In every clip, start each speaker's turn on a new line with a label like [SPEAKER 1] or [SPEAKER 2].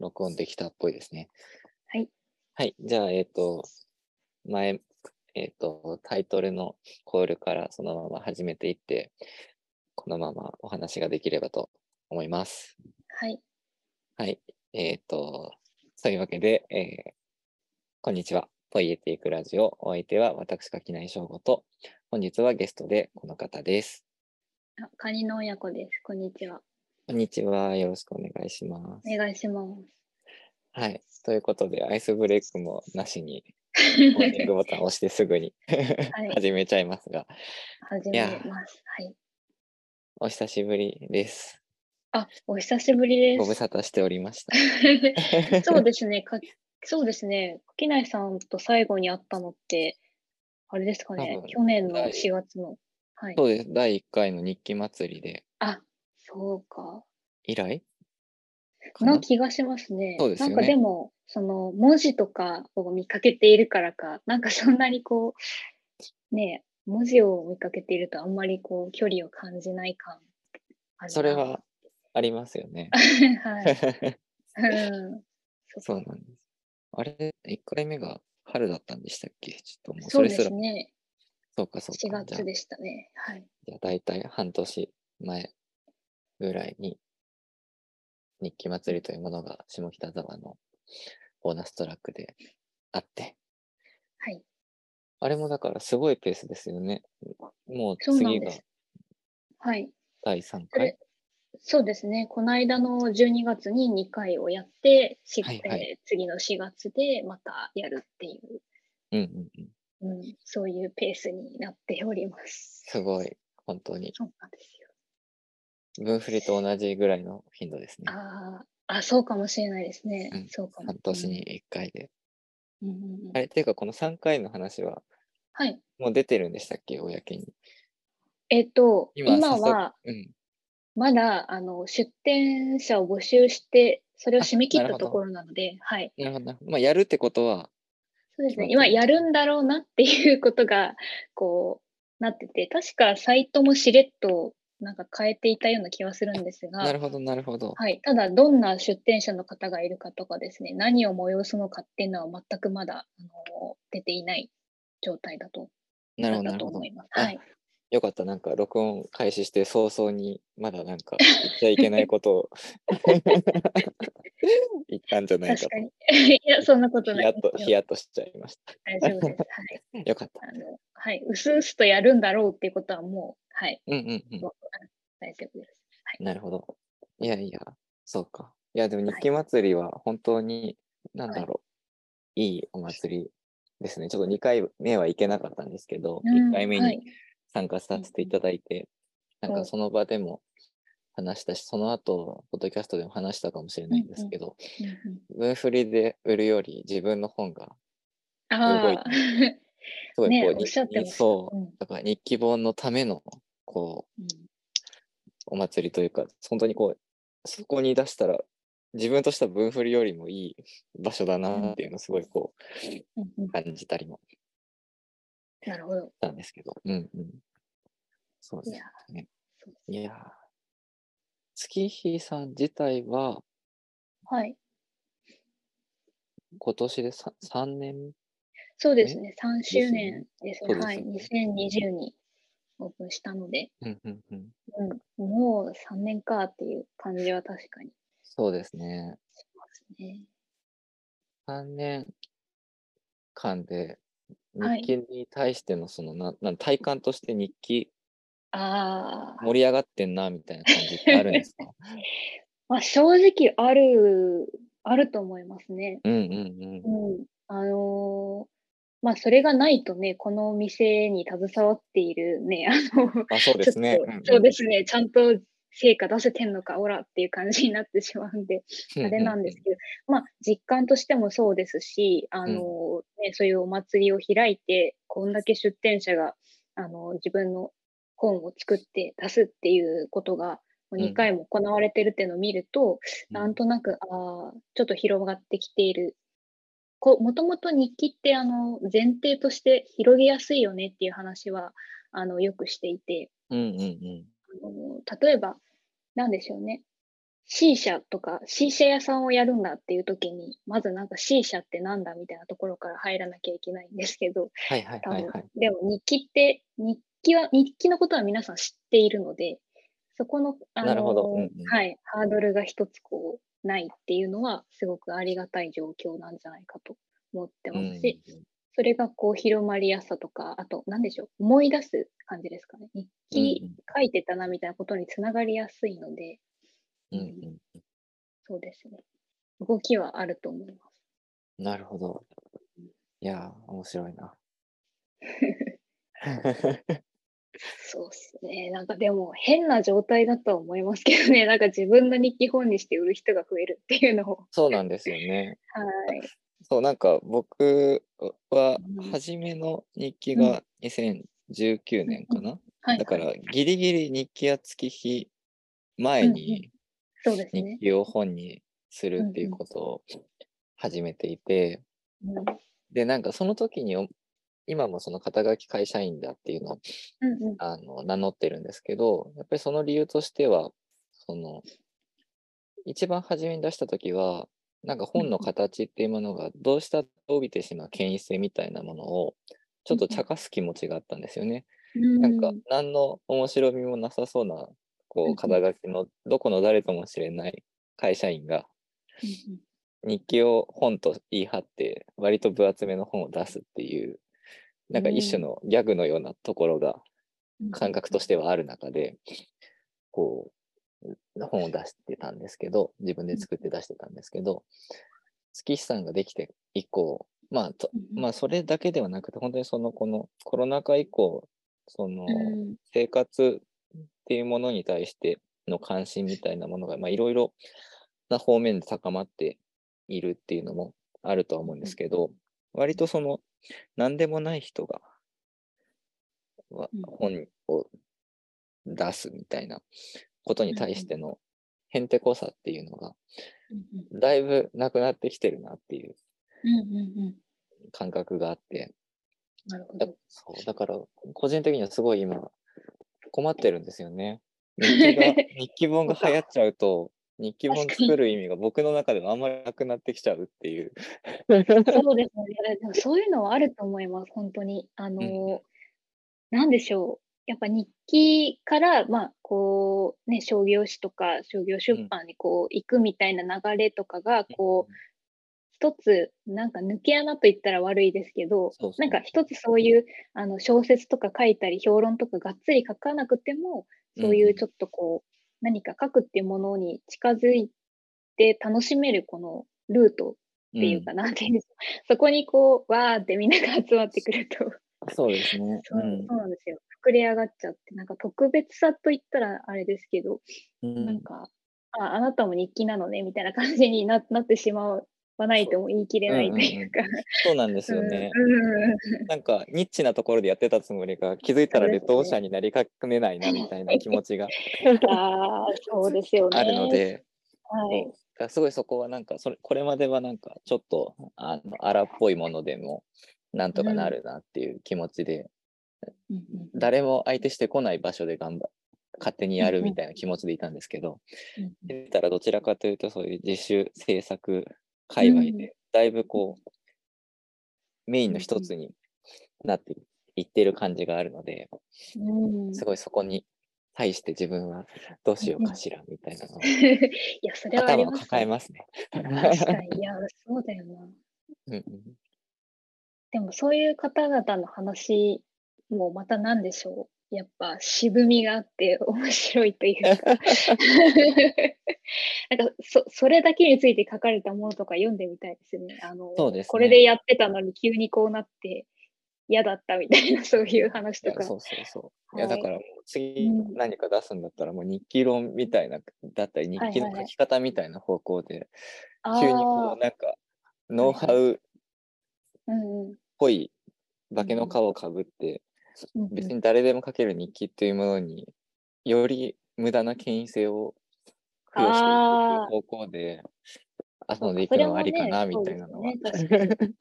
[SPEAKER 1] 録音できたっぽいですね。
[SPEAKER 2] はい。
[SPEAKER 1] はい。じゃあ、えっ、と、前、えっ、と、タイトルのコールからそのまま始めていって、このままお話ができればと思います。
[SPEAKER 2] はい。
[SPEAKER 1] はい。えっ、と、そういうわけで、えーこんにちは。ポイエティクラジオ。お相手は私、垣内翔吾と、本日はゲストでこの方です。
[SPEAKER 2] あカニの親子です。こんにちは。
[SPEAKER 1] こんにちは。よろしくお願いします。
[SPEAKER 2] お願いします。
[SPEAKER 1] はい。ということで、アイスブレイクもなしに、モーニング
[SPEAKER 2] は
[SPEAKER 1] ボタンを押してすぐ に
[SPEAKER 2] い。
[SPEAKER 1] 始めちゃいますが、
[SPEAKER 2] 始
[SPEAKER 1] いや
[SPEAKER 2] めます。はい。
[SPEAKER 1] お久しぶりです。
[SPEAKER 2] あ、お久しぶりで
[SPEAKER 1] ご無
[SPEAKER 2] す。
[SPEAKER 1] 沙汰しておりました。
[SPEAKER 2] そうですね。かそうですね。垣内さんと最後に会ったのって、あれですか
[SPEAKER 1] 多
[SPEAKER 2] ね。
[SPEAKER 1] 分
[SPEAKER 2] 去年の
[SPEAKER 1] はい
[SPEAKER 2] 4月の。はい。
[SPEAKER 1] そうです。第1回の日記祭りで
[SPEAKER 2] あ、そうか。
[SPEAKER 1] 以来かな
[SPEAKER 2] な気がしますね。
[SPEAKER 1] そうですよね
[SPEAKER 2] なんかでも、その文字とかを見かけているからか、なんかそんなにこう、ねえ、文字を見かけているとあんまりこう、距離を感じない感あるな
[SPEAKER 1] それ。はありますよ ね。
[SPEAKER 2] はい。うん
[SPEAKER 1] そうなんです。あれ、1回目が春だったんでしたっけちょっともう
[SPEAKER 2] そ
[SPEAKER 1] そうれ
[SPEAKER 2] です
[SPEAKER 1] ら、
[SPEAKER 2] すね。
[SPEAKER 1] そうかそう
[SPEAKER 2] 4
[SPEAKER 1] か。じゃあ
[SPEAKER 2] 月、でしたね。はい。
[SPEAKER 1] じゃあ大体半年前ぐらいに、日記祭りというものが下北沢のボーナストラックであって、
[SPEAKER 2] はい。
[SPEAKER 1] あれもだからすごいペースですよね。もう
[SPEAKER 2] そうなん
[SPEAKER 1] 次
[SPEAKER 2] で
[SPEAKER 1] が
[SPEAKER 2] す。はい。
[SPEAKER 1] 第3
[SPEAKER 2] そ
[SPEAKER 1] 回
[SPEAKER 2] れ。そうですね。この間の12月に2回をやって、し
[SPEAKER 1] はいはい
[SPEAKER 2] えー次の4月でまたやるっていう
[SPEAKER 1] うんうんうん。
[SPEAKER 2] うん、そういうペースになっております。
[SPEAKER 1] すごい、本当に。
[SPEAKER 2] そうなんですよ。
[SPEAKER 1] 分振りと同じぐらいの頻度ですね。
[SPEAKER 2] あーあ、そうかもしれないですね。
[SPEAKER 1] うん
[SPEAKER 2] そうかも。
[SPEAKER 1] 半年に1回で。
[SPEAKER 2] うんうんうん
[SPEAKER 1] あれ、ていうかこの3回の話は
[SPEAKER 2] はい。
[SPEAKER 1] もう出てるんでしたっけ公に。
[SPEAKER 2] えっ、と、
[SPEAKER 1] 今
[SPEAKER 2] 今
[SPEAKER 1] 早速
[SPEAKER 2] は
[SPEAKER 1] うん。
[SPEAKER 2] まだあの出展者を募集して、それを締め切っ
[SPEAKER 1] あなるほ
[SPEAKER 2] た
[SPEAKER 1] ど
[SPEAKER 2] ところなので、はい。
[SPEAKER 1] なるほどな。まあ、やるってことは、
[SPEAKER 2] そうですね。
[SPEAKER 1] 決まっ
[SPEAKER 2] 今
[SPEAKER 1] てる
[SPEAKER 2] やるんだろうなっていうことが、こう、なってて、確かサイトもしれっとなんか変えていたような気はするんですが、
[SPEAKER 1] なるほど、なるほど。
[SPEAKER 2] はい、ただ、どんな出店者の方がいるかとかですね、何を催すのかっていうのは全くまだ、あの出ていない状態だと
[SPEAKER 1] なるほど、
[SPEAKER 2] だ
[SPEAKER 1] なる
[SPEAKER 2] と
[SPEAKER 1] ほど
[SPEAKER 2] 思。います。
[SPEAKER 1] あ
[SPEAKER 2] はい、
[SPEAKER 1] よかった、なんか録音開始して早々に、まだなん か言っちゃいけないことを 言ったんじゃないか
[SPEAKER 2] 確かに。 いや、そんなこと
[SPEAKER 1] と。ヒヤ
[SPEAKER 2] ない
[SPEAKER 1] ッ。と、ヒヤッとしちゃいまし
[SPEAKER 2] 大丈夫です。はい。
[SPEAKER 1] た。よかった。
[SPEAKER 2] あの、はい。うすうすとやるんだろうっていうことはもう、はい。
[SPEAKER 1] うんうんうん。
[SPEAKER 2] 大丈夫です。
[SPEAKER 1] なるほど。いやいや、そうか。いや、でも日記祭りは本当に、なんだろう、い、いお祭りですね。ちょっと2回目は行けなかったんですけど、
[SPEAKER 2] うん
[SPEAKER 1] 1回目
[SPEAKER 2] は
[SPEAKER 1] に
[SPEAKER 2] い
[SPEAKER 1] 参加させていただいて、
[SPEAKER 2] ん
[SPEAKER 1] なん
[SPEAKER 2] う
[SPEAKER 1] か
[SPEAKER 2] ん
[SPEAKER 1] その場でも話したし、その後、ポッドキャストでも話したかもしれないんですけど、
[SPEAKER 2] うんうん
[SPEAKER 1] 文振りで売るより自分の本が、動いて
[SPEAKER 2] ああ、
[SPEAKER 1] すごい
[SPEAKER 2] ね
[SPEAKER 1] こう、
[SPEAKER 2] おっしゃってました
[SPEAKER 1] そうう、
[SPEAKER 2] ん
[SPEAKER 1] だから日記本のための、こう、
[SPEAKER 2] うん
[SPEAKER 1] お祭りというか、本当にこう、そこに出したら、自分としては分振りよりもいい場所だなっていうのをすごいこ
[SPEAKER 2] うんうん
[SPEAKER 1] う感じたりもし
[SPEAKER 2] なるほど。
[SPEAKER 1] たんですけど。うんうん。そうで
[SPEAKER 2] い
[SPEAKER 1] す
[SPEAKER 2] や
[SPEAKER 1] ね。
[SPEAKER 2] そうです
[SPEAKER 1] いやー月日さん自体は
[SPEAKER 2] はい。
[SPEAKER 1] 今年で 3, 三年
[SPEAKER 2] そうですね。3周年です
[SPEAKER 1] そ
[SPEAKER 2] ね。
[SPEAKER 1] うですね
[SPEAKER 2] はい。2020にオープンしたので、
[SPEAKER 1] うんうんうん。
[SPEAKER 2] うん、もう3年かっていう感じは確かにし
[SPEAKER 1] そうですね。
[SPEAKER 2] ますね。
[SPEAKER 1] 3年間で
[SPEAKER 2] はい
[SPEAKER 1] 日記に対してのその、ななん体感として日記
[SPEAKER 2] ああ、
[SPEAKER 1] 盛り上がってんなみたいな感じってあるんです か
[SPEAKER 2] まあ、正直ある、あると思いますね。
[SPEAKER 1] うんうんうん。
[SPEAKER 2] うん。あのーまあ、それがないとね、このお店に携わっているね、あの、
[SPEAKER 1] あ、そうですね
[SPEAKER 2] ちょっと。
[SPEAKER 1] ん
[SPEAKER 2] そうですね、ちゃんと成果出せてんのか、おらっていう感じになってしまうんで、
[SPEAKER 1] う
[SPEAKER 2] あれなんですけど、まあ、実感としてもそうですし、あのね、そういうお祭りを開いて、こんだけ出店者が、あの自分の本を作って出すっていうことが、
[SPEAKER 1] ん
[SPEAKER 2] 2回も行われてるっていうのを見ると、
[SPEAKER 1] うん
[SPEAKER 2] なんとなく、ああ、ちょっと広がってきている。こもともと日記って、あの、前提として広げやすいよねっていう話は、あの、よくしていて、
[SPEAKER 1] うんうんうん。
[SPEAKER 2] あの例えば、なんでしょうね。 C 社とか C 社屋さんをやるんだっていう時に、まずなんか C 社ってなんだみたいなところから入らなきゃいけないんですけど、
[SPEAKER 1] はいはい
[SPEAKER 2] 多
[SPEAKER 1] は
[SPEAKER 2] 分、
[SPEAKER 1] いはい。
[SPEAKER 2] でも日記って、日記は、日記のことは皆さん知っているので、そこの、あの
[SPEAKER 1] なるほどうんうん
[SPEAKER 2] はい、ハードルが一つこう、ないっていうのは、すごくありがたい状況なんじゃないかと思って
[SPEAKER 1] う
[SPEAKER 2] ますし、
[SPEAKER 1] ん
[SPEAKER 2] それがこう広まりやすさとか、あと何でしょう、思い出す感じですかね。日記書いてたなみたいなことにつながりやすいので、
[SPEAKER 1] うんうん
[SPEAKER 2] そうですね。動きはあると思います。
[SPEAKER 1] なるほど。いやー、面白いな。
[SPEAKER 2] そうですね。なんかでも変な状態だとは思いますけどね。 なんか自分の日記本にして売る人が増えるっていうのを。
[SPEAKER 1] そうなんですよね。
[SPEAKER 2] はい。
[SPEAKER 1] そう、なんか僕は
[SPEAKER 2] うん
[SPEAKER 1] 初めの日記が2019年かな。
[SPEAKER 2] はい、
[SPEAKER 1] だか
[SPEAKER 2] はい
[SPEAKER 1] らギリギリ日記や月日前に
[SPEAKER 2] そうです
[SPEAKER 1] 日
[SPEAKER 2] ね。
[SPEAKER 1] 記を本にするっていうことを始めていて、
[SPEAKER 2] うんうん
[SPEAKER 1] で、なんかその時にお今もその肩書き会社員だっていうのを
[SPEAKER 2] うん
[SPEAKER 1] あの名乗ってるんですけど、やっぱりその理由としては、その一番初めに出した時は、なんか本の形っていうものがどうしたって帯びてしまう権威性みたいなものをちょっと茶化す気持ちがあったんですよね。
[SPEAKER 2] うん。
[SPEAKER 1] なんか
[SPEAKER 2] うん
[SPEAKER 1] 何の面白みもなさそうな
[SPEAKER 2] うん
[SPEAKER 1] こ
[SPEAKER 2] う
[SPEAKER 1] うん肩書きのどこの誰とも知れない会社員が日記を本と言い張って割と分厚めの本を出すっていうなんか一種のギャグのようなところが
[SPEAKER 2] うん
[SPEAKER 1] 感覚としてはある中で、こう、本を出してたんですけど、自分で作って出してたんですけど、月日さんができて以降、まあ、と
[SPEAKER 2] うん
[SPEAKER 1] まあ、それだけではなくて、本当にその、このコロナ禍以降、その、
[SPEAKER 2] うん
[SPEAKER 1] 生活っていうものに対しての関心みたいなものが、まあ、いろいろな方面で高まっているっていうのもあるとは思うんですけど、割とその何でもない人がわ
[SPEAKER 2] うん
[SPEAKER 1] 本を出すみたいなことに対してのへんてこさっていうのが
[SPEAKER 2] うん
[SPEAKER 1] だいぶなくなってきてるなっていう
[SPEAKER 2] うんうんうん。
[SPEAKER 1] 感覚があって、
[SPEAKER 2] なるほ
[SPEAKER 1] だ
[SPEAKER 2] ど。
[SPEAKER 1] そうだから個人的にはすごい今困ってるんですよ ね。日記が日記本が流行っちゃうと日記本
[SPEAKER 2] 確かに
[SPEAKER 1] 作る意味が僕の中ではあんまりなくなってきちゃうっていう。
[SPEAKER 2] そうですね。でもそういうのはあると思います、本当に。あの、なんでしょう。やっぱ日記から、まあ、こう、ね、商業誌とか商業出版にこう、行くみたいな流れとかが、こう、一つ、なんか抜け穴と言ったら悪いですけど
[SPEAKER 1] そうそう、
[SPEAKER 2] なんか一つそういう、あの、小説とか書いたり、評論とかがっつり書かなくても、そういうちょっとこう、何か書くっていうものに近づいて楽しめるこのルート
[SPEAKER 1] う
[SPEAKER 2] っ
[SPEAKER 1] ん
[SPEAKER 2] ていうか、なんていうんですか、 そこにこう、わーってみんなが集まってくると、
[SPEAKER 1] うんそうですね。
[SPEAKER 2] そうそうなんですよ。膨れ上がっちゃって、なんか特別さと言ったらあれですけど、
[SPEAKER 1] うんうん
[SPEAKER 2] なんか、ああなたも日記なのね、みたいな感じにな なってしまわないとも言い切れないというか。
[SPEAKER 1] そうなんですよね。なんかニッチなところでやってたつもりが気づいたら
[SPEAKER 2] そうで
[SPEAKER 1] 劣
[SPEAKER 2] すね
[SPEAKER 1] 等者になりかねないなみたいな気持ちが
[SPEAKER 2] うんあーそうですよね。
[SPEAKER 1] あるの。で。
[SPEAKER 2] はい。
[SPEAKER 1] だからすごいそこはなんかそれこれまではなんかちょっとあの荒っぽいものでもなんとかなるなっていう気持ちで、
[SPEAKER 2] うんうん
[SPEAKER 1] 誰も相手してこない場所で頑張勝手にやるみたいな気持ちでいたんですけど、
[SPEAKER 2] うん
[SPEAKER 1] 出たらどちらかというとそういう自主制作界隈
[SPEAKER 2] うん
[SPEAKER 1] でだいぶこう、メインの一つになっていってる感じがあるので
[SPEAKER 2] うん
[SPEAKER 1] すごいそこに対して自分はどうしようかしらみたいなのを
[SPEAKER 2] いや、それはあり
[SPEAKER 1] 頭を
[SPEAKER 2] ます、
[SPEAKER 1] 抱えますね。
[SPEAKER 2] 確かに。いや、そうだよな。
[SPEAKER 1] うんうん
[SPEAKER 2] でもそういう方々の話もまた何でしょうやっぱ渋みがあって面白いとい うかなんかそそれだけについて書かれたものとか読んでみたいですねあの
[SPEAKER 1] そうですね
[SPEAKER 2] これでやってたのに急にこうなって嫌だったみた いなそういう話
[SPEAKER 1] い
[SPEAKER 2] と
[SPEAKER 1] や
[SPEAKER 2] か
[SPEAKER 1] そうそうそう。いや
[SPEAKER 2] は
[SPEAKER 1] だ
[SPEAKER 2] い
[SPEAKER 1] からもう次
[SPEAKER 2] うん
[SPEAKER 1] 何か出すんだったらもう日記論みたいなだったり日
[SPEAKER 2] はい
[SPEAKER 1] 記の書き方みたいな方向で
[SPEAKER 2] あ
[SPEAKER 1] 急にこ
[SPEAKER 2] ー
[SPEAKER 1] うなんかノウハウっ
[SPEAKER 2] うんうん
[SPEAKER 1] ぽい化けの皮をかぶって
[SPEAKER 2] うんうん
[SPEAKER 1] 別に誰でも書ける日記っていうものにより無駄な権威性を付与していくっていう方向で遊んでいくのはありかなみたいなのは。
[SPEAKER 2] それもねそうですよね確かに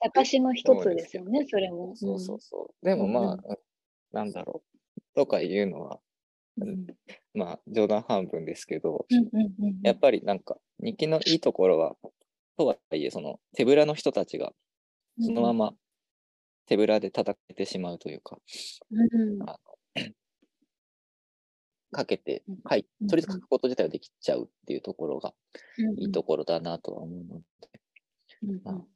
[SPEAKER 2] 私の一つですよねそれも
[SPEAKER 1] そうそうそう。
[SPEAKER 2] う
[SPEAKER 1] で
[SPEAKER 2] ん
[SPEAKER 1] もまあ、
[SPEAKER 2] う
[SPEAKER 1] なんだろうとかいうのは
[SPEAKER 2] んうん
[SPEAKER 1] まあ冗談半分ですけど、
[SPEAKER 2] うんうんうん
[SPEAKER 1] やっぱりなんか日記のいいところは、とはいえその手ぶらの人たちがそのまま手ぶらで叩けてしまうというか、
[SPEAKER 2] うん
[SPEAKER 1] あのかけて
[SPEAKER 2] うん、
[SPEAKER 1] はい、
[SPEAKER 2] うん
[SPEAKER 1] とりあえず書くこと自体はできちゃうっていうところが
[SPEAKER 2] うん
[SPEAKER 1] いいところだなとは思うので、
[SPEAKER 2] うん
[SPEAKER 1] まあ
[SPEAKER 2] うん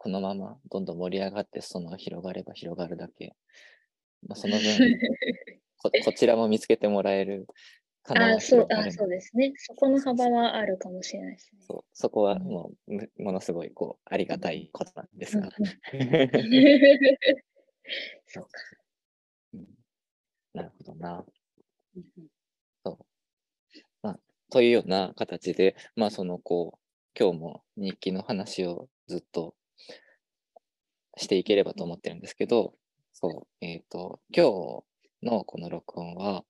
[SPEAKER 1] このままどんどん盛り上がって、その広がれば広がるだけ、まあ、その 分こ、こちらも見つけてもらえる可能
[SPEAKER 2] あ
[SPEAKER 1] が
[SPEAKER 2] そう
[SPEAKER 1] 広が
[SPEAKER 2] あ
[SPEAKER 1] る
[SPEAKER 2] そう
[SPEAKER 1] ので
[SPEAKER 2] ですね。そこの幅はあるかもしれないですね。
[SPEAKER 1] そうそこはもうむものすごいこうありがたいことなんですが。
[SPEAKER 2] うんうんそうか。
[SPEAKER 1] うん なるほどな。
[SPEAKER 2] うんうん
[SPEAKER 1] というような形で、まあそのこう、今日も日記の話をずっとしていければと思ってるんですけど、そう、えっ、と、今日のこの録音は、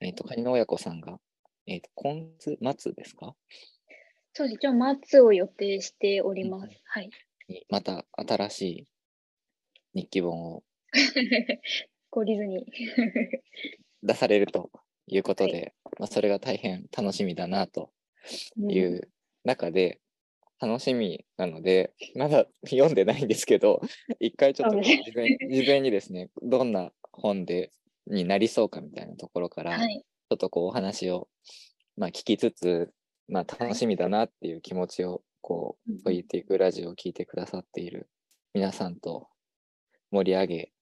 [SPEAKER 1] えっ、と、カニの親子さんが、えっ、と、今月末ですか
[SPEAKER 2] そうです。一応、末を予定しておりま
[SPEAKER 1] うん
[SPEAKER 2] す。はい。
[SPEAKER 1] にまた新しい日記本を
[SPEAKER 2] 懲りずに。
[SPEAKER 1] 出されるということで、
[SPEAKER 2] は
[SPEAKER 1] まあ、それが大変楽しみだなと
[SPEAKER 2] うん
[SPEAKER 1] いう中で、楽しみなので、まだ読んでないんですけど、 一回ちょっとこう
[SPEAKER 2] そう
[SPEAKER 1] 自分自分にですね、どんな本でになりそうかみたいなところから、
[SPEAKER 2] は
[SPEAKER 1] ち
[SPEAKER 2] い。
[SPEAKER 1] ょっとこうお話を、まあ、聞きつつ、まあ、楽しみだなっていう気持ちをこ
[SPEAKER 2] うん
[SPEAKER 1] う解いていくラジオを聞いてくださっている皆さんと盛り上げ、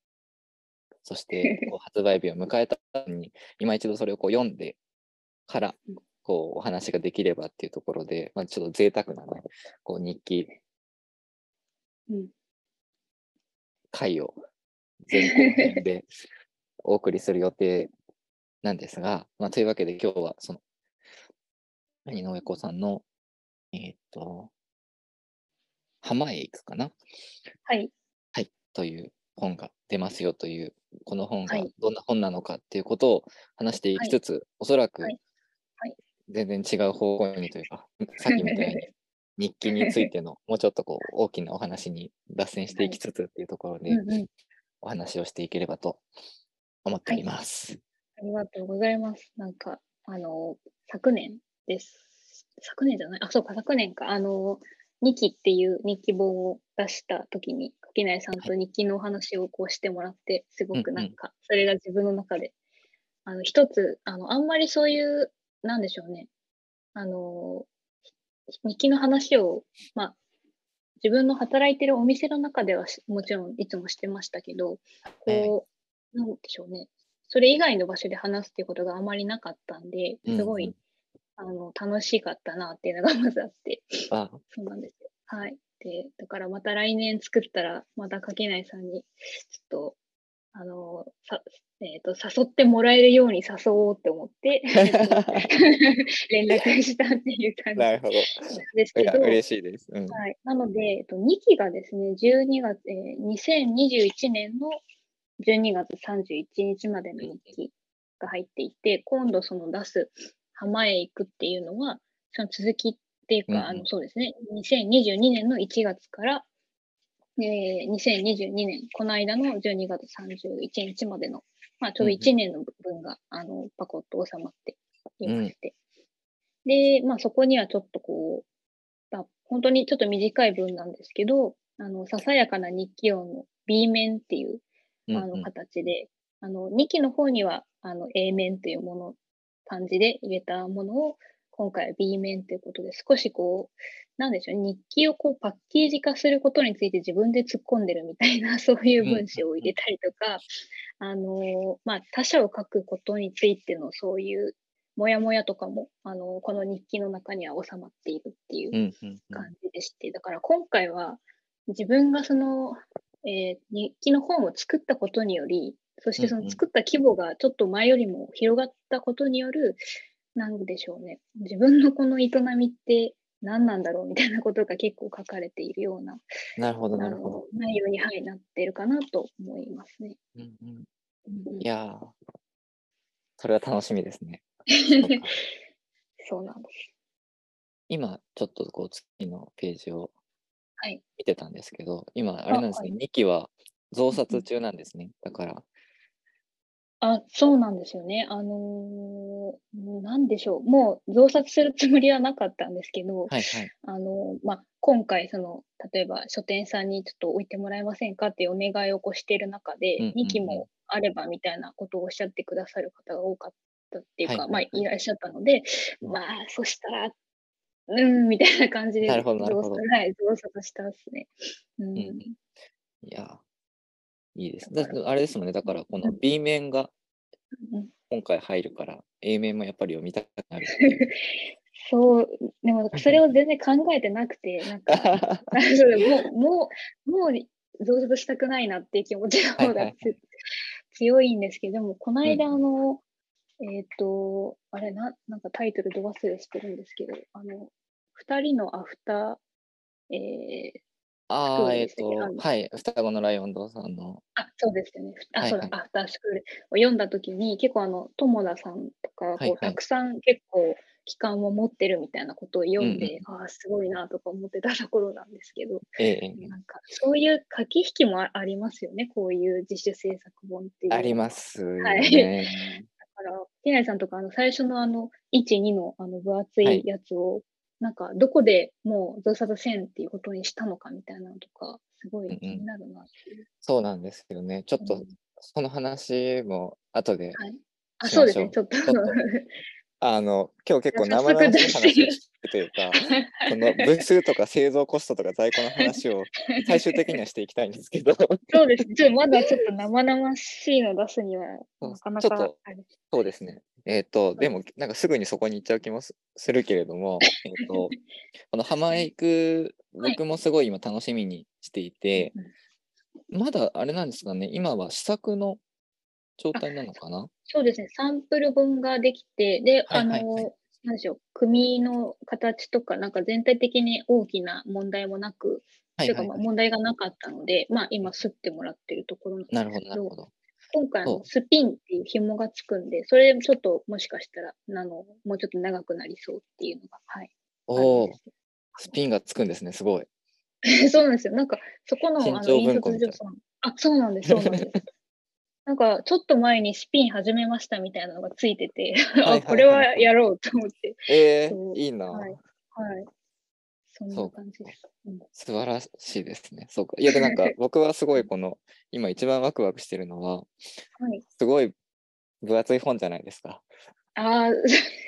[SPEAKER 1] そしてこう発売日を迎えた後に、今一度それをこう読んでから
[SPEAKER 2] うん、
[SPEAKER 1] こうお話ができればっていうところで、まあ、ちょっと贅沢なね、こう日記
[SPEAKER 2] うん
[SPEAKER 1] 回を前後編でお送りする予定なんですが、まあ、というわけで今日はその、井上子さんの、えーっと、浜へ行くかな
[SPEAKER 2] はい。
[SPEAKER 1] はい、という本が出ますよという、この本が
[SPEAKER 2] はい
[SPEAKER 1] どんな本なのかっていうことを話していきつつ、おそらく、
[SPEAKER 2] はいはい
[SPEAKER 1] 全然違う方向にというか、さっきみたいに日記についてのもうちょっとこう大きなお話に脱線していきつつっていうところで、
[SPEAKER 2] うんうん
[SPEAKER 1] お話をしていければと思っております。
[SPEAKER 2] ありがとうございます。なんか、あの、昨年です。昨年じゃないあ、そうか、昨年か。あの、日記っていう日記本を出した時に、垣内さんと日記のお話をこうしてもらって、すごく
[SPEAKER 1] うんうん
[SPEAKER 2] なんか、それが自分の中で、あの、一つ、あの、あんまりそういう、なんでしょうね。あの、ひ日記の話を、まあ、自分の働いてるお店の中ではしもちろんいつもしてましたけど、こう、なんでしょうね。それ以外の場所で話すっていうことがあまりなかったんで、すごい、
[SPEAKER 1] うん
[SPEAKER 2] あの楽しかったなっていうのがまずあって、
[SPEAKER 1] あ
[SPEAKER 2] そうなんですよ。はい。で、だからまた来年作ったら、また垣内さんに、ちょっと、あの、さえっ、と、誘ってもらえるように誘おうって思 って、連絡したっていう感じ
[SPEAKER 1] な
[SPEAKER 2] な
[SPEAKER 1] る
[SPEAKER 2] ん
[SPEAKER 1] ほど。い
[SPEAKER 2] ですけ
[SPEAKER 1] や、
[SPEAKER 2] ど、
[SPEAKER 1] 嬉しいです。うん。
[SPEAKER 2] はい、なので、えっと、2期がですね、12月、えー2021年の12月31日までの日記が入っていて、今度その出す浜へ行くっていうのは、その続きっていうか、
[SPEAKER 1] うんうん
[SPEAKER 2] あのそうですね、2022年の1月から、えー2022年、この間の12月31日までの、まあ、ちょうど1年の分が、あのパコッと収まっていまして、で、まあ、そこにはちょっとこう、まあ、本当にちょっと短い分なんですけど、あの、ささやかな日記音の B 面っていう、
[SPEAKER 1] うん
[SPEAKER 2] あの、形で、あの、2期の方には、あの、A 面というもの、漢字で入れたものを、今回は B 面ということで、少しこう、なんでしょう、日記をこうパッケージ化することについて自分で突っ込んでるみたいな、 そういう文章を入れたりとか、あの、まあ、他者を書くことについてのそういう、もやもやとかも、あの、この日記の中には収まっているっていう
[SPEAKER 1] うんうんうん
[SPEAKER 2] 感じでして、だから今回は自分がその、えー日記の本を作ったことにより、そしてそ
[SPEAKER 1] うんう
[SPEAKER 2] の
[SPEAKER 1] ん
[SPEAKER 2] 作った規模がちょっと前よりも広がったことによる、なんでしょうね、自分のこの営みって何なんだろうみたいなことが結構書かれているような
[SPEAKER 1] なるほ
[SPEAKER 2] あ
[SPEAKER 1] ど、なるほ
[SPEAKER 2] の
[SPEAKER 1] ど。
[SPEAKER 2] 内容に、はい、なってるかなと思いますね。
[SPEAKER 1] うんうん
[SPEAKER 2] うんうん
[SPEAKER 1] いやーそれは楽しみです ね。そうか
[SPEAKER 2] そうなんです。
[SPEAKER 1] 今、ちょっとこう、次のページを
[SPEAKER 2] はい
[SPEAKER 1] 見てたんですけど、今、あれなんです
[SPEAKER 2] は
[SPEAKER 1] ね、2期は増刷中なんですね。だから、
[SPEAKER 2] あ、そうなんですよね。あのーなんでしょう。もう増刷するつもりはなかったんですけど、
[SPEAKER 1] はいはい。
[SPEAKER 2] あのーまあ、今回、その、例えば書店さんにちょっと置いてもらえませんかっていうお願いをこうしている中で、
[SPEAKER 1] うんうんうん
[SPEAKER 2] 2期もあればみたいなことをおっしゃってくださる方が多かったっていうか、
[SPEAKER 1] はいはいはい
[SPEAKER 2] まあ、いらっしゃったので、まあ、そしたら、うん、みたいな感じで
[SPEAKER 1] なる
[SPEAKER 2] 増
[SPEAKER 1] ほどなるほど
[SPEAKER 2] 刷、はい、増刷したんですね。うん
[SPEAKER 1] んうんいや、いいです。
[SPEAKER 2] だ
[SPEAKER 1] だ
[SPEAKER 2] から
[SPEAKER 1] あれですもんね、だからこ
[SPEAKER 2] う
[SPEAKER 1] の
[SPEAKER 2] ん
[SPEAKER 1] B 面が
[SPEAKER 2] うん
[SPEAKER 1] 今回入るから、A 面もやっぱり読みたくなるっていう
[SPEAKER 2] そう、でもそれを全然考えてなくて、なんか、そうもう、もう、もう増刷したくないなっていう気持ちの方
[SPEAKER 1] はいは
[SPEAKER 2] が
[SPEAKER 1] い
[SPEAKER 2] つ強いんですけど、でも、この間、
[SPEAKER 1] うん
[SPEAKER 2] あの、えっ、と、あれな、なんかタイトルど忘れしてるんですけど、あの、二人のアフター、えー
[SPEAKER 1] あ
[SPEAKER 2] そう
[SPEAKER 1] あ、え
[SPEAKER 2] で
[SPEAKER 1] っ
[SPEAKER 2] すね
[SPEAKER 1] と
[SPEAKER 2] あ、の
[SPEAKER 1] はい、双子のライオン堂さんの。
[SPEAKER 2] あ、そうですよね。ふあ、
[SPEAKER 1] はい
[SPEAKER 2] そうだ
[SPEAKER 1] は、い
[SPEAKER 2] アフタースクールを読んだときに、結構あの、友田さんとか、
[SPEAKER 1] いはい
[SPEAKER 2] こう、たくさん結構、期間を持ってるみたいなことを読んで、ああ、すごいなとか思ってたところなんですけど、
[SPEAKER 1] ええええ
[SPEAKER 2] なんか、そういう駆け引きもあありますよね、こういう自主制作本っていう。
[SPEAKER 1] ありますよ
[SPEAKER 2] はい
[SPEAKER 1] ね。
[SPEAKER 2] だから、ティナイさんとか、あの、最初のあの、1、2のあの、分厚
[SPEAKER 1] はいい
[SPEAKER 2] やつを、なんか、どこでもう、増刷1000っていうことにしたのかみたいなのとか、すご
[SPEAKER 1] うんう
[SPEAKER 2] い
[SPEAKER 1] ん
[SPEAKER 2] 気になるなっていう。
[SPEAKER 1] そうなんですよね。ちょっ
[SPEAKER 2] う
[SPEAKER 1] と
[SPEAKER 2] ん
[SPEAKER 1] その話も後で、
[SPEAKER 2] はい。あ、
[SPEAKER 1] し
[SPEAKER 2] そ
[SPEAKER 1] ま
[SPEAKER 2] うで
[SPEAKER 1] し
[SPEAKER 2] す
[SPEAKER 1] ょ
[SPEAKER 2] ね、
[SPEAKER 1] う
[SPEAKER 2] ちょっと。
[SPEAKER 1] ちょっとあの今日結構
[SPEAKER 2] じゃあ
[SPEAKER 1] 生々しい
[SPEAKER 2] 早速出し
[SPEAKER 1] 話
[SPEAKER 2] て
[SPEAKER 1] をしてるというか、この部数とか製造コストとか在庫の話を最終的にはしていきたいんですけど、
[SPEAKER 2] そうですね。ちょっとまだちょっと生々しいの出すには、
[SPEAKER 1] そう
[SPEAKER 2] なかな
[SPEAKER 1] ちょっ
[SPEAKER 2] か
[SPEAKER 1] と
[SPEAKER 2] あれです。
[SPEAKER 1] そうですね。えっ、と、でも、なんかすぐにそこに行っちゃう気もすするけれども、えっ と、この浜へ行く、
[SPEAKER 2] はい
[SPEAKER 1] 僕もすごい今楽しみにしていて、
[SPEAKER 2] うん
[SPEAKER 1] まだあれなんですかね、今は試作の状態なのかな
[SPEAKER 2] そうですね。サンプル本ができて、
[SPEAKER 1] は
[SPEAKER 2] で、
[SPEAKER 1] い
[SPEAKER 2] あの、
[SPEAKER 1] はいはい
[SPEAKER 2] なんでしょう、組の形とか、なんか全体的に大きな問題もなく、
[SPEAKER 1] はいはい
[SPEAKER 2] というか、ま
[SPEAKER 1] は
[SPEAKER 2] あ
[SPEAKER 1] い。
[SPEAKER 2] 問題がなかったので、まあ今、すってもらってるところ
[SPEAKER 1] な
[SPEAKER 2] な
[SPEAKER 1] る
[SPEAKER 2] ん
[SPEAKER 1] ほ
[SPEAKER 2] で
[SPEAKER 1] ど、
[SPEAKER 2] す
[SPEAKER 1] な
[SPEAKER 2] け
[SPEAKER 1] る
[SPEAKER 2] ど
[SPEAKER 1] ほ、ど。
[SPEAKER 2] 今回あ
[SPEAKER 1] そ
[SPEAKER 2] の、
[SPEAKER 1] う
[SPEAKER 2] スピンっていう紐がつくんで、それちょっともしかしたら、あの、もうちょっと長くなりそうっていうのが、はい。
[SPEAKER 1] お
[SPEAKER 2] あ
[SPEAKER 1] お
[SPEAKER 2] るんで、すけど
[SPEAKER 1] スピンがつくんですね、すごい。
[SPEAKER 2] そうなんです よ。なんか、そこの、あ
[SPEAKER 1] 緊
[SPEAKER 2] の、
[SPEAKER 1] 張
[SPEAKER 2] 印
[SPEAKER 1] 文庫
[SPEAKER 2] 刷
[SPEAKER 1] みたい
[SPEAKER 2] 所
[SPEAKER 1] な
[SPEAKER 2] さん。あ、そうなんです、そうなんです。 なんか、ちょっと前にスピン始めましたみたいなのがついて て、
[SPEAKER 1] はいはい
[SPEAKER 2] あ、これはやろうと思って。
[SPEAKER 1] え
[SPEAKER 2] そ
[SPEAKER 1] ー、
[SPEAKER 2] う
[SPEAKER 1] いいな、
[SPEAKER 2] はい。はい。そん
[SPEAKER 1] そ
[SPEAKER 2] な
[SPEAKER 1] う
[SPEAKER 2] 感じです。うん
[SPEAKER 1] 素晴らしいですね。そうか。いや、で、なんか僕はすごいこの、今一番ワクワクしてるのは、
[SPEAKER 2] はい。
[SPEAKER 1] すごい分厚い本じゃないですか。
[SPEAKER 2] ああ、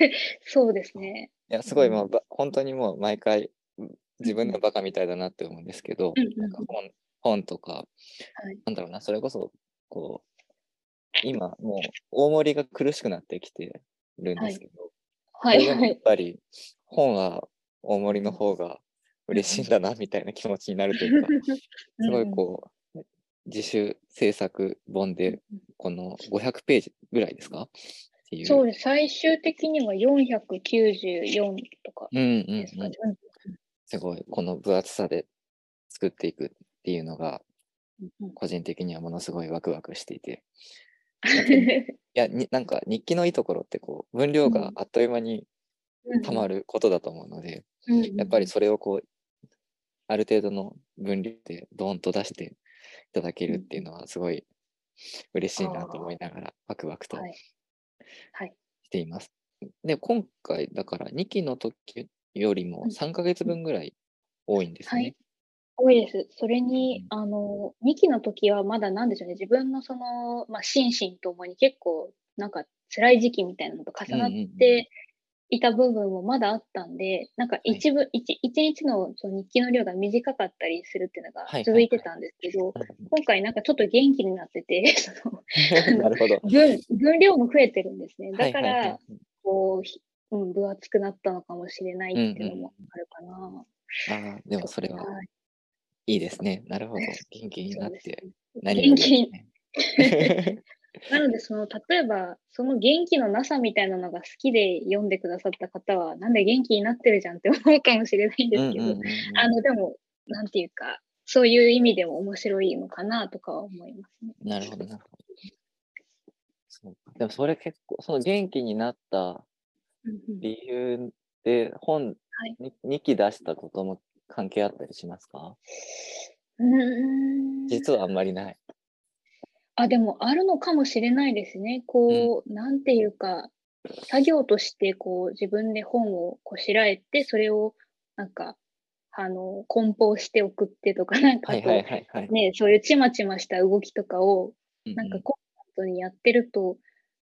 [SPEAKER 2] そうですね。
[SPEAKER 1] いや、すごい、
[SPEAKER 2] うん
[SPEAKER 1] まあ、ば本当にもう毎回うん自分のバカみたいだなって思うんですけど、
[SPEAKER 2] うんうんうん
[SPEAKER 1] なんか本本とか、
[SPEAKER 2] はい
[SPEAKER 1] なんだろうな、それこそ、こう、今もう大盛りが苦しくなってきてるんですけど、
[SPEAKER 2] は
[SPEAKER 1] そ
[SPEAKER 2] い、
[SPEAKER 1] れでも
[SPEAKER 2] は
[SPEAKER 1] やっ
[SPEAKER 2] い。
[SPEAKER 1] ぱり本は大盛りの方が嬉しいんだなみたいな気持ちになるというか、 すごいこう、自主制作本で、この500ページぐらいですかって
[SPEAKER 2] う
[SPEAKER 1] い
[SPEAKER 2] ん
[SPEAKER 1] う。
[SPEAKER 2] そうです。最終的には494とか
[SPEAKER 1] うんうん
[SPEAKER 2] です
[SPEAKER 1] う
[SPEAKER 2] か
[SPEAKER 1] ん
[SPEAKER 2] ね。。
[SPEAKER 1] すごいこの分厚さで作っていくっていうのが
[SPEAKER 2] うんうん
[SPEAKER 1] 個人的にはものすごいワクワクしていて
[SPEAKER 2] うん
[SPEAKER 1] 当にいやになんか日記のいいところってこう分量
[SPEAKER 2] う
[SPEAKER 1] が
[SPEAKER 2] ん
[SPEAKER 1] あっという間にたまることだと思うので、やっぱりそれをこうある程度の分量でドーンと出していただけるっていうのはすごい嬉しいなと思いながらワクワクと
[SPEAKER 2] はいはい
[SPEAKER 1] しています。で今回だから2期の時よりも
[SPEAKER 2] うん
[SPEAKER 1] 3ヶ月分ぐらい多いんです
[SPEAKER 2] は
[SPEAKER 1] ね
[SPEAKER 2] い。多いです。それに、
[SPEAKER 1] う
[SPEAKER 2] あの、2期の時はまだなんでしょうね、自分のその、まあ、心身ともに結構、なんか辛い時期みたいなのと重なっ
[SPEAKER 1] うんうんうん
[SPEAKER 2] ていた部分もまだあったんで、なんか一部、一一日のその日記の量が短かったりするっていうのが
[SPEAKER 1] はいはい
[SPEAKER 2] 続いてたんですけど、今回なんかちょっと元気になってて、 その
[SPEAKER 1] なるほど。
[SPEAKER 2] 分、分量も増えてるんですね。
[SPEAKER 1] は
[SPEAKER 2] だ
[SPEAKER 1] い
[SPEAKER 2] か
[SPEAKER 1] はいはい
[SPEAKER 2] ら、こう、ひうん、分厚くなったのかもしれないっていうのもあるかな。
[SPEAKER 1] ああ、でもそれはいいいですね。なるほど。元気になっ
[SPEAKER 2] そうで
[SPEAKER 1] て
[SPEAKER 2] すね
[SPEAKER 1] 何よりですね。
[SPEAKER 2] なので、その、例えば、その元気のなさみたいなのが好きで読んでくださった方は、なんで元気になってるじゃんって思うかもしれないんで
[SPEAKER 1] うんう
[SPEAKER 2] す
[SPEAKER 1] ん
[SPEAKER 2] け
[SPEAKER 1] うんう
[SPEAKER 2] ど、
[SPEAKER 1] ん
[SPEAKER 2] あの、でも、なんていうか、そういう意味でも面白いのかなとかは思いますね。
[SPEAKER 1] なるほど、なるほど。そうかでもそれ結構、その元気になった
[SPEAKER 2] うんうん
[SPEAKER 1] 理由で本
[SPEAKER 2] はい
[SPEAKER 1] に2期出したことも関係あったりしますか
[SPEAKER 2] うーん
[SPEAKER 1] 実はあんまりない。
[SPEAKER 2] あ、でもあるのかもしれないですね。こう、なんていうか、作業としてこう自分で本をこしらえて、それをなんか、あの、梱包して送ってとか、なんか
[SPEAKER 1] は
[SPEAKER 2] こ、
[SPEAKER 1] いうはいはいはい。
[SPEAKER 2] ね、そういうちまちました動きとかを、
[SPEAKER 1] う
[SPEAKER 2] なんか
[SPEAKER 1] う
[SPEAKER 2] コンスタントにやってると、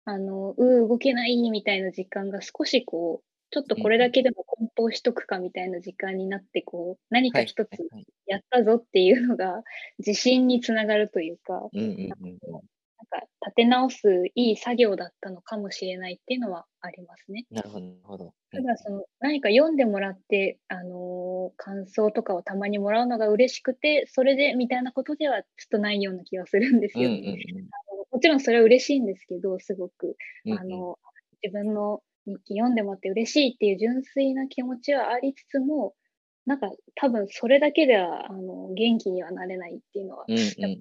[SPEAKER 2] あの、うー動けないみたいな時間が少しこう、ちょっとこれだけでも梱包しとくかみたいな時間になって、こう、何か
[SPEAKER 1] はい
[SPEAKER 2] 一つ
[SPEAKER 1] はいはい
[SPEAKER 2] やったぞっていうのが自信につながるというか、
[SPEAKER 1] うんうんうんうん
[SPEAKER 2] なんか立て直すいい作業だったのかもしれないっていうのはありますね。
[SPEAKER 1] なるほど、なるほど。
[SPEAKER 2] ただその何か読んでもらって、あのー感想とかをたまにもらうのが嬉しくてそれでみたいなことではちょっとないような気がするんです
[SPEAKER 1] うんう
[SPEAKER 2] よ、
[SPEAKER 1] んうん
[SPEAKER 2] もちろんそれは嬉しいんですけどすごく、
[SPEAKER 1] うんうん
[SPEAKER 2] あの自分の日記読んでもらって嬉しいっていう純粋な気持ちはありつつもなんか多分それだけではあの元気にはなれないっていうのは、
[SPEAKER 1] うんうん
[SPEAKER 2] やっぱあるよ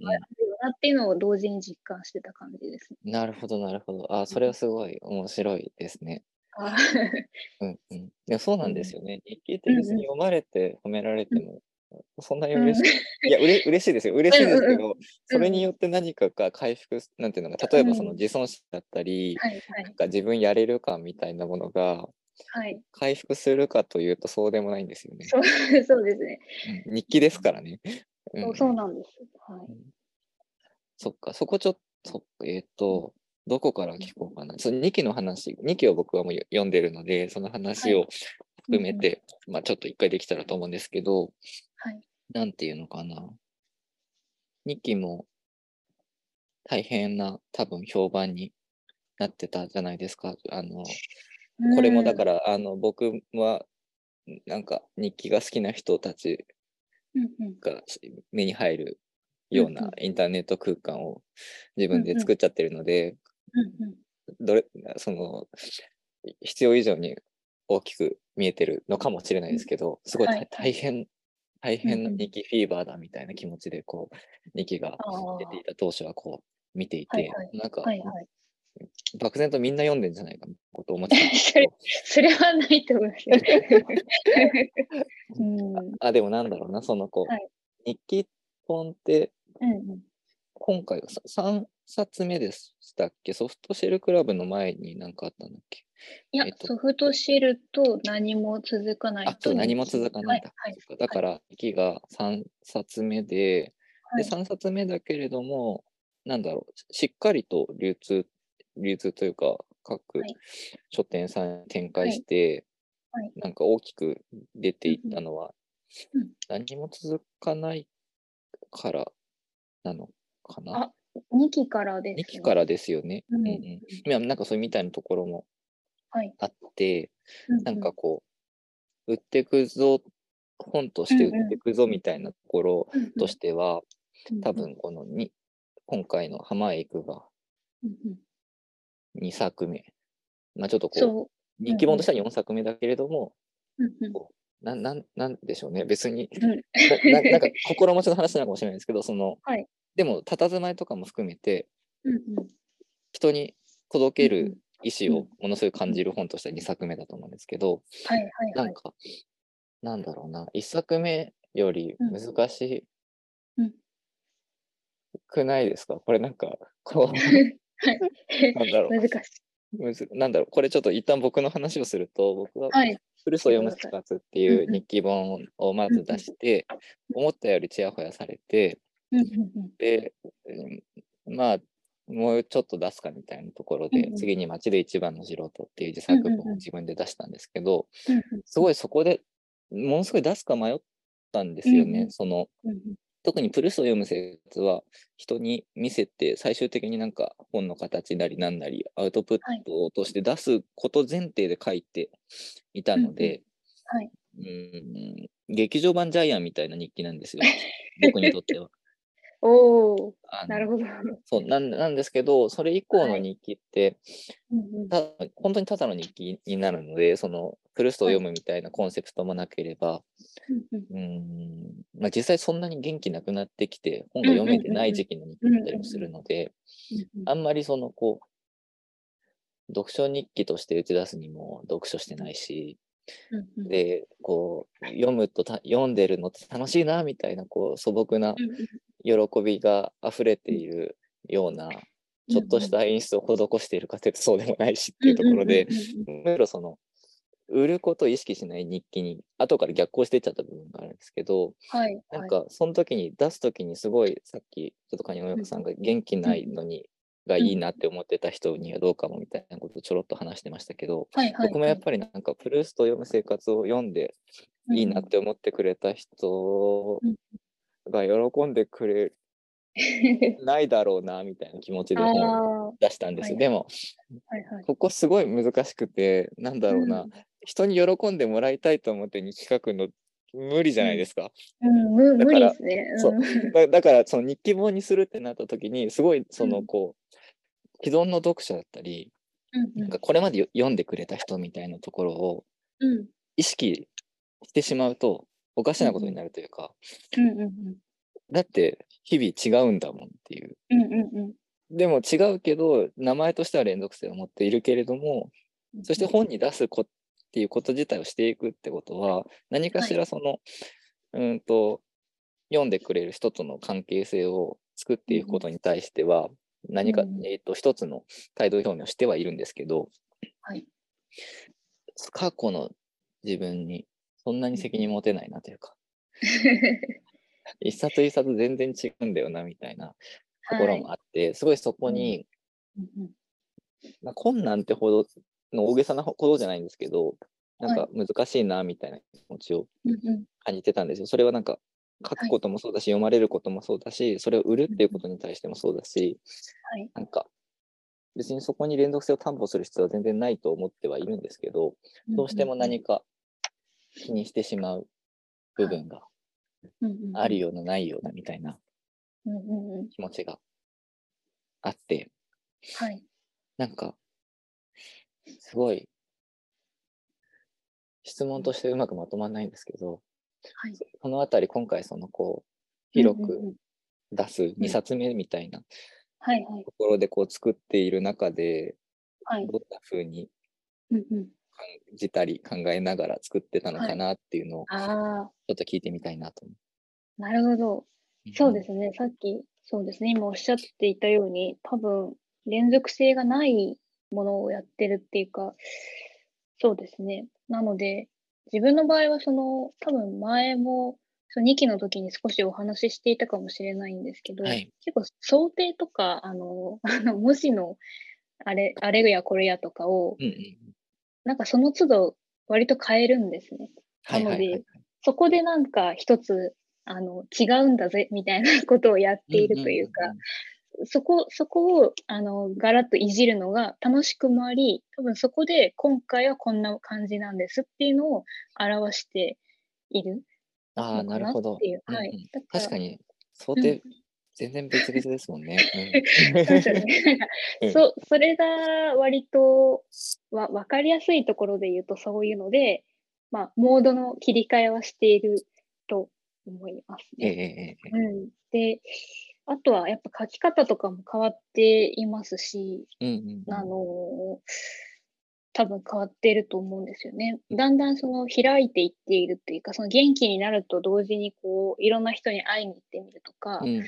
[SPEAKER 2] なっていうのを同時に実感してた感じですね。
[SPEAKER 1] うんなるほど、なるほど。あー、それはすごい面白いですね。
[SPEAKER 2] あ
[SPEAKER 1] うんうん、でもそうなんですよね。日記っ
[SPEAKER 2] う
[SPEAKER 1] て
[SPEAKER 2] んうん
[SPEAKER 1] 別に読まれて褒められても、そんなに
[SPEAKER 2] うん
[SPEAKER 1] 嬉しい。いや、うれ嬉しいですよ。嬉しいですけ
[SPEAKER 2] うん
[SPEAKER 1] ど、それによって何かが回復す、なんていうのか、例えばその
[SPEAKER 2] うん
[SPEAKER 1] 自尊心だったり、
[SPEAKER 2] はいは
[SPEAKER 1] ないんか自分やれるかみたいなものが
[SPEAKER 2] はい。
[SPEAKER 1] 回復するかというとそうでもないんですよね。
[SPEAKER 2] そうそうですね。
[SPEAKER 1] うん日記ですからね。 う
[SPEAKER 2] そ
[SPEAKER 1] ん
[SPEAKER 2] うそうなんです。はい。
[SPEAKER 1] そっか、そこちょっと、そっかえっ、と、どこから聞こうかな。その2期の話、2期を僕はもう読んでるので、その話
[SPEAKER 2] は
[SPEAKER 1] を含めて、まあちょっと一回できたらと思うんですけど、
[SPEAKER 2] はい。、
[SPEAKER 1] なんていうのかな。2期も大変な多分評判になってたじゃないですか。あの、これもだからら、あの、僕は、なんか日記が好きな人たち
[SPEAKER 2] うんうん
[SPEAKER 1] が目に入るよう
[SPEAKER 2] うんう
[SPEAKER 1] なんインターネット空間を自分で作っちゃってるので、
[SPEAKER 2] うんうん
[SPEAKER 1] どれその必要以上に大きく見えてるのかもしれないですけど、すごい
[SPEAKER 2] はい
[SPEAKER 1] 大大変、大変な
[SPEAKER 2] うんうん
[SPEAKER 1] 日記フィーバーだみたいな気持ちで、こう、日記が出ていた当初はこう見てい
[SPEAKER 2] は
[SPEAKER 1] て
[SPEAKER 2] いはい、
[SPEAKER 1] なんか
[SPEAKER 2] はいはい。
[SPEAKER 1] 漠然とみんな読んでんじゃないかなこと思ってたんです けど、
[SPEAKER 2] それはないと思いますよ。うん。うん
[SPEAKER 1] あ、でもなんだろうな、そのこう、
[SPEAKER 2] はい
[SPEAKER 1] 日記本って
[SPEAKER 2] うん。
[SPEAKER 1] 今回はさ3冊目でしたっけソフトシェルクラブの前に何かあったんだっけ
[SPEAKER 2] いや
[SPEAKER 1] えっ、と
[SPEAKER 2] ソフトシェルと何も続かない
[SPEAKER 1] あ、そう、何も続かないんだ。
[SPEAKER 2] はいはい
[SPEAKER 1] そっかだから、息が3冊目で、
[SPEAKER 2] はい
[SPEAKER 1] で、3冊目だけれども、なんだろう、しっかりと流通、流通というか、各
[SPEAKER 2] はい
[SPEAKER 1] 書店さんに展開して、
[SPEAKER 2] はいはい
[SPEAKER 1] なんか大きく出ていったのは、
[SPEAKER 2] うんうん
[SPEAKER 1] 何も続かないからなのかな。
[SPEAKER 2] あ二期からです、ね。
[SPEAKER 1] 2期からですよね。
[SPEAKER 2] うん
[SPEAKER 1] いやなんかそういうみたいなところも
[SPEAKER 2] はい。
[SPEAKER 1] あって、
[SPEAKER 2] うう
[SPEAKER 1] なんかこう、売ってくぞ、本として売ってくぞみたいなところ
[SPEAKER 2] うんうん
[SPEAKER 1] としては、
[SPEAKER 2] うんうん
[SPEAKER 1] 多分このに今回の浜へ行くが
[SPEAKER 2] うんうん
[SPEAKER 1] 2作目。まあちょっとこ、
[SPEAKER 2] そう
[SPEAKER 1] 人気本としては4作目だけれども、
[SPEAKER 2] う。うんうん
[SPEAKER 1] なんなんなんでしょうね、別に、
[SPEAKER 2] うん
[SPEAKER 1] なななんか心持ちの話なのかもしれないですけど、その、
[SPEAKER 2] はい
[SPEAKER 1] でも、佇まいとかも含めて、
[SPEAKER 2] うんうん
[SPEAKER 1] 人に届ける意思
[SPEAKER 2] う
[SPEAKER 1] をものすごい感じる本としては2作目だと思うんですけど、
[SPEAKER 2] はいはい
[SPEAKER 1] な
[SPEAKER 2] は
[SPEAKER 1] ん
[SPEAKER 2] い。
[SPEAKER 1] か、なんだろうな、一作目より
[SPEAKER 2] うん
[SPEAKER 1] 難し
[SPEAKER 2] うん
[SPEAKER 1] くないですか、これなんか、こう、
[SPEAKER 2] は
[SPEAKER 1] なんだろ
[SPEAKER 2] い。難しい。
[SPEAKER 1] う、むずなんだろう、これちょっと一旦僕の話をすると、僕は
[SPEAKER 2] はい。
[SPEAKER 1] 古そう読む生活ってい
[SPEAKER 2] うん
[SPEAKER 1] う
[SPEAKER 2] うん
[SPEAKER 1] 日記本をまず出して、思ったよりちやほやされて、
[SPEAKER 2] うんうんうん
[SPEAKER 1] で、うんまあ、もうちょっと出すかみたいなところ
[SPEAKER 2] うん
[SPEAKER 1] で
[SPEAKER 2] うん、
[SPEAKER 1] 次に街で一番の素人っていう自作
[SPEAKER 2] うんうん
[SPEAKER 1] 文
[SPEAKER 2] うん
[SPEAKER 1] を自分で出したんですけど、
[SPEAKER 2] うん
[SPEAKER 1] すごいそこでものすごい出すか迷ったんですよね。
[SPEAKER 2] うんうん
[SPEAKER 1] その
[SPEAKER 2] うんうん
[SPEAKER 1] 特にプルスを読む生活は人に見せて最終的になんか本の形なりなんなりアウトプットとして出すこと前提で書いていたので、
[SPEAKER 2] はい
[SPEAKER 1] うん劇場版ジャイアンみたいな日記なん ですよ僕にとっては。
[SPEAKER 2] おお、
[SPEAKER 1] あの
[SPEAKER 2] なるほど。
[SPEAKER 1] そうなんなんですけどそれ以降の
[SPEAKER 2] はい
[SPEAKER 1] 日記って、
[SPEAKER 2] うんうん
[SPEAKER 1] た本当にただの日記になるのでそのプルストを読むみたいなコンセプトもなければ、
[SPEAKER 2] うん
[SPEAKER 1] うーんまあ、実際そんなに元気なくなってきて本が読めてない時期の日記だったりもするので
[SPEAKER 2] うん
[SPEAKER 1] あんまりそのこう読書日記として打ち出すにも読書してないし
[SPEAKER 2] うんうん、
[SPEAKER 1] でこう読むとた読んでるのって楽しいなみたいなこう素朴な
[SPEAKER 2] うんうん
[SPEAKER 1] 喜びが溢れているようなちょっとした演出を施しているかというとそうでもないしっていうところで、むしろその売ることを意識しない日記に後から逆行していっちゃった部分があるんですけど、
[SPEAKER 2] はい。
[SPEAKER 1] なんかその時に出す時にすごいさっきちょっとカニの親子さんが元気ないのにがいいなって思ってた人にはどうかもみたいなことをちょろっと話してましたけど、
[SPEAKER 2] はい。はい。
[SPEAKER 1] 僕もやっぱりなんかプルーストを読む生活を読んでいいなって思ってくれた人が喜んでくれ
[SPEAKER 2] り。
[SPEAKER 1] ないだろうなみたいな気持ちで
[SPEAKER 2] ああ。
[SPEAKER 1] 本を
[SPEAKER 2] は
[SPEAKER 1] 出したんです。
[SPEAKER 2] はい
[SPEAKER 1] でも
[SPEAKER 2] い。はい。
[SPEAKER 1] ここすごい難しくてなんだろうな、
[SPEAKER 2] うん
[SPEAKER 1] 人に喜んでもらいたいと思って日記書くの無理じゃないですか。
[SPEAKER 2] うん、無
[SPEAKER 1] だ
[SPEAKER 2] 無
[SPEAKER 1] から
[SPEAKER 2] 理ですね。。
[SPEAKER 1] そうんだだからその日記本にするってなった時にすごいそうの
[SPEAKER 2] ん
[SPEAKER 1] こう既存の読者だったり
[SPEAKER 2] うん
[SPEAKER 1] なんかこれまでよ読んでくれた人みたいなところを
[SPEAKER 2] うん
[SPEAKER 1] 意識してしまうとおかしなことになるというか、
[SPEAKER 2] うんうんうん
[SPEAKER 1] だって日々違うんだもんっていう。
[SPEAKER 2] うんうんうん
[SPEAKER 1] でも違うけど名前としては連続性を持っているけれども
[SPEAKER 2] うん
[SPEAKER 1] そして本に出すこっていうこと自体をしていくってことは何かしらその、うんと読んでくれる人との関係性を作っていくことに対しては何か、
[SPEAKER 2] うん
[SPEAKER 1] えー、と一つの態度表明をしてはいるんですけど
[SPEAKER 2] はい。
[SPEAKER 1] 過去の自分にそんなに責任持てないなというか一冊一冊全然違うんだよなみたいなところもあって、すごいそこに、
[SPEAKER 2] うんうん
[SPEAKER 1] まあ、困難ってほどの大げさなことじゃないんですけどなん
[SPEAKER 2] は
[SPEAKER 1] か難しいなみたいな気持ちを
[SPEAKER 2] うんうん
[SPEAKER 1] 感じてたんですよ。それはなんか書くこともそうだし、読まれることもそうだし、それを売るっていうことに対してもそうだし、
[SPEAKER 2] はい
[SPEAKER 1] なんか別にそこに連続性を担保する必要は全然ないと思ってはいるんですけど、どうしても何か気にしてしまう部分が
[SPEAKER 2] うんうんうん
[SPEAKER 1] あるようなないようなみたいな
[SPEAKER 2] うんうんうん
[SPEAKER 1] 気持ちがあって、
[SPEAKER 2] はい。
[SPEAKER 1] なんかすごい質問としてうまくまとまらないんですけど、
[SPEAKER 2] はい
[SPEAKER 1] そのあたり今回そのこう広
[SPEAKER 2] うんう
[SPEAKER 1] く
[SPEAKER 2] んうん
[SPEAKER 1] 出す2冊目みたいな
[SPEAKER 2] はいはい
[SPEAKER 1] ところでこう作っている中で
[SPEAKER 2] はい。
[SPEAKER 1] どんな風に
[SPEAKER 2] うんうん
[SPEAKER 1] 感じたり考えながら作ってたのかなっていうのを
[SPEAKER 2] ああ、
[SPEAKER 1] ちょっと聞いてみたいなと思
[SPEAKER 2] なるほど。
[SPEAKER 1] う。
[SPEAKER 2] そうですね、さっき、そうですね、今おっしゃっていたように、多分、連続性がないものをやってるっていうか、そうですね。なので、自分の場合は、その、多分前も、その2期の時に少しお話ししていたかもしれないんですけど、
[SPEAKER 1] はい
[SPEAKER 2] 結構想定とか、あの、 あの文字の、あれ、あれやこれやとかを、
[SPEAKER 1] うんうん。
[SPEAKER 2] なんかその都度、割と変えるんですね。
[SPEAKER 1] はいはいはいは
[SPEAKER 2] ないので。そこでなんか一つ、あの、違うんだぜ、みたいなことをやっているという
[SPEAKER 1] ん
[SPEAKER 2] か、
[SPEAKER 1] んんん。
[SPEAKER 2] そこ、そこを、あの、ガラッといじるのが楽しくもあり、多分そこで今回はこんな感じなんですっていうのを表している
[SPEAKER 1] ああ、な
[SPEAKER 2] のか
[SPEAKER 1] る
[SPEAKER 2] なっ
[SPEAKER 1] ほど
[SPEAKER 2] て。いう。
[SPEAKER 1] うんうん
[SPEAKER 2] はい。だから
[SPEAKER 1] 確かに想定全然別々ですもん ね。
[SPEAKER 2] そうですよね なんか
[SPEAKER 1] うん
[SPEAKER 2] そそれが割とわ分かりやすいところで言うとそういうので、まあ、モードの切り替えはしていると思います
[SPEAKER 1] うんええ
[SPEAKER 2] ね。
[SPEAKER 1] えええ
[SPEAKER 2] うん、であとはやっぱ書き方とかも変わっていますし、
[SPEAKER 1] えうんうん
[SPEAKER 2] あ
[SPEAKER 1] うん。
[SPEAKER 2] の多分変わっていると思うんですよね。だんだんその開いていっているというかその元気になると同時にこういろんな人に会いに行ってみるとか、
[SPEAKER 1] うんうん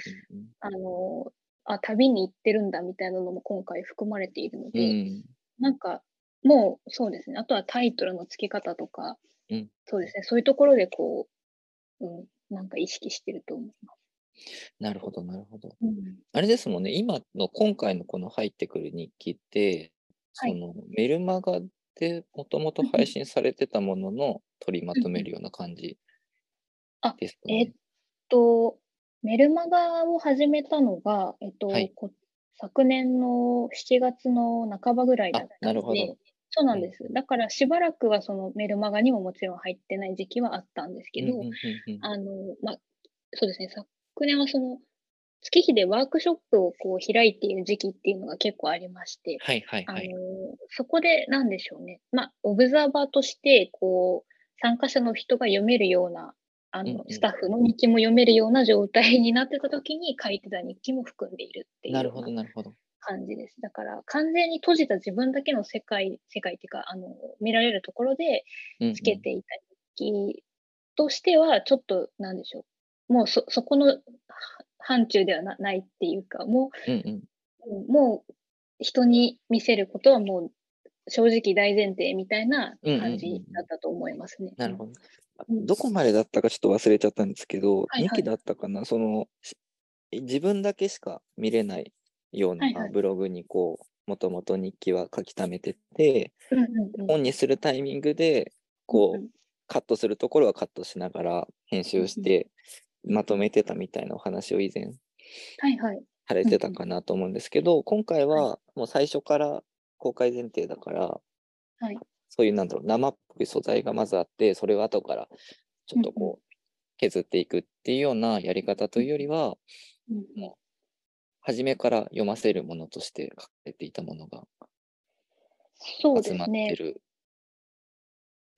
[SPEAKER 2] あのあ旅に行ってるんだみたいなのも今回含まれているの
[SPEAKER 1] う
[SPEAKER 2] で、
[SPEAKER 1] ん
[SPEAKER 2] なんかもうそうですねあとはタイトルの付け方とか、
[SPEAKER 1] うん
[SPEAKER 2] そうですねそういうところでこう、うん、なんか意識してると思います。
[SPEAKER 1] なるほどなるほど。
[SPEAKER 2] うん
[SPEAKER 1] あれですもんね、今の今回のこの入ってくる日記って、
[SPEAKER 2] はい
[SPEAKER 1] そのメルマガでもともと配信されてたものの取りまとめるような感じ
[SPEAKER 2] あ
[SPEAKER 1] ですか
[SPEAKER 2] えっ
[SPEAKER 1] ね。
[SPEAKER 2] とメルマガを始めたのが、えっと
[SPEAKER 1] はい
[SPEAKER 2] こ昨年の7月の半ばぐらいだっ
[SPEAKER 1] あな
[SPEAKER 2] た
[SPEAKER 1] る
[SPEAKER 2] の
[SPEAKER 1] ほ
[SPEAKER 2] で
[SPEAKER 1] ど。
[SPEAKER 2] そうなんです、だからしばらくはそのメルマガにももちろん入ってない時期はあったんですけど、
[SPEAKER 1] うんうんうんうん
[SPEAKER 2] あの、まあ、そうですね、昨年はその、月日でワークショップをこう開いている時期っていうのが結構ありまして、
[SPEAKER 1] はいはい
[SPEAKER 2] あの
[SPEAKER 1] はい。
[SPEAKER 2] そこでなんでしょうね、まあ、オブザーバーとして、こう、参加者の人が読めるような、あ
[SPEAKER 1] うん
[SPEAKER 2] の
[SPEAKER 1] うん
[SPEAKER 2] スタッフの日記も読めるような状態になってた時に書いてた日記も含んでいるっていう
[SPEAKER 1] なる
[SPEAKER 2] よ
[SPEAKER 1] ほ
[SPEAKER 2] う
[SPEAKER 1] ど
[SPEAKER 2] な
[SPEAKER 1] なるほど。
[SPEAKER 2] 感じです。だから完全に閉じた自分だけの世界、世界っていうか、あの見られるところで
[SPEAKER 1] うんうん
[SPEAKER 2] つけていた日記としては、ちょっと、なんでしょう。もうそ、そこのは範疇ではなないっていうか、も
[SPEAKER 1] うんうん
[SPEAKER 2] う、もう人に見せることはもう正直大前提みたいな感じだったと思いますね。
[SPEAKER 1] なるほど。
[SPEAKER 2] うん
[SPEAKER 1] どこまでだったかちょっと忘れちゃったんですけど、
[SPEAKER 2] はいはい
[SPEAKER 1] 2期だったかな、そのし自分だけしか見れないよう
[SPEAKER 2] はいは
[SPEAKER 1] ないブログにこう、もともと日記は書き溜めてて、
[SPEAKER 2] うんうんうん
[SPEAKER 1] 本にするタイミングで、こ
[SPEAKER 2] う、
[SPEAKER 1] うんカットするところはカットしながら編集して、まとめてたみたいなお話を以前
[SPEAKER 2] はいはい。
[SPEAKER 1] されてたかなと思うんですけど、今回はもう最初から公開前提だから、
[SPEAKER 2] はい
[SPEAKER 1] そういうなんだろう生っぽい素材がまずあってそれを後からちょっと
[SPEAKER 2] うんう
[SPEAKER 1] こう削っていくっていうようなやり方というよりは、
[SPEAKER 2] うん
[SPEAKER 1] 初めから読ませるものとして書かれていたものが
[SPEAKER 2] そうで
[SPEAKER 1] 集ますって
[SPEAKER 2] ね。
[SPEAKER 1] る。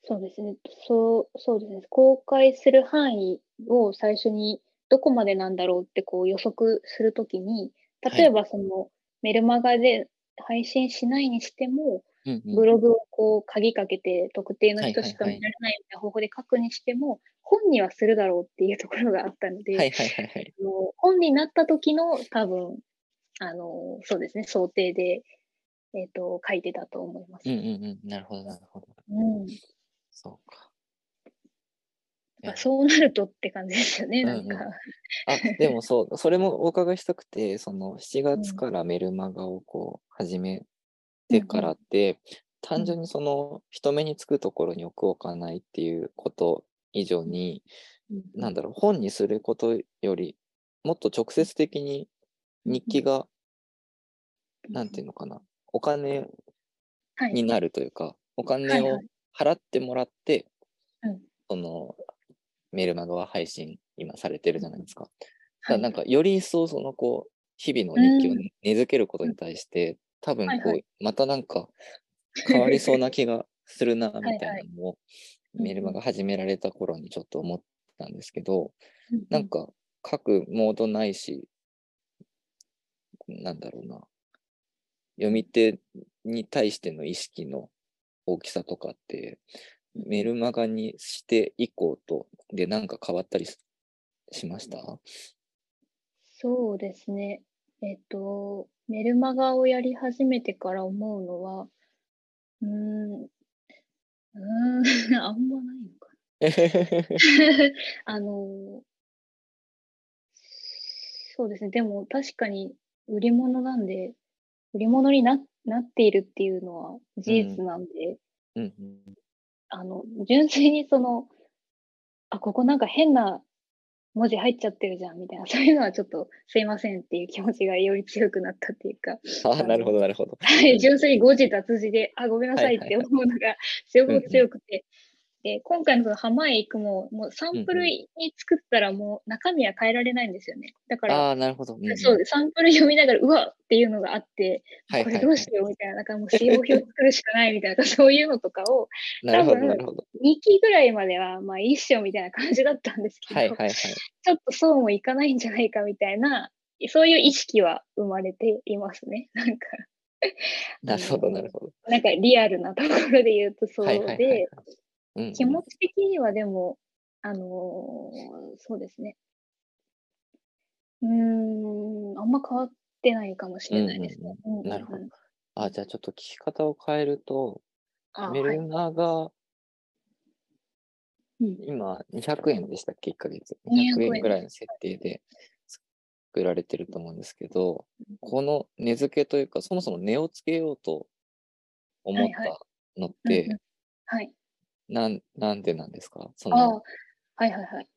[SPEAKER 2] そうですね。そう、そうですね。公開する範囲を最初にどこまでなんだろうってこう予測するときに、例えばその、メルマガで配信しないにしても、
[SPEAKER 1] うんうん
[SPEAKER 2] ブログをこう鍵かけて特定の人しか
[SPEAKER 1] はいはいはい
[SPEAKER 2] 見られないみたいな方法で書くにしても、本にはするだろうっていうところがあったので、
[SPEAKER 1] はいはいはいはい。
[SPEAKER 2] あの本になった時の多分、あの、そうですね、想定で、えっ、と、書いてたと思います。
[SPEAKER 1] うんうんうん。なるほどなるほど。
[SPEAKER 2] うん
[SPEAKER 1] そうか。い
[SPEAKER 2] ま
[SPEAKER 1] や
[SPEAKER 2] あ、そうなるとって感じですよね、
[SPEAKER 1] うん
[SPEAKER 2] な
[SPEAKER 1] うん
[SPEAKER 2] んか。
[SPEAKER 1] あでもそう、それもお伺いしたくて、その7月からメルマガをこう始めてからって、単純にその人目につくところに置く置かないっていうこと以上に、なんだろう、本にすることよりもっと直接的に日記が、なんていうのかな、お金
[SPEAKER 2] はい
[SPEAKER 1] になるというか、お金
[SPEAKER 2] はい
[SPEAKER 1] を
[SPEAKER 2] はい
[SPEAKER 1] 払ってもらって
[SPEAKER 2] うん、
[SPEAKER 1] そのメルマガは配信今されてるじゃないですか。
[SPEAKER 2] は
[SPEAKER 1] だから
[SPEAKER 2] い
[SPEAKER 1] なんかより一層そのこう日々の日記を
[SPEAKER 2] うん
[SPEAKER 1] ね根付けることに対して多分こう、
[SPEAKER 2] はいは
[SPEAKER 1] またなんか変わりそうな気がするなみ
[SPEAKER 2] いはい
[SPEAKER 1] たいなのを
[SPEAKER 2] うん
[SPEAKER 1] メルマガ始められた頃にちょっと思ったんですけど
[SPEAKER 2] うん
[SPEAKER 1] なんか書くモードないしなんだろうな読み手に対しての意識の大きさとかってメルマガにして以降とでなんか変わったりししました
[SPEAKER 2] そうですね。えっ、と、メルマガをやり始めてから思うのは、うーん、うーん、 あんまないのかな。あの、そうですね。でも確かに売り物なんで、売り物にななっているっていうのは事実なんで、
[SPEAKER 1] うんうん
[SPEAKER 2] あの、純粋にその、あ、ここなんか変な文字入っちゃってるじゃんみたいな、 そういうのはちょっとすいませんっていう気持ちがより強くなったっていう か、
[SPEAKER 1] あなるほど、なるほど。
[SPEAKER 2] はい、純粋に誤字脱字で、あ、ごめんなさいっ
[SPEAKER 1] はい
[SPEAKER 2] て
[SPEAKER 1] はい
[SPEAKER 2] 思うのがす
[SPEAKER 1] うん
[SPEAKER 2] ご
[SPEAKER 1] うん
[SPEAKER 2] く強くて、で今回のその浜へ行くも、もうサンプ
[SPEAKER 1] うんう
[SPEAKER 2] ル
[SPEAKER 1] ん
[SPEAKER 2] に作ったらもう中身は変えられないんですよね。だから、
[SPEAKER 1] ああ、なるほど。んん
[SPEAKER 2] そうです。サンプル読みながら、うわっっていうのがあって、
[SPEAKER 1] はい
[SPEAKER 2] こ
[SPEAKER 1] はいは
[SPEAKER 2] れ
[SPEAKER 1] い
[SPEAKER 2] どうしようみたいな、なんかもう使用表作るしかないみたいな、 そういうのとかを、
[SPEAKER 1] なるほど、
[SPEAKER 2] 多分
[SPEAKER 1] なるほど。
[SPEAKER 2] 2期ぐらいまでは、まあいいっしょみたいな感じだったんですけど、
[SPEAKER 1] はいはいはい。
[SPEAKER 2] ちょっとそうもいかないんじゃないかみたいな、そういう意識は生まれていますね。なんか、
[SPEAKER 1] なるほど、なるほ
[SPEAKER 2] なんかリアルなところで言うとそ
[SPEAKER 1] ど。
[SPEAKER 2] う
[SPEAKER 1] はいはいはいはいう
[SPEAKER 2] で、。
[SPEAKER 1] んうん
[SPEAKER 2] 気持ち的にはでも、あのーそうですね。うーん、あんま変わってないかもしれないですね。うんうんうん
[SPEAKER 1] なるほど。あじゃあちょっと聞き方を変えると、
[SPEAKER 2] あ
[SPEAKER 1] メ
[SPEAKER 2] はい
[SPEAKER 1] ルマが
[SPEAKER 2] うん
[SPEAKER 1] 今200円でしたっけ、1ヶ月。
[SPEAKER 2] 200
[SPEAKER 1] 200
[SPEAKER 2] 円
[SPEAKER 1] 円ぐらいの設定で作られてると思うんですけど、この値付けというか、そもそも値をつけようと思っ
[SPEAKER 2] はいは
[SPEAKER 1] たのっ
[SPEAKER 2] うんうん
[SPEAKER 1] て、
[SPEAKER 2] はい。
[SPEAKER 1] なんなんでなんですかそ
[SPEAKER 2] あ
[SPEAKER 1] の、
[SPEAKER 2] ーはいはいはい。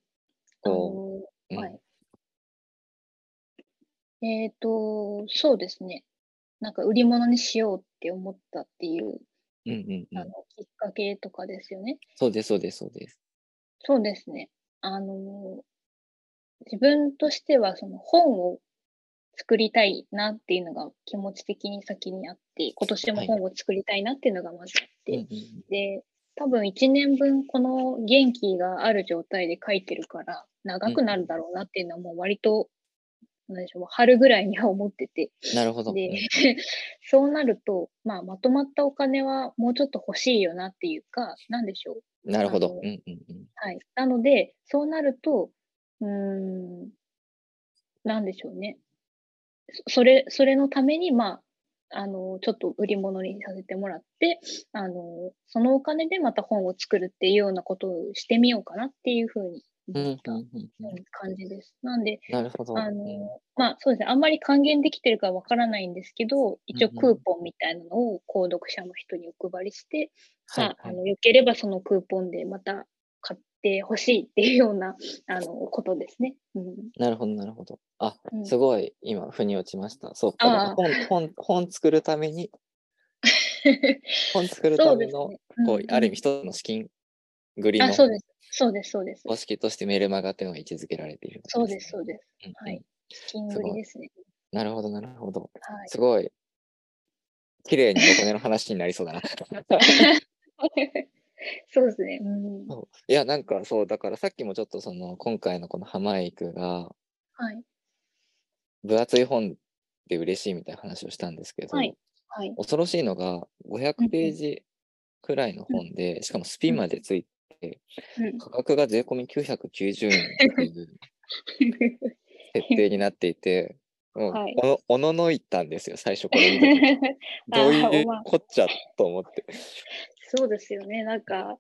[SPEAKER 2] あの
[SPEAKER 1] こう、う
[SPEAKER 2] ー
[SPEAKER 1] ん
[SPEAKER 2] はいえっ、と、そうですね。なんか売り物にしようって思ったっていう、
[SPEAKER 1] うんうんう
[SPEAKER 2] あの
[SPEAKER 1] ん。
[SPEAKER 2] きっかけとかですよね。
[SPEAKER 1] そうです、そうです、そうです。
[SPEAKER 2] そうですね。あの、自分としてはその本を作りたいなっていうのが気持ち的に先にあって、今年も
[SPEAKER 1] はい
[SPEAKER 2] 本を作りたいなっていうのがまずあって、
[SPEAKER 1] うんうん
[SPEAKER 2] で、多分1年分この元気がある状態で書いてるから、長くなるだろうなっていうのはもう割と、なんでしょう、もう春ぐらいには思ってて、
[SPEAKER 1] うんなるほど。
[SPEAKER 2] で
[SPEAKER 1] うん
[SPEAKER 2] そうなると、まあ、まとまったお金はもうちょっと欲しいよなっていうか、なんでしょう。
[SPEAKER 1] なるほ
[SPEAKER 2] あ
[SPEAKER 1] ど
[SPEAKER 2] の。
[SPEAKER 1] うんうんうん。
[SPEAKER 2] はい。なので、そうなると、うーん、なんでしょうね。そそれ、それのために、まあ、あの、ちょっと売り物にさせてもらって、あの、そのお金でまた本を作るっていうようなことをしてみようかなっていうふうに
[SPEAKER 1] うん
[SPEAKER 2] 思っ
[SPEAKER 1] う
[SPEAKER 2] た
[SPEAKER 1] んうんうん
[SPEAKER 2] 感じです。なんで、
[SPEAKER 1] なるほど。
[SPEAKER 2] あ
[SPEAKER 1] うん
[SPEAKER 2] の、まあそうですね、あんまり還元できてるかわからないんですけど、一応
[SPEAKER 1] うんうん
[SPEAKER 2] クーポンみたいなのを購読者の人にお配りして、
[SPEAKER 1] はい
[SPEAKER 2] まあ、あ
[SPEAKER 1] はい
[SPEAKER 2] の、よければそのクーポンでまた買ってほしいっていうような、あの、ことですね。うん。
[SPEAKER 1] なるほど、なるほど。あ、
[SPEAKER 2] うん
[SPEAKER 1] すごい、今、腑に落ちました。そうか、だから
[SPEAKER 2] あー
[SPEAKER 1] 本、本、本 作るために、本作るための、こう、ある意味、一つの資金繰り
[SPEAKER 2] あ、
[SPEAKER 1] の
[SPEAKER 2] そうです。そうです、そうです。
[SPEAKER 1] 方式としてメルマガっていうのが位置づけられている。
[SPEAKER 2] そうです、そうです。
[SPEAKER 1] うんうん
[SPEAKER 2] はい。金売りですね。
[SPEAKER 1] なるほど、なるほど。
[SPEAKER 2] はい。
[SPEAKER 1] すごい、綺麗にお金の話になりそうだな。
[SPEAKER 2] そうですね。うん。
[SPEAKER 1] そういや、なんかそう、だからさっきもちょっとその、今回のこの浜井くが、
[SPEAKER 2] はい。
[SPEAKER 1] 分厚い本で嬉しいみたいな話をしたんですけど、
[SPEAKER 2] はいはい。
[SPEAKER 1] 恐ろしいのが
[SPEAKER 2] うんう
[SPEAKER 1] 500
[SPEAKER 2] ん
[SPEAKER 1] ページくらいの本で、しかもスピンまでついて、
[SPEAKER 2] うん。
[SPEAKER 1] 価格が税込み990円っていう設定になってい て、もう
[SPEAKER 2] はい
[SPEAKER 1] おのおののいたんですよ、最初これ見 た時どういうこっちゃと思って。
[SPEAKER 2] そうですよね。なんか、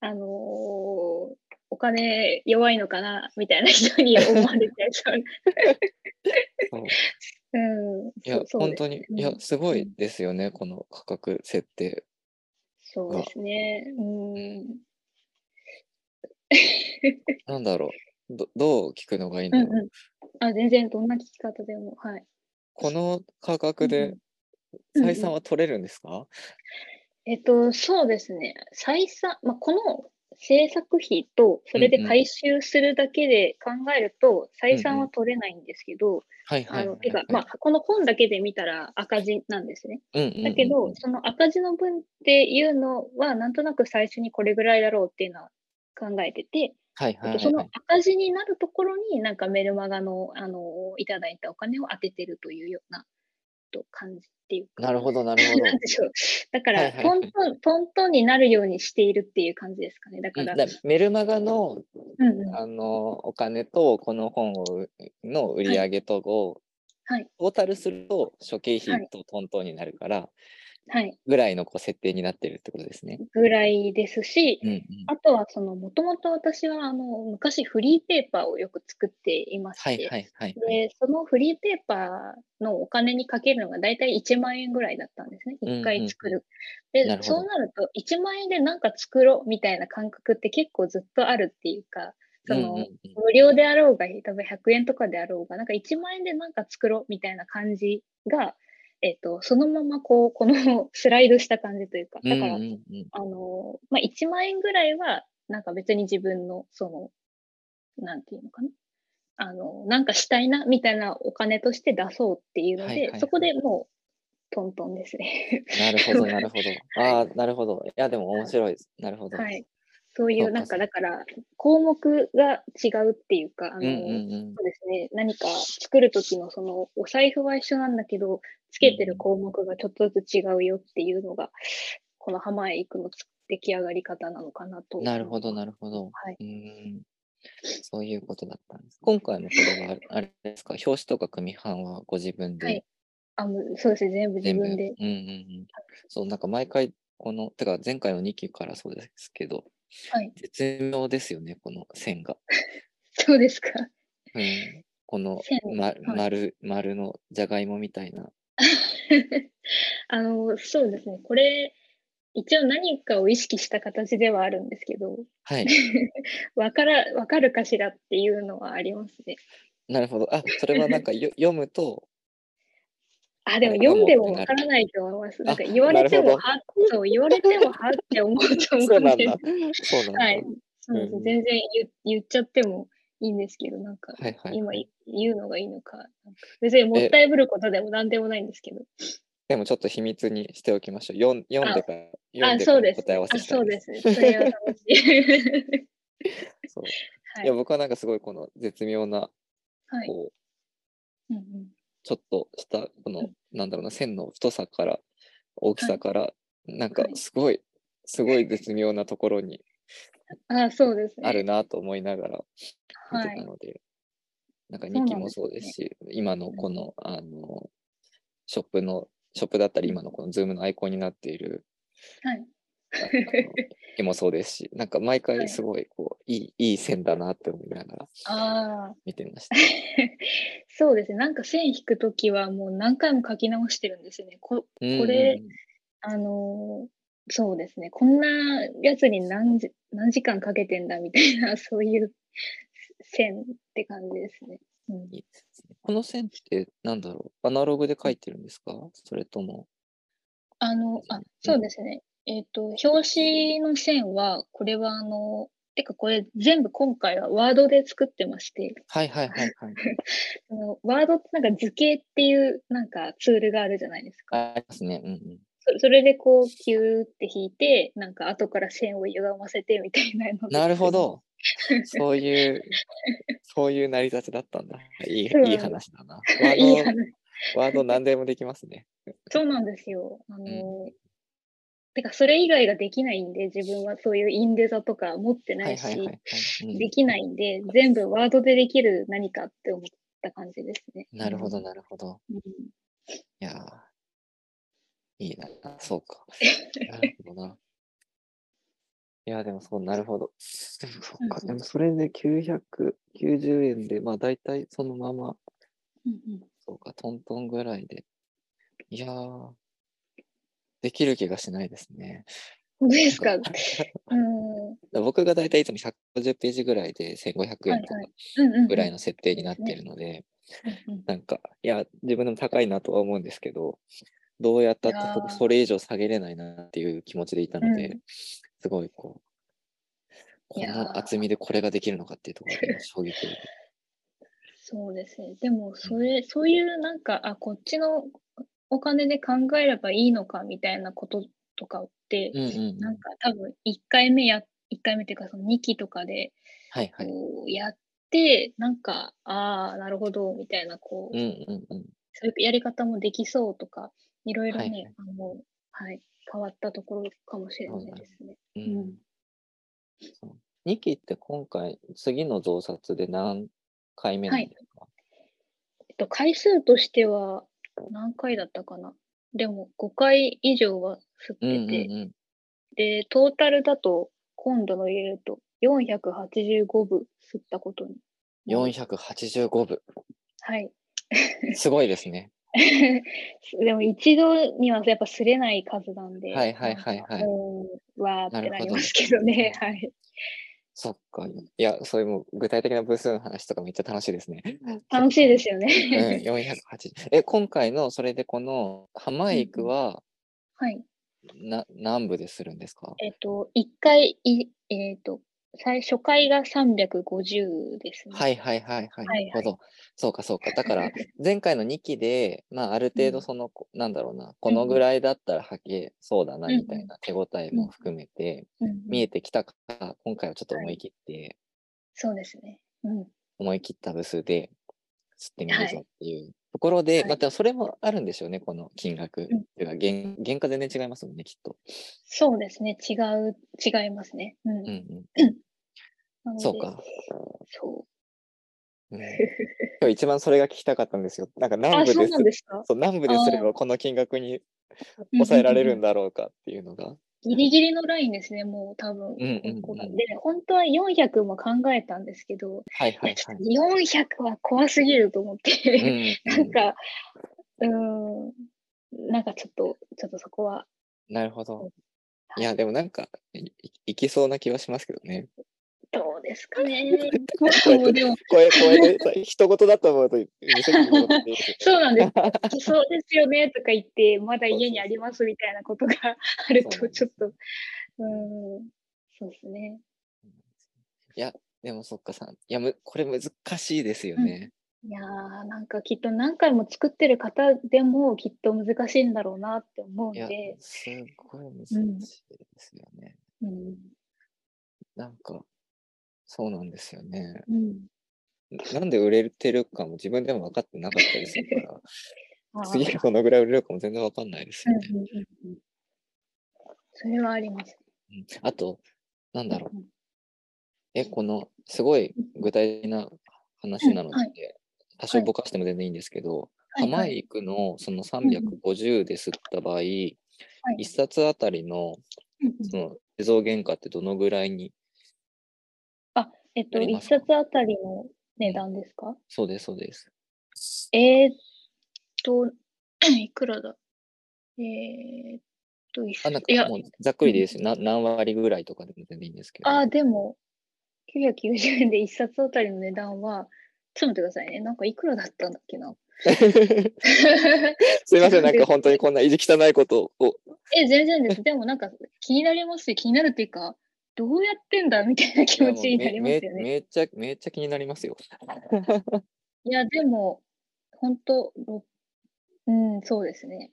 [SPEAKER 2] あのーお金弱いのかなみたいな人に思われちゃいそう。
[SPEAKER 1] そう
[SPEAKER 2] うん。
[SPEAKER 1] いや
[SPEAKER 2] そ、うそう
[SPEAKER 1] 本
[SPEAKER 2] です
[SPEAKER 1] 当に、いや
[SPEAKER 2] う、ん
[SPEAKER 1] すごいですよね、この価格設定。
[SPEAKER 2] そうですね。うん。
[SPEAKER 1] なんだろう、どどう聞くのがいいん
[SPEAKER 2] う
[SPEAKER 1] だ
[SPEAKER 2] ん
[SPEAKER 1] ろう。
[SPEAKER 2] うん。あ、全然どんな聞き方でも。はい。
[SPEAKER 1] この価格
[SPEAKER 2] うん
[SPEAKER 1] で
[SPEAKER 2] うん
[SPEAKER 1] 採算は取れるんですか、
[SPEAKER 2] えっと、そうですね。採算、まあ、この制作費と、それ
[SPEAKER 1] う
[SPEAKER 2] で
[SPEAKER 1] んうん
[SPEAKER 2] 回収するだけで考えると、採算は取れないんですけど、
[SPEAKER 1] はいは
[SPEAKER 2] あ
[SPEAKER 1] いは
[SPEAKER 2] の、
[SPEAKER 1] い
[SPEAKER 2] て
[SPEAKER 1] は
[SPEAKER 2] か
[SPEAKER 1] い。、
[SPEAKER 2] まあ、この本だけで見たら赤字なんですね。
[SPEAKER 1] うんうんうんうん、
[SPEAKER 2] だけど、その赤字の分っていうのは、なんとなく最初にこれぐらいだろうっていうのは考えてて、
[SPEAKER 1] はいはいは
[SPEAKER 2] あと
[SPEAKER 1] い。
[SPEAKER 2] その赤字になるところに、なんかメルマガの、あの、いただいたお金を当ててるというような、と感じっていうか。
[SPEAKER 1] なるほどなるほど
[SPEAKER 2] なんで しょう。だか
[SPEAKER 1] はい
[SPEAKER 2] ら、
[SPEAKER 1] はいは
[SPEAKER 2] ト
[SPEAKER 1] い
[SPEAKER 2] ントン、トントンになるようにしているっていう感じですかね。だ
[SPEAKER 1] う
[SPEAKER 2] か
[SPEAKER 1] ん。
[SPEAKER 2] ら、
[SPEAKER 1] だメルマガの
[SPEAKER 2] うんうん。
[SPEAKER 1] あのお金とこの本をの売り上げとを、
[SPEAKER 2] はい
[SPEAKER 1] トータルすると諸経
[SPEAKER 2] は
[SPEAKER 1] 費
[SPEAKER 2] い
[SPEAKER 1] とトントンになるから
[SPEAKER 2] はい。
[SPEAKER 1] ぐらいのこう設定になってるってことですね。
[SPEAKER 2] ぐらいですし、
[SPEAKER 1] うんうん、
[SPEAKER 2] あとは、その、もともと私は、あの、昔フリーペーパーをよく作っていまして、
[SPEAKER 1] はいはいはいはい。
[SPEAKER 2] で、そのフリーペーパーのお金にかけるのが大体1万円ぐらいだったんですね。
[SPEAKER 1] うんうんうん
[SPEAKER 2] 1回作る。
[SPEAKER 1] なる
[SPEAKER 2] で、
[SPEAKER 1] ほど
[SPEAKER 2] そうなると、1万円でなんか作ろうみたいな感覚って結構ずっとあるっていうか、その、
[SPEAKER 1] うんうんうん
[SPEAKER 2] 無料であろうが、多分100円とかであろうが、なんか1万円でなんか作ろうみたいな感じが、えっ、と、そのままこう、この スライドした感じというか、だから、
[SPEAKER 1] うんうんうん
[SPEAKER 2] あの、まあ、1万円ぐらいは、なんか別に自分の、その、なんていうのかな。あの、なんかしたいな、みたいなお金として出そうっていうので、
[SPEAKER 1] はいはいはい
[SPEAKER 2] そこでもう、トントンで すね。
[SPEAKER 1] なるほどなるほど。ああなるほど。いやでも面白いです。なるほど。
[SPEAKER 2] はい。そうい
[SPEAKER 1] そう
[SPEAKER 2] う、
[SPEAKER 1] か
[SPEAKER 2] なん
[SPEAKER 1] そう
[SPEAKER 2] か、だから、項目が違うっていうか、あの、
[SPEAKER 1] うんうんうん。
[SPEAKER 2] そうですね。何か作る時のそのお財布は一緒なんだけど、つけてる項目がちょっとずつ違うよっていうのが、この浜へ行くのつ出来上がり方なのかなと。
[SPEAKER 1] なるほど、なるほど。
[SPEAKER 2] はいう
[SPEAKER 1] ーん。そういうことだったんです。今回のこれはあれあれですか、表紙とか組版はご自分で、
[SPEAKER 2] はいあもうそうですね。全部自
[SPEAKER 1] 全部。
[SPEAKER 2] 分で。
[SPEAKER 1] うんうんうん。そう、なんか毎回、この、てか前回の2期からそうですけど、
[SPEAKER 2] はい。
[SPEAKER 1] 絶妙ですよね、この線が。
[SPEAKER 2] そうですか。
[SPEAKER 1] うん、この、
[SPEAKER 2] 線
[SPEAKER 1] ま
[SPEAKER 2] はい
[SPEAKER 1] 丸、丸のじゃがいもみたいな。
[SPEAKER 2] あの、そうですね。これ、一応何かを意識した形ではあるんですけど、
[SPEAKER 1] はい。
[SPEAKER 2] わから、わかるかしらっていうのはありますね。
[SPEAKER 1] なるほど。あ、それはなんかよ読む と、
[SPEAKER 2] あ、でも
[SPEAKER 1] あれかも
[SPEAKER 2] 読んでも
[SPEAKER 1] ってなる
[SPEAKER 2] わからないと思います。なんか
[SPEAKER 1] あ
[SPEAKER 2] 言われて
[SPEAKER 1] なる
[SPEAKER 2] も、
[SPEAKER 1] ほ
[SPEAKER 2] は、そう、言われても、はって思うと思
[SPEAKER 1] そう
[SPEAKER 2] うん
[SPEAKER 1] なん
[SPEAKER 2] で
[SPEAKER 1] だ
[SPEAKER 2] す。。
[SPEAKER 1] そうなんだ。
[SPEAKER 2] はい。そうです
[SPEAKER 1] うんうん
[SPEAKER 2] 全然言言っちゃってもいいんですけど、なんか、
[SPEAKER 1] はいはい
[SPEAKER 2] 今
[SPEAKER 1] はい
[SPEAKER 2] 言うのがいいのか。なんか別にもったいぶることでも何でもないんですけど。
[SPEAKER 1] でもちょっと秘密にしておきましょう。読ん読んでから、読ん
[SPEAKER 2] あ、
[SPEAKER 1] でか
[SPEAKER 2] そう
[SPEAKER 1] ら
[SPEAKER 2] です。
[SPEAKER 1] 答え合わせ
[SPEAKER 2] あ、
[SPEAKER 1] したい
[SPEAKER 2] そうです。それは楽しい。
[SPEAKER 1] そう
[SPEAKER 2] はいい
[SPEAKER 1] や。僕はなんかす ごいこの絶妙な
[SPEAKER 2] はい。
[SPEAKER 1] こう
[SPEAKER 2] うんうん
[SPEAKER 1] ちょっとしたこの、
[SPEAKER 2] うん
[SPEAKER 1] なんだろうな線の太さから大きさから、なんか
[SPEAKER 2] はい
[SPEAKER 1] すごいすごい絶妙なところに
[SPEAKER 2] あ、そうですね。
[SPEAKER 1] あるなと思いながら
[SPEAKER 2] は
[SPEAKER 1] 見てた
[SPEAKER 2] い。
[SPEAKER 1] ので、なんか2期もそうですし、今のこの、あの、ショップの、ショップだったり、今のこのズームのアイコンになっている、
[SPEAKER 2] はい。
[SPEAKER 1] あの 絵もそうですし、なんか毎回すごい、こう、いい、いい線だなって思いながら
[SPEAKER 2] ああ、
[SPEAKER 1] 見てま した。
[SPEAKER 2] そうですね。なんか線引くときはもう何回も書き直してるんですよね。こ
[SPEAKER 1] こ
[SPEAKER 2] れ、あのーそうですね。こんなやつに何時何時間かけてんだみたいな、 そういう線って感じですね。うん
[SPEAKER 1] いいですねこの線ってなんだろうアナログで書いてるんですかそれとも。
[SPEAKER 2] あの、
[SPEAKER 1] う
[SPEAKER 2] あ
[SPEAKER 1] ん、
[SPEAKER 2] そうですね。えっ、と、表紙の線は、これはあの、てかこれ全部今回はワードで作ってまして、
[SPEAKER 1] はいはいはいはい。
[SPEAKER 2] あのワードってなんか図形っていうなんかツールがあるじゃないですか。
[SPEAKER 1] ありますね。うんうん。
[SPEAKER 2] そそれでこう、キューって引いて、なんか後から線を歪ませてみたいなので
[SPEAKER 1] なるほ。ど。そういう、そういう成り立ちだったんだ。いい
[SPEAKER 2] そう
[SPEAKER 1] いい話だな。ワード
[SPEAKER 2] いい話。
[SPEAKER 1] ワード何でもできますね。
[SPEAKER 2] そうなんですよ。あの、
[SPEAKER 1] う
[SPEAKER 2] てかそれ以外ができないんで、自分はそういうインデザとか持って
[SPEAKER 1] は
[SPEAKER 2] ないいし、
[SPEAKER 1] はいはいはい。うん
[SPEAKER 2] できないんで、全部ワードでできる何かって思った感じですね。
[SPEAKER 1] なるほどなるほど。
[SPEAKER 2] うん。
[SPEAKER 1] いやー、いいな。そう か。なるほどな。いや、でもそう、なるほど。でもそっか、
[SPEAKER 2] うん
[SPEAKER 1] でもそれで990円で、まあ大体そのまま、
[SPEAKER 2] うんうん
[SPEAKER 1] そうか、トントンぐらいで。いやー、できる気がしないですね。
[SPEAKER 2] 本当ですか。うん。は
[SPEAKER 1] 僕が大体いつも150ページぐらいで1500
[SPEAKER 2] いは
[SPEAKER 1] 円
[SPEAKER 2] い
[SPEAKER 1] とか。
[SPEAKER 2] うんうん。
[SPEAKER 1] ぐらい
[SPEAKER 2] の。
[SPEAKER 1] の設定になってるので、
[SPEAKER 2] うんうん
[SPEAKER 1] なんか、いや、自分でも高いなとは思うんですけど、どうやったって
[SPEAKER 2] いやー
[SPEAKER 1] そそれ以上下げれないなっていう気持ちでいたので、
[SPEAKER 2] う
[SPEAKER 1] すごいこう、こ
[SPEAKER 2] いやー
[SPEAKER 1] の厚みでこれができるのかっていうところ で今衝撃を受けて。
[SPEAKER 2] そうですね。でも、それ、そういうなんか、あ、こっちのお金で考えればいいのかみたいなこととかって、
[SPEAKER 1] うんうんうん
[SPEAKER 2] なんか多分1回目や、1回目っていうかその2期とかで
[SPEAKER 1] はいはい。
[SPEAKER 2] こうやって、なんか、ああ、なるほど、みたいな、こう、
[SPEAKER 1] うんうんうん。
[SPEAKER 2] そういうやり方もできそうとか、いろいろね、
[SPEAKER 1] はいはい
[SPEAKER 2] あの、はい、変わったところかもしれないですね。
[SPEAKER 1] う
[SPEAKER 2] うん
[SPEAKER 1] んそう二期って今回、次の増刷で何回目なんですか、
[SPEAKER 2] えっと、回数としては何回だったかな。でも、5回以上は吸ってて、
[SPEAKER 1] うんうんうん。
[SPEAKER 2] で、トータルだと、今度の入れると、485部吸ったことに。
[SPEAKER 1] 485部。
[SPEAKER 2] はい。
[SPEAKER 1] すごいですね。
[SPEAKER 2] でも一度にはやっぱすれない数なんで、
[SPEAKER 1] はいはいはいはい
[SPEAKER 2] なんかうん、わーってなりますけど
[SPEAKER 1] なる
[SPEAKER 2] ね。
[SPEAKER 1] ほど
[SPEAKER 2] はい。
[SPEAKER 1] そっか。いや、そういうもう具体的な部数の話とかめっちゃ楽しいですね。
[SPEAKER 2] 楽しいですよ
[SPEAKER 1] うん、
[SPEAKER 2] ね。
[SPEAKER 1] 480。え、今回の、それでこの、浜井区は、
[SPEAKER 2] はい。
[SPEAKER 1] な、何部でするんですか
[SPEAKER 2] えっ、と、一回、いえっ、と、最初回が350ですね。。
[SPEAKER 1] はいいはいはいはい。
[SPEAKER 2] はいはい
[SPEAKER 1] なるほど。そうかそうか。だから、前回の2期で、まあ、ある程度その、こなんだろうな、このぐらいだったら吐けそうだな、
[SPEAKER 2] うん
[SPEAKER 1] みたいな手応えも含めて、見えてきたから、今回はちょっと思い切って、
[SPEAKER 2] そうですね。うん。
[SPEAKER 1] 思い切った部数で、吸ってみる
[SPEAKER 2] はい
[SPEAKER 1] ぞっていうところで、
[SPEAKER 2] はい
[SPEAKER 1] またそれもあるんでしょうね、この金額。
[SPEAKER 2] うん
[SPEAKER 1] ていうか、原原価全然違いますもんね、きっと。
[SPEAKER 2] そうですね。違う、違いますね。う
[SPEAKER 1] うん
[SPEAKER 2] ん。
[SPEAKER 1] うん。
[SPEAKER 2] なので
[SPEAKER 1] そうか。。
[SPEAKER 2] そう。
[SPEAKER 1] うん今日一番それが聞きたかったんですよ。なんか
[SPEAKER 2] あ、
[SPEAKER 1] 南部
[SPEAKER 2] そう
[SPEAKER 1] で
[SPEAKER 2] なん
[SPEAKER 1] す
[SPEAKER 2] ですか
[SPEAKER 1] そう南部ですれ
[SPEAKER 2] あ
[SPEAKER 1] ばこの金額に抑えられるん
[SPEAKER 2] だ。
[SPEAKER 1] だろうかっていうのが。
[SPEAKER 2] ギリギリのラインですね、もう多分。
[SPEAKER 1] うんうんうん
[SPEAKER 2] ここがで、本当は400も考えたんですけど、
[SPEAKER 1] はいはいはい。
[SPEAKER 2] 400は怖すぎると思っ
[SPEAKER 1] う
[SPEAKER 2] て、
[SPEAKER 1] ん
[SPEAKER 2] なんか、うーん、なんかちょっと、ちょっとそこは、
[SPEAKER 1] なるほど。
[SPEAKER 2] はい
[SPEAKER 1] いやでもなんかいいいけそうな気はしますけどね。
[SPEAKER 2] どうですか ね。
[SPEAKER 1] こうや
[SPEAKER 2] も
[SPEAKER 1] っ
[SPEAKER 2] う
[SPEAKER 1] て
[SPEAKER 2] でも、
[SPEAKER 1] これこれで一言だと思うと無責任なこと言うけ
[SPEAKER 2] そうなんです。いけそうですよねとか言って、まだ家にありますみたいなことがある
[SPEAKER 1] そうな
[SPEAKER 2] と、
[SPEAKER 1] んです
[SPEAKER 2] ちょっと、うーん、そうですね。
[SPEAKER 1] ど いやでもそっかさんいやむこれ難しいですよね。
[SPEAKER 2] いやー、なんかきっと何回も作ってる方でもきっと難しいんだろうなって思うん
[SPEAKER 1] いや
[SPEAKER 2] で、
[SPEAKER 1] すごい難し
[SPEAKER 2] うん
[SPEAKER 1] いですよね。
[SPEAKER 2] うん、
[SPEAKER 1] なんかそうなんですよね。
[SPEAKER 2] うん。
[SPEAKER 1] なんで売れてるかも自分でも分かってなかったりするか
[SPEAKER 2] あ
[SPEAKER 1] ら、
[SPEAKER 2] ー
[SPEAKER 1] 次どのぐらい売れるかも全然分かんないです
[SPEAKER 2] うん
[SPEAKER 1] よ
[SPEAKER 2] う
[SPEAKER 1] ね。
[SPEAKER 2] んうんうんそれはあります。
[SPEAKER 1] うんあと、なんだろう、
[SPEAKER 2] うん
[SPEAKER 1] え、このすごい具体的な話なので、
[SPEAKER 2] うんはい
[SPEAKER 1] 多少ぼかしても全然いいんですけど、
[SPEAKER 2] はい
[SPEAKER 1] ハマイクのその350で吸った場合、一1冊あたりの
[SPEAKER 2] うんうん
[SPEAKER 1] その製造原価ってどのぐらいに、
[SPEAKER 2] えっと、
[SPEAKER 1] やり
[SPEAKER 2] 一
[SPEAKER 1] ますか
[SPEAKER 2] 冊あたりの値段ですか
[SPEAKER 1] そうです、そうです。
[SPEAKER 2] えーっと、 いくらだえーっと、い
[SPEAKER 1] あなん
[SPEAKER 2] や
[SPEAKER 1] かもうざっくりでいいですよな何割ぐらいとかでも全然いいんですけど。
[SPEAKER 2] あー、でも、990円で一冊あたりの値段は、ちょっと待ってくださいね。なんかいくらだったんだっ けな。
[SPEAKER 1] すいません、なんか本当にこんな意地汚いことを。
[SPEAKER 2] え、全然です。でもなんか気になりますし、気になるというか、どうやってんだみたいな気持ちになりますよ
[SPEAKER 1] めめ
[SPEAKER 2] ね。
[SPEAKER 1] めっちゃ、めっちゃ気になりますよ。
[SPEAKER 2] いや、でも、本当うん、そうですね。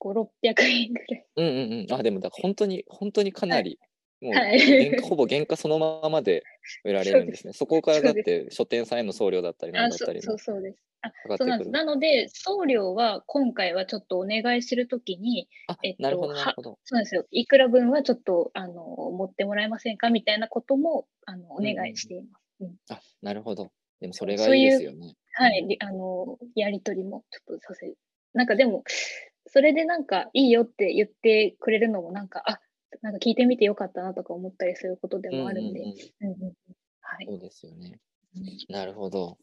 [SPEAKER 2] 5、600円ぐらい。
[SPEAKER 1] うんうんうん。あ、でもだから本当に、本当にかなり、もう
[SPEAKER 2] はい
[SPEAKER 1] 原価、ほぼ原価そのままで売られるんですね。そこからだ
[SPEAKER 2] そ
[SPEAKER 1] っ
[SPEAKER 2] うで
[SPEAKER 1] て書店さんへの送料だったりなん
[SPEAKER 2] あ
[SPEAKER 1] だっ
[SPEAKER 2] そ
[SPEAKER 1] たり
[SPEAKER 2] そ
[SPEAKER 1] も
[SPEAKER 2] うそうです。あ
[SPEAKER 1] かか
[SPEAKER 2] そうな
[SPEAKER 1] っ
[SPEAKER 2] ん
[SPEAKER 1] てく
[SPEAKER 2] です。
[SPEAKER 1] る。
[SPEAKER 2] なので、送料は今回はちょっとお願いするときに、
[SPEAKER 1] あ
[SPEAKER 2] えっ、と
[SPEAKER 1] なるほど、
[SPEAKER 2] は
[SPEAKER 1] なるほど。
[SPEAKER 2] そうなんですよ、いくら分はちょっとあの持ってもらえませんかみたいなこともあのお願いしています。
[SPEAKER 1] あ、なるほど。でもそ
[SPEAKER 2] そう
[SPEAKER 1] れが
[SPEAKER 2] そう
[SPEAKER 1] いい
[SPEAKER 2] いう
[SPEAKER 1] ですよね。
[SPEAKER 2] はい、りあのやり取りもちょっとさせなんかでも、それでなんかいいよって言ってくれるのも、なんか、あなんか聞いてみてよかったなとか思ったりすることで
[SPEAKER 1] うん
[SPEAKER 2] もあ
[SPEAKER 1] うん
[SPEAKER 2] る
[SPEAKER 1] うん
[SPEAKER 2] で、
[SPEAKER 1] ん
[SPEAKER 2] うんうんうんはい。
[SPEAKER 1] そうですよね。なるほど。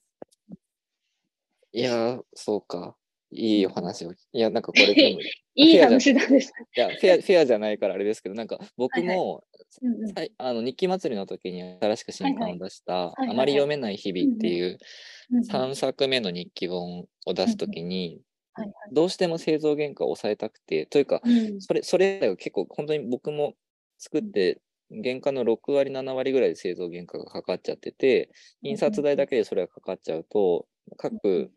[SPEAKER 1] いやー、そうか。いいお話を。いや、なんかこれでも、い
[SPEAKER 2] いい話なんです。
[SPEAKER 1] やフェア、フェアじゃないからあれですけど、なんか僕
[SPEAKER 2] はいはい
[SPEAKER 1] も、
[SPEAKER 2] うんうん
[SPEAKER 1] はい、あの日記祭りの時に新しく新刊を出した
[SPEAKER 2] いはい
[SPEAKER 1] 「あまり読めない日々」っていう
[SPEAKER 2] うんうんはい
[SPEAKER 1] 3作目の日記本を出す時に
[SPEAKER 2] はい
[SPEAKER 1] どうしても製造原価を抑えたくてというか
[SPEAKER 2] うん
[SPEAKER 1] それそれ以外は結構本当に僕も作って原価の6割7割ぐらいで製造原価がかかっちゃってて印刷代だけでそれがかかっちゃうと各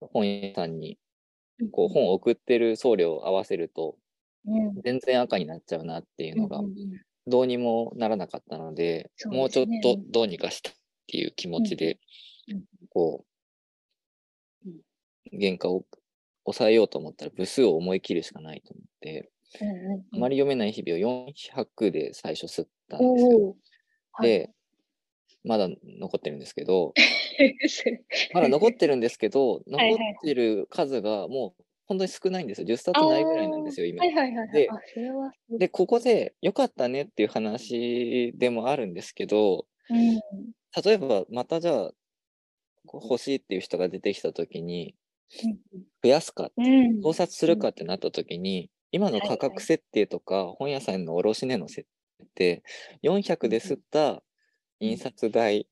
[SPEAKER 1] 本屋さんにこう本を送ってる送料を合わせると
[SPEAKER 2] うん
[SPEAKER 1] 全然赤になっちゃうなっていうのが
[SPEAKER 2] うんうんうん
[SPEAKER 1] どうにもならなかったので、
[SPEAKER 2] そう
[SPEAKER 1] もうちょっ
[SPEAKER 2] です
[SPEAKER 1] と
[SPEAKER 2] ね
[SPEAKER 1] どうにかしたっていう気持ちで、
[SPEAKER 2] うんうん
[SPEAKER 1] こう
[SPEAKER 2] うん、
[SPEAKER 1] 原価を抑えようと思ったら部数を思い切るしかないと思って、
[SPEAKER 2] うんうんうん
[SPEAKER 1] あまり読めない日々を400で最初吸ったんですよ。
[SPEAKER 2] おおはい
[SPEAKER 1] で、まだ残ってるんですけ ど、
[SPEAKER 2] それ
[SPEAKER 1] まだ残ってるんですけど、
[SPEAKER 2] い
[SPEAKER 1] 残
[SPEAKER 2] はい
[SPEAKER 1] ってる数がもう本当に少ないんですよ。10冊ないぐらいなんですよ、今
[SPEAKER 2] は。いはいはいは
[SPEAKER 1] で
[SPEAKER 2] い。あ、それはすごい。
[SPEAKER 1] で、ここで良かったねっていう話でもあるんですけど、
[SPEAKER 2] うん
[SPEAKER 1] 例えばまたじゃあこう欲しいっていう人が出てきた時に増やすか
[SPEAKER 2] うん。
[SPEAKER 1] 盗撮するかってなった時に今の価
[SPEAKER 2] はいは
[SPEAKER 1] 格
[SPEAKER 2] い
[SPEAKER 1] 設定とか本屋さんの卸値の設定400で吸った印刷代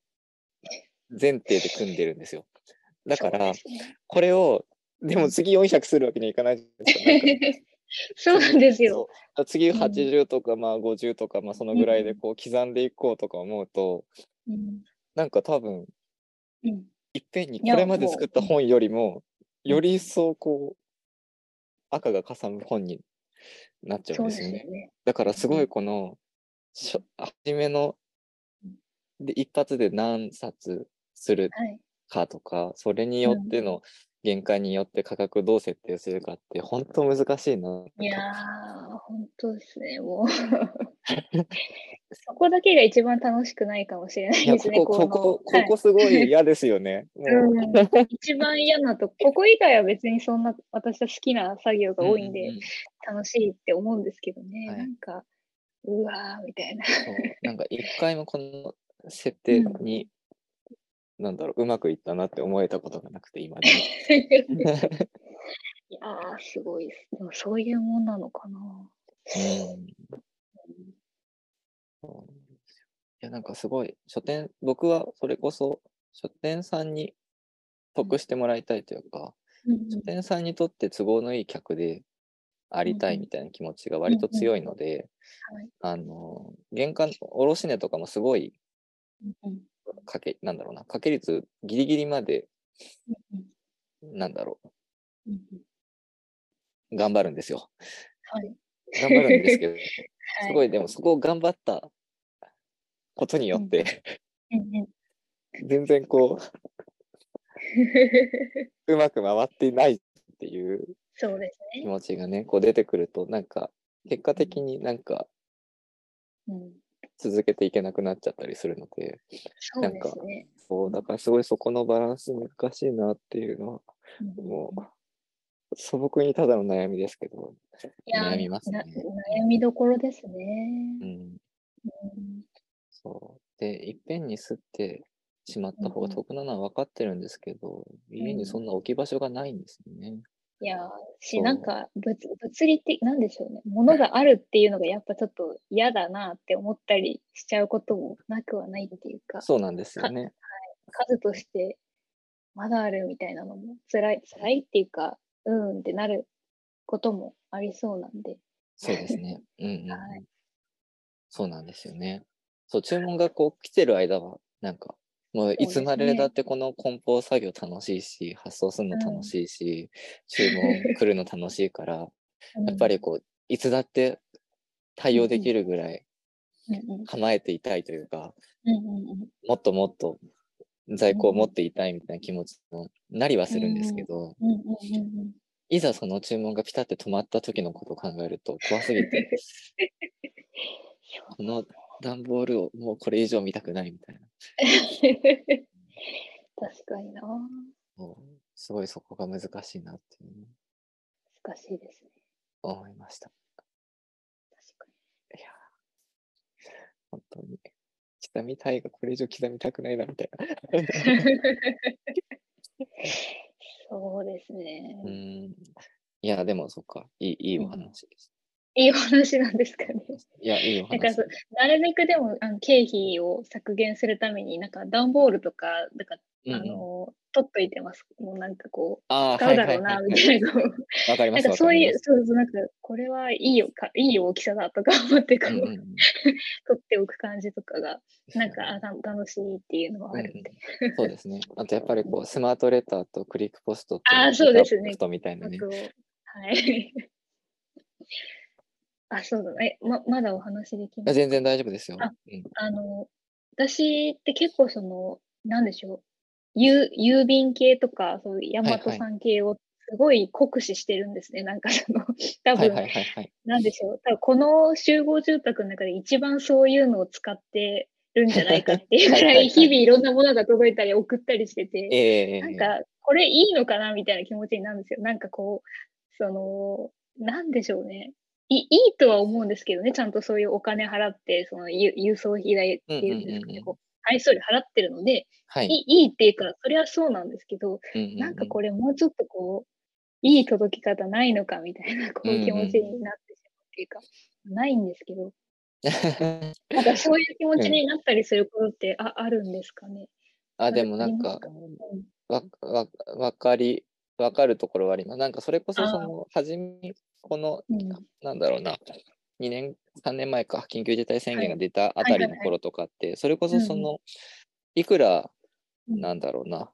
[SPEAKER 1] 前提で組んでるんですよだか
[SPEAKER 2] そ
[SPEAKER 1] ら
[SPEAKER 2] うですね
[SPEAKER 1] これをでも次400するわけにはいかないじゃないですかなんか
[SPEAKER 2] そうなんですよ。
[SPEAKER 1] そう次
[SPEAKER 2] うん
[SPEAKER 1] 80とかまあ50とかまあそのぐらいで
[SPEAKER 2] うん
[SPEAKER 1] こう刻んでいこうとか思うと
[SPEAKER 2] うん
[SPEAKER 1] なんか多分
[SPEAKER 2] うん
[SPEAKER 1] いっぺんに
[SPEAKER 2] いや
[SPEAKER 1] これまで
[SPEAKER 2] もう
[SPEAKER 1] 作った本よりも、
[SPEAKER 2] うん
[SPEAKER 1] より一層こう、赤がかさむ本になっちゃう
[SPEAKER 2] そ
[SPEAKER 1] ん
[SPEAKER 2] う
[SPEAKER 1] で
[SPEAKER 2] ですす
[SPEAKER 1] よ
[SPEAKER 2] よ
[SPEAKER 1] ね。
[SPEAKER 2] ね。
[SPEAKER 1] だからすごいこの、しょ初めの
[SPEAKER 2] うん、
[SPEAKER 1] で、一発で何冊する
[SPEAKER 2] はい。
[SPEAKER 1] かとか、それによっての、限界によって価格どう設定するかって、本当難しいな。
[SPEAKER 2] いやー、本当ですね、もう。 そこだけが一番楽しくないかもしれない
[SPEAKER 1] いや、
[SPEAKER 2] で
[SPEAKER 1] こ
[SPEAKER 2] すね、
[SPEAKER 1] こ、こ
[SPEAKER 2] の
[SPEAKER 1] こ、
[SPEAKER 2] は
[SPEAKER 1] こ
[SPEAKER 2] い
[SPEAKER 1] こすごい嫌ですよね。もう
[SPEAKER 2] うん一番嫌なとこ、ここ以外は別にそんな私は好きな作業が多いん
[SPEAKER 1] う
[SPEAKER 2] で
[SPEAKER 1] うう
[SPEAKER 2] 楽しいって思うんですけどね、
[SPEAKER 1] はい
[SPEAKER 2] なんか、うわーみたいな。
[SPEAKER 1] そうなんか一回もこの設定に、なんだろう、うまくいったなって思えたことがなくて、今 で
[SPEAKER 2] い
[SPEAKER 1] も
[SPEAKER 2] やー、すごいです。でもそういうもんなのかな。
[SPEAKER 1] うんそうなんですよいや、なんかすごい、書店、僕はそれこそ書店さんに得してもらいたいというか、書店さんにとって都合のいい客でありたいみたいな気持ちが割と強いので、あの、玄関、卸値とかもすごいかけ、なんだろうな、掛け率ギリギリまで、なんだろう、頑張るんですよ。 頑張るんですけど、す
[SPEAKER 2] す
[SPEAKER 1] ご
[SPEAKER 2] い。
[SPEAKER 1] いでもそこを頑張ったことによって、
[SPEAKER 2] うんうん
[SPEAKER 1] 全然こう、うまく回っていないっていう
[SPEAKER 2] そうです
[SPEAKER 1] 気
[SPEAKER 2] ね。
[SPEAKER 1] 持ちがね、こう出てくると、なんか、結果的になんか
[SPEAKER 2] うん、
[SPEAKER 1] 続けていけなくなっちゃったりするので、
[SPEAKER 2] そうですね。
[SPEAKER 1] そう、だからすごいそこのバランス難しいなっていうのは、
[SPEAKER 2] うん
[SPEAKER 1] もう、素朴にただの悩みですけど、
[SPEAKER 2] いや
[SPEAKER 1] 悩みますね
[SPEAKER 2] な悩みどころですね。
[SPEAKER 1] うん、
[SPEAKER 2] うん
[SPEAKER 1] そう。で、いっぺんに吸ってしまった方が得なのは分かってるんですけど、家にそんな置き場所がないんですよね。
[SPEAKER 2] いやー
[SPEAKER 1] そ
[SPEAKER 2] し、
[SPEAKER 1] う
[SPEAKER 2] なんか物物理的、なんでしょうね、ものがあるっていうのがやっぱちょっと嫌だなって思ったりしちゃうこともなくはないっていうか、
[SPEAKER 1] そうなんですよね。
[SPEAKER 2] 数としてまだあるみたいなのも辛い、辛いっていうか、うーんってなることもありそうなんで。
[SPEAKER 1] そうです ね。うんうんうん、
[SPEAKER 2] は
[SPEAKER 1] そうなんですよね。そう、注文がこう来てる間は、なんか、もういつま
[SPEAKER 2] そうで
[SPEAKER 1] です
[SPEAKER 2] ね
[SPEAKER 1] だってこの梱包作業楽しいし、発送するの
[SPEAKER 2] うん
[SPEAKER 1] 楽しいし、注文来るの楽しい から、やっぱりこう、いつだって対応できるぐらい
[SPEAKER 2] うん、うんうん
[SPEAKER 1] 構えていたいというか、
[SPEAKER 2] うんうんうん
[SPEAKER 1] もっともっと在庫を
[SPEAKER 2] うん
[SPEAKER 1] 持っていたいみたいな気持ちもなりはするんですけど、
[SPEAKER 2] うんうんう んうん
[SPEAKER 1] いざその注文がピタって止まった時のことを考えると怖すぎて、この段ボールをもうこれ以上見たくないみたいな。
[SPEAKER 2] 確かにな、
[SPEAKER 1] もうすごいそこが難しいなっていうの
[SPEAKER 2] 難しいですね。
[SPEAKER 1] を思いました。
[SPEAKER 2] 確かに
[SPEAKER 1] いやー本当に。刻みたいがこれ以上刻みたくないなみたいな。
[SPEAKER 2] そうですね。
[SPEAKER 1] うーん。いや、でもそっか。いいいいお話です。
[SPEAKER 2] いいお話なんですかね。
[SPEAKER 1] いや、いいお
[SPEAKER 2] なんか
[SPEAKER 1] 話
[SPEAKER 2] そ。うなるべくでもあの経費を削減するために、なんか段ボールとか、なんか、
[SPEAKER 1] うんうん
[SPEAKER 2] あの取っといてます。もうなんかこ
[SPEAKER 1] あ
[SPEAKER 2] う、
[SPEAKER 1] あ、
[SPEAKER 2] 使
[SPEAKER 1] は
[SPEAKER 2] う
[SPEAKER 1] い
[SPEAKER 2] だ
[SPEAKER 1] は
[SPEAKER 2] ろ
[SPEAKER 1] いうはいは
[SPEAKER 2] な、
[SPEAKER 1] い
[SPEAKER 2] みたいな。
[SPEAKER 1] わかり
[SPEAKER 2] な
[SPEAKER 1] ま
[SPEAKER 2] ん
[SPEAKER 1] す。
[SPEAKER 2] かそういう、
[SPEAKER 1] わか
[SPEAKER 2] そうそう、なんかこれはいいよか、いい大きさだとか思ってこう、
[SPEAKER 1] ります。うんう
[SPEAKER 2] 取
[SPEAKER 1] んうん
[SPEAKER 2] っておく感じとかが、 なんかあた楽しいっていうのはあるんで。
[SPEAKER 1] うんうんそうですね。あとやっぱりこうスマートレターとクリックポストと
[SPEAKER 2] あーそうですね
[SPEAKER 1] ポストみたいなね
[SPEAKER 2] あ。と、はい。あ、そうだね。えままだお話でき
[SPEAKER 1] い
[SPEAKER 2] ま
[SPEAKER 1] や
[SPEAKER 2] す
[SPEAKER 1] 全然大丈夫ですよ。
[SPEAKER 2] あ
[SPEAKER 1] うん
[SPEAKER 2] あの、私って結構その、なんでしょう、郵郵便系とか、そういう
[SPEAKER 1] はい
[SPEAKER 2] 大和さん系をすごい酷使してるんですね。なんかその、 多
[SPEAKER 1] はい
[SPEAKER 2] 分、
[SPEAKER 1] はいはいはい。
[SPEAKER 2] なんでしょう、多分この集合住宅の中で一番そういうのを使ってるんじゃないかっていうぐ
[SPEAKER 1] は
[SPEAKER 2] ら
[SPEAKER 1] いはいはい
[SPEAKER 2] い、日々いろんなものが届いたり送ったりしてて。
[SPEAKER 1] ええええ
[SPEAKER 2] なんか、これいいのかなみたいな気持ちになるんですよ。なんかこう、その、なんでしょうね。いいいとは思うんですけどね、ちゃんとそういうお金払って、そのゆ郵送費代っていうんで
[SPEAKER 1] うんう
[SPEAKER 2] すか
[SPEAKER 1] んうんう
[SPEAKER 2] ね、
[SPEAKER 1] ん
[SPEAKER 2] こう配送料払ってるので、
[SPEAKER 1] はい。
[SPEAKER 2] いいいっていうから、それはそうなんですけど、
[SPEAKER 1] ううう
[SPEAKER 2] なんかこれもうちょっとこう、いい届き方ないのかみたいなこ
[SPEAKER 1] うんう
[SPEAKER 2] うん気持ちになってしまうっていうか、ないんですけど、なんかそういう気持ちになったりすることってああるんですかね。
[SPEAKER 1] あ、でもなんか
[SPEAKER 2] ありますか
[SPEAKER 1] わわわかり、わかるところはあります。なんかそれこそ
[SPEAKER 2] あー
[SPEAKER 1] その、初め、この、
[SPEAKER 2] うんうん
[SPEAKER 1] なんだろうな、2年、3年前か、緊急事態宣
[SPEAKER 2] はい
[SPEAKER 1] 言が出たあたり
[SPEAKER 2] は
[SPEAKER 1] の
[SPEAKER 2] いはい
[SPEAKER 1] 頃とかって、それこそそ
[SPEAKER 2] うん
[SPEAKER 1] の、いくら、
[SPEAKER 2] うん
[SPEAKER 1] なんだろうな、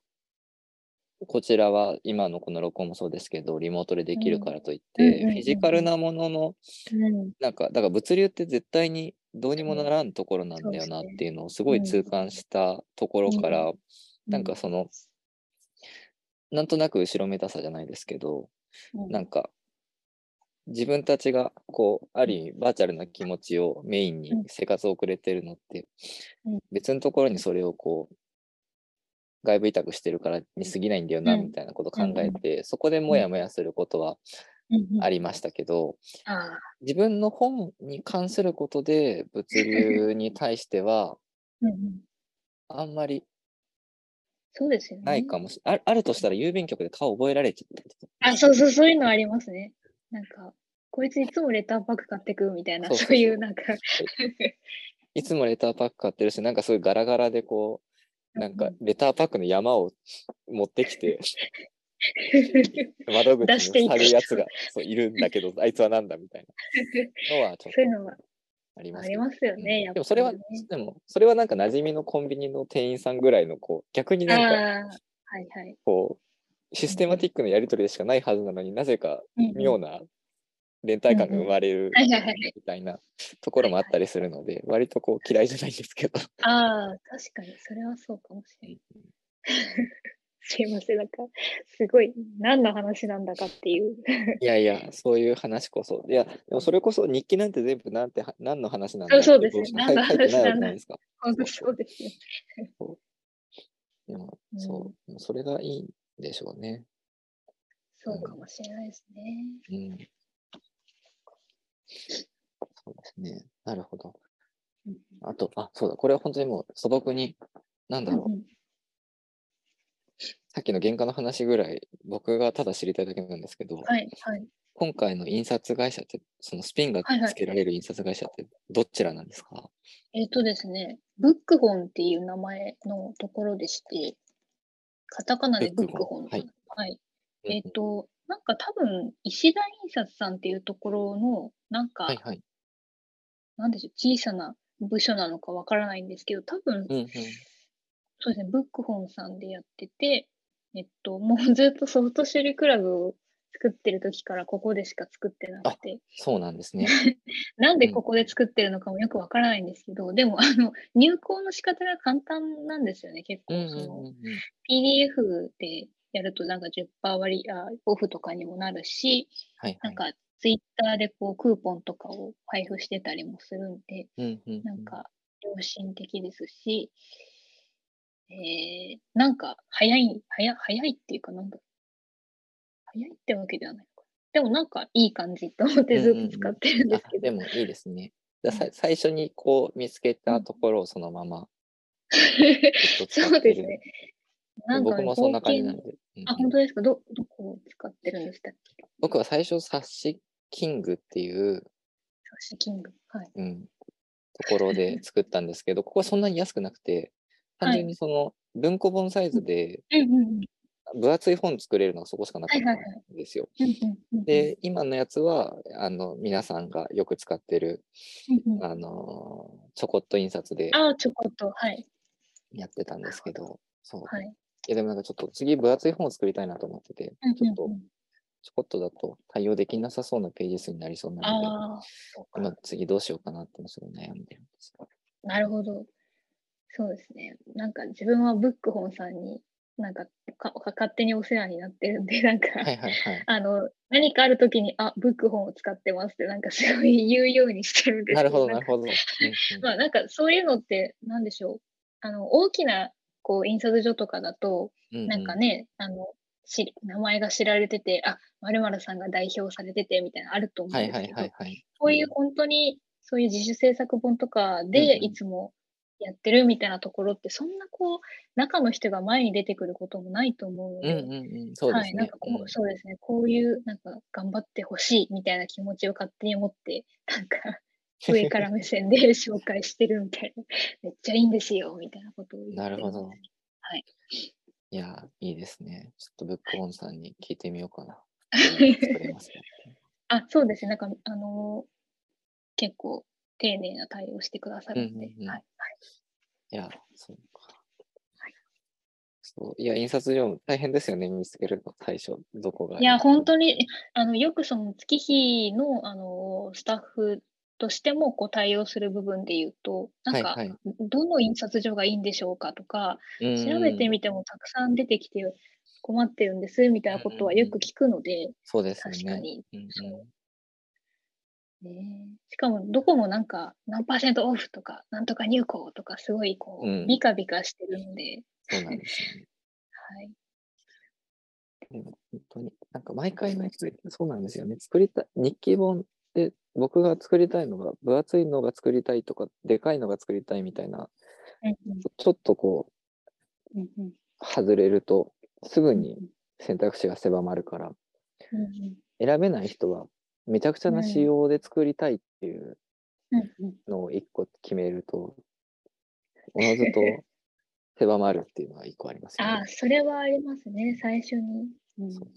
[SPEAKER 1] こちらは今のこの録音もそうですけど、リモートでできるからといっ
[SPEAKER 2] うんうん
[SPEAKER 1] て、
[SPEAKER 2] うんうん
[SPEAKER 1] フィジカルなものの、
[SPEAKER 2] うん
[SPEAKER 1] なんか、だから物流って絶対にどうにもならんところなんだよなっていうのをすごい痛感したところから、なんかその、なんとなく後ろめたさじゃないですけど、
[SPEAKER 2] うん
[SPEAKER 1] なんか、自分たちが、こう、ある意味、バーチャルな気持ちをメインに
[SPEAKER 2] うん
[SPEAKER 1] 生活を送れてるのって
[SPEAKER 2] うん、
[SPEAKER 1] 別のところにそれをこう、外部委託してるからに過ぎないんだよな、
[SPEAKER 2] うん
[SPEAKER 1] みたいなことを考えて、そこでもやもやすることはありましたけど、
[SPEAKER 2] あ
[SPEAKER 1] 自分の本に関することで、物流に対しては、
[SPEAKER 2] ーうんうん
[SPEAKER 1] あんまり
[SPEAKER 2] そうですよね。
[SPEAKER 1] ないかもしれない。あるとしたら郵便局で顔覚えられちゃったりとか
[SPEAKER 2] あ、そうそう、そういうのありますね。なんか、こいついつもレターパック買ってくみたいな、
[SPEAKER 1] そ
[SPEAKER 2] そうう
[SPEAKER 1] そうそう
[SPEAKER 2] いうなんか、
[SPEAKER 1] いつもレターパック買ってるし、なんかそういうガラガラでこう、なんか
[SPEAKER 2] うん
[SPEAKER 1] レターパックの山を持ってき て、窓
[SPEAKER 2] 出
[SPEAKER 1] 口
[SPEAKER 2] して
[SPEAKER 1] に
[SPEAKER 2] いく
[SPEAKER 1] 貼るやつがそういるんだけ ど、あいつはなんだみたいなのはちょっ
[SPEAKER 2] そういうのは
[SPEAKER 1] とありま
[SPEAKER 2] あ
[SPEAKER 1] す
[SPEAKER 2] り
[SPEAKER 1] けど。
[SPEAKER 2] ますよね。
[SPEAKER 1] う
[SPEAKER 2] や
[SPEAKER 1] ん
[SPEAKER 2] っ
[SPEAKER 1] でもそれは、
[SPEAKER 2] ぱりね
[SPEAKER 1] でもそれはなんか馴染みのコンビニの店員さんぐらいのこう逆に
[SPEAKER 2] あ
[SPEAKER 1] なんか
[SPEAKER 2] あー、はいはい。
[SPEAKER 1] こうシステマティックなやり取りでしかないはずなのになぜか
[SPEAKER 2] うんうん
[SPEAKER 1] 妙な連帯感が生まれる
[SPEAKER 2] はいはいはい。
[SPEAKER 1] みたいなところもあったりするので割とこう嫌いじゃないんですけど
[SPEAKER 2] ああ、確かに、それはそうかもしれない。 すいません、なんか、すごい、何の話なんだかっていう。
[SPEAKER 1] いやいや、そういう話こそ。いや、でもそれこそ日記なんて全部なんては何の話なんだ
[SPEAKER 2] そうそうですよ
[SPEAKER 1] ってどうしよう
[SPEAKER 2] 何の
[SPEAKER 1] 書いてないわ
[SPEAKER 2] 話
[SPEAKER 1] け
[SPEAKER 2] なんだ
[SPEAKER 1] ないですか。
[SPEAKER 2] 本当そうですね。
[SPEAKER 1] そう、それがいいんでしょうね。
[SPEAKER 2] そうかもしれないですね。
[SPEAKER 1] うん。そうですね。なるほど。
[SPEAKER 2] うん
[SPEAKER 1] あと、あ、そうだ、これは本当にもう素朴に、なんだろう、
[SPEAKER 2] うんうん
[SPEAKER 1] さっきの原価の話ぐらい、僕がただ知りたいだけなんですけど、
[SPEAKER 2] はい、はい。
[SPEAKER 1] 今回の印刷会社って、そのスピンが
[SPEAKER 2] はいはい
[SPEAKER 1] つけられる印刷会社ってどちらなんですか、
[SPEAKER 2] えっ、とですね、ブックホンっていう名前のところでして、カタカナで
[SPEAKER 1] ブ
[SPEAKER 2] ブ
[SPEAKER 1] ッ
[SPEAKER 2] ッ
[SPEAKER 1] ク
[SPEAKER 2] ク
[SPEAKER 1] ホ
[SPEAKER 2] ホ
[SPEAKER 1] ン
[SPEAKER 2] ン。
[SPEAKER 1] はい。
[SPEAKER 2] えっ、と、なんか多分、石田印刷さんっていうところの、なんか、
[SPEAKER 1] はいはい。
[SPEAKER 2] なんでしょう、小さな部署なのかわからないんですけど、多分、
[SPEAKER 1] うんうん。
[SPEAKER 2] そうですね、ブックホンさんでやってて、えっと、もうずっとソフト修理クラブを作ってる時からここでしか作ってなくて、
[SPEAKER 1] そうなんですね。
[SPEAKER 2] なんでここで作ってるのかもよくわからないんですけど、でもあの入稿の仕方が簡単なんですよね、結
[SPEAKER 1] うんう
[SPEAKER 2] 構
[SPEAKER 1] ん
[SPEAKER 2] その、
[SPEAKER 1] うんうん。
[SPEAKER 2] PDF でやるとなんか10%割りあオフとかにもなるし、
[SPEAKER 1] はい
[SPEAKER 2] な
[SPEAKER 1] は
[SPEAKER 2] ん
[SPEAKER 1] い。
[SPEAKER 2] かツイッターでこうクーポンとかを配布してたりもするんで、
[SPEAKER 1] うんうんうん
[SPEAKER 2] なんか良心的ですし、えー、なんか早い、早早いっていうかなんだろう早いってわけではないのか。でもなんかいい感じと思ってずっと使ってるんです
[SPEAKER 1] あ
[SPEAKER 2] けど
[SPEAKER 1] で。もいいですね。ださ最初にこう見つけたところをそのままずっと使ってる。
[SPEAKER 2] そうですね。なんか
[SPEAKER 1] 僕もそんな感じなの
[SPEAKER 2] 冒
[SPEAKER 1] で。うんうん
[SPEAKER 2] 険あ、本当ですかど、どこを使ってるんでしたっけ
[SPEAKER 1] 僕は最初、冊子キングっていう、
[SPEAKER 2] サッシキング。はい。
[SPEAKER 1] うん、ところで作ったんですけど、ここはそんなに安くなくて、単純にその文庫本サイズで
[SPEAKER 2] うんうんうん。
[SPEAKER 1] 分厚い本作れるのがそこしかなかった
[SPEAKER 2] はい
[SPEAKER 1] ん
[SPEAKER 2] はいは
[SPEAKER 1] ですよ。
[SPEAKER 2] うんうんうん、
[SPEAKER 1] で、今のやつは、あの、皆さんがよく使ってる、
[SPEAKER 2] うんうん、
[SPEAKER 1] あの、ちょこっと印刷で
[SPEAKER 2] ああ、ちょこっと、はい。
[SPEAKER 1] やってたんですけど、そう。
[SPEAKER 2] はい。
[SPEAKER 1] いやでもなんかちょっと次分厚い本を作りたいなと思ってて、ちょっと
[SPEAKER 2] うんうんうん
[SPEAKER 1] ちょこっとだと対応できなさそうなページ数になりそうなので、
[SPEAKER 2] ああ、そうか
[SPEAKER 1] 今次どうしようかなってのすごい悩んでるんです が。
[SPEAKER 2] なるほど。そうですね。なんか自分はブックホンさんに、なんかかか勝手にお世話になってるんで、なんか、
[SPEAKER 1] はいはいはい。
[SPEAKER 2] あの、何かあるときに、あ、ブックホンを使ってますって、なんかすごい言うようにしてるんです
[SPEAKER 1] な
[SPEAKER 2] け
[SPEAKER 1] るほど
[SPEAKER 2] な
[SPEAKER 1] なんる
[SPEAKER 2] か
[SPEAKER 1] ほ ど。うんうん
[SPEAKER 2] まあなんかそういうのって何でしょうあの大きなこう印刷所とかだと
[SPEAKER 1] うんうん
[SPEAKER 2] なんかね、あのし名前が知られててあまるさんが代表されててみたいなのあると思
[SPEAKER 1] は
[SPEAKER 2] うん
[SPEAKER 1] い
[SPEAKER 2] です
[SPEAKER 1] は
[SPEAKER 2] けど、
[SPEAKER 1] いはいはい。
[SPEAKER 2] こういう本当にそういう自主制作本とか
[SPEAKER 1] うんう
[SPEAKER 2] で
[SPEAKER 1] ん
[SPEAKER 2] いつもやってるみたいなところってそんなこう中の人が前に出てくることもないと
[SPEAKER 1] う
[SPEAKER 2] 思うの
[SPEAKER 1] ん
[SPEAKER 2] で。
[SPEAKER 1] うんうん。そうで
[SPEAKER 2] は
[SPEAKER 1] す
[SPEAKER 2] い、なん
[SPEAKER 1] ね
[SPEAKER 2] か。こう、そうですね、こういう、なんか頑張ってほしいみたいな気持ちを勝手に持って、なんか上から目線で紹介してるみたいな、 めっちゃいいんですよみたいなことを言
[SPEAKER 1] う
[SPEAKER 2] っ
[SPEAKER 1] ん
[SPEAKER 2] て
[SPEAKER 1] なるほど。
[SPEAKER 2] はい。
[SPEAKER 1] いや、いいですね。ちょっとブックオンさんに聞いてみよう かな。
[SPEAKER 2] い
[SPEAKER 1] 作れますか
[SPEAKER 2] あ、そうですね、なんか、あのー結構丁寧な対応してくださるので、
[SPEAKER 1] うんうんうん
[SPEAKER 2] はい。
[SPEAKER 1] いや、そうか。そういや、印刷業務大変ですよね、見つけるの、最初、どこが。
[SPEAKER 2] いや、本当に、あの、よくその月日の、あのースタッフとしても、こう、対応する部分で言うと、なんか、
[SPEAKER 1] はいはい
[SPEAKER 2] どの印刷所がいいんでしょうかとか、調べて
[SPEAKER 1] み
[SPEAKER 2] みてもたくさん出てきて困ってるんですみたいなことはよく聞くので、
[SPEAKER 1] そうですよね。
[SPEAKER 2] 確かに、
[SPEAKER 1] うんうん
[SPEAKER 2] ね。しかもどこもなんか何パーセントオフとかなんとか入稿とかすごいこう、
[SPEAKER 1] うん
[SPEAKER 2] ビカビカしてるので、
[SPEAKER 1] そうなんですよね。
[SPEAKER 2] はい、
[SPEAKER 1] でも本当に、なんか毎回毎回、そうなんですよね。作りたい、日記本で僕が作りたいのが、分厚いのが作りたいとか、でかいのが作りたいみたいな、
[SPEAKER 2] うん
[SPEAKER 1] ちょちょっとこう、
[SPEAKER 2] うんうんうん
[SPEAKER 1] 外れると、すぐ
[SPEAKER 2] うん
[SPEAKER 1] に選択肢が狭まるから、
[SPEAKER 2] うん
[SPEAKER 1] 選べない人は、めちゃくちゃな仕様で作りたいっていう
[SPEAKER 2] うんうん
[SPEAKER 1] のを一個決めると、おのず と狭まるっていうのは一個ありますよね。
[SPEAKER 2] ああそれはありますね最初に、うん
[SPEAKER 1] そう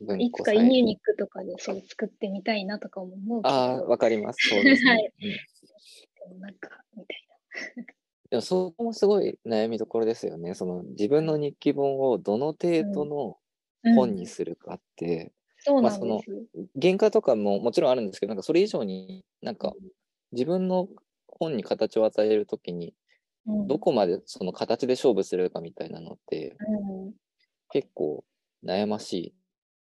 [SPEAKER 1] 文
[SPEAKER 2] い
[SPEAKER 1] 庫
[SPEAKER 2] つか
[SPEAKER 1] さ
[SPEAKER 2] イ
[SPEAKER 1] え
[SPEAKER 2] ニューニックとかでそう作ってみたいなとかも思うけど
[SPEAKER 1] ああ、わかります。そうですね。
[SPEAKER 2] はい
[SPEAKER 1] うん
[SPEAKER 2] でもなんかみたい
[SPEAKER 1] でもそこもすごい悩みどころですよね。その自分の日記本をどの程度の
[SPEAKER 2] な、うん
[SPEAKER 1] 本にするかって、
[SPEAKER 2] そう
[SPEAKER 1] まあ
[SPEAKER 2] なん
[SPEAKER 1] そ
[SPEAKER 2] で
[SPEAKER 1] の
[SPEAKER 2] す、
[SPEAKER 1] 原価とかももちろんあるんですけど、なんかそれ以上になんか自分の本に形を与えるときに、
[SPEAKER 2] うん
[SPEAKER 1] どこまでその形で勝負するかみたいなのって、
[SPEAKER 2] うん
[SPEAKER 1] 結構悩ましい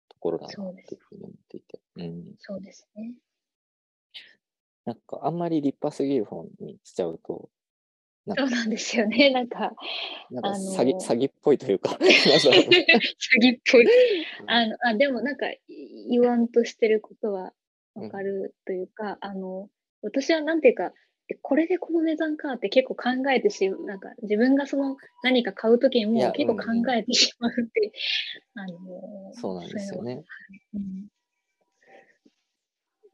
[SPEAKER 1] ところだな
[SPEAKER 2] そうです
[SPEAKER 1] というふうに思っていて。うん、
[SPEAKER 2] そうですね。
[SPEAKER 1] なんかあんまり立派すぎる本にしちゃうと、なん
[SPEAKER 2] そうなんですよね。なんか、
[SPEAKER 1] なんか
[SPEAKER 2] あのー
[SPEAKER 1] 詐欺、詐欺っぽいと いうか、なんだろう
[SPEAKER 2] 詐欺っぽい。あのあでもなんかい言わんとしてることはわかるというか、あの私はなんていうかえこれでこの値段かって結構考えてしまうなんか自分がその何か買う時に
[SPEAKER 1] い
[SPEAKER 2] も
[SPEAKER 1] や
[SPEAKER 2] 結構考えてしまうって、あの
[SPEAKER 1] そうなんですよね。
[SPEAKER 2] そういう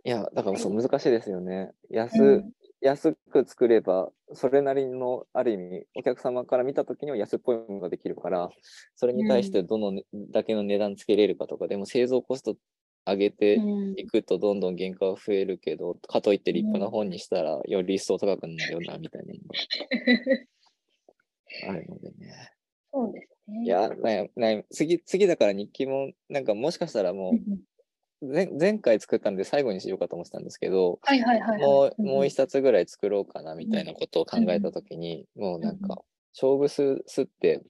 [SPEAKER 1] いや、だからそう難しいですよね。安、
[SPEAKER 2] のは、うんうん
[SPEAKER 1] 安く作れば、それなりの、ある意味、お客様から見たときには安っぽいものができるから、それに対してどのね、だけの値段つけれるかとか、でも製造コスト上げて
[SPEAKER 2] うん
[SPEAKER 1] いくとどんどん原価は増えるけど、かといって立派な本にしたら、より一層高くなるよな、みたいなのがあ るのでね。
[SPEAKER 2] そうですね。
[SPEAKER 1] いや、悩悩次、次だから日記も、なんかもしかしたら
[SPEAKER 2] うん
[SPEAKER 1] も
[SPEAKER 2] うん
[SPEAKER 1] う、前前回作ったんで最後にしようかと思ってたんですけど、
[SPEAKER 2] はいはいはいはい。
[SPEAKER 1] もう、もう
[SPEAKER 2] うん
[SPEAKER 1] 一冊ぐらい作ろうかなみたいなことを考えたときに、もうなんか、勝負すすって、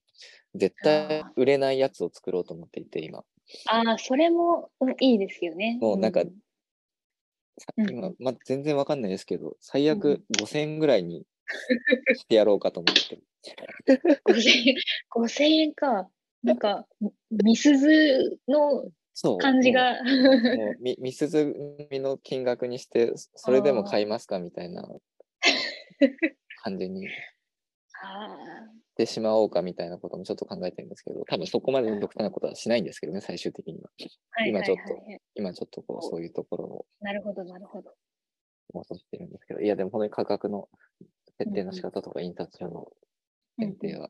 [SPEAKER 1] 絶対売れないやつを作ろうと思っていて、今。
[SPEAKER 2] ああ、それも、うんいいですよね。
[SPEAKER 1] もうなんか
[SPEAKER 2] ん
[SPEAKER 1] さ
[SPEAKER 2] うん
[SPEAKER 1] 今、ま、全然わかんないですけど、最
[SPEAKER 2] う
[SPEAKER 1] 悪5000円ぐらいにしてやろうかと思って て。
[SPEAKER 2] 5000円5000円か。なんか、みすずの
[SPEAKER 1] そう。
[SPEAKER 2] 感じが。
[SPEAKER 1] もう。もうみ、みすずみの金額にして、そそれでも買いますかみたいな感じに
[SPEAKER 2] あ
[SPEAKER 1] してしまおうかみたいなこともちょっと考えてるんですけど、多分そこまで極端なことはしないんですけどね、最終的には。
[SPEAKER 2] ーはい
[SPEAKER 1] 今ちょっと
[SPEAKER 2] はいはいはい
[SPEAKER 1] 今ちょっとこう、そういうところを
[SPEAKER 2] なるほど、なるほど。
[SPEAKER 1] 妄想してるんですけど、いや、でも本当に価格の設定の仕方とか、印刷所の
[SPEAKER 2] うん
[SPEAKER 1] 選定は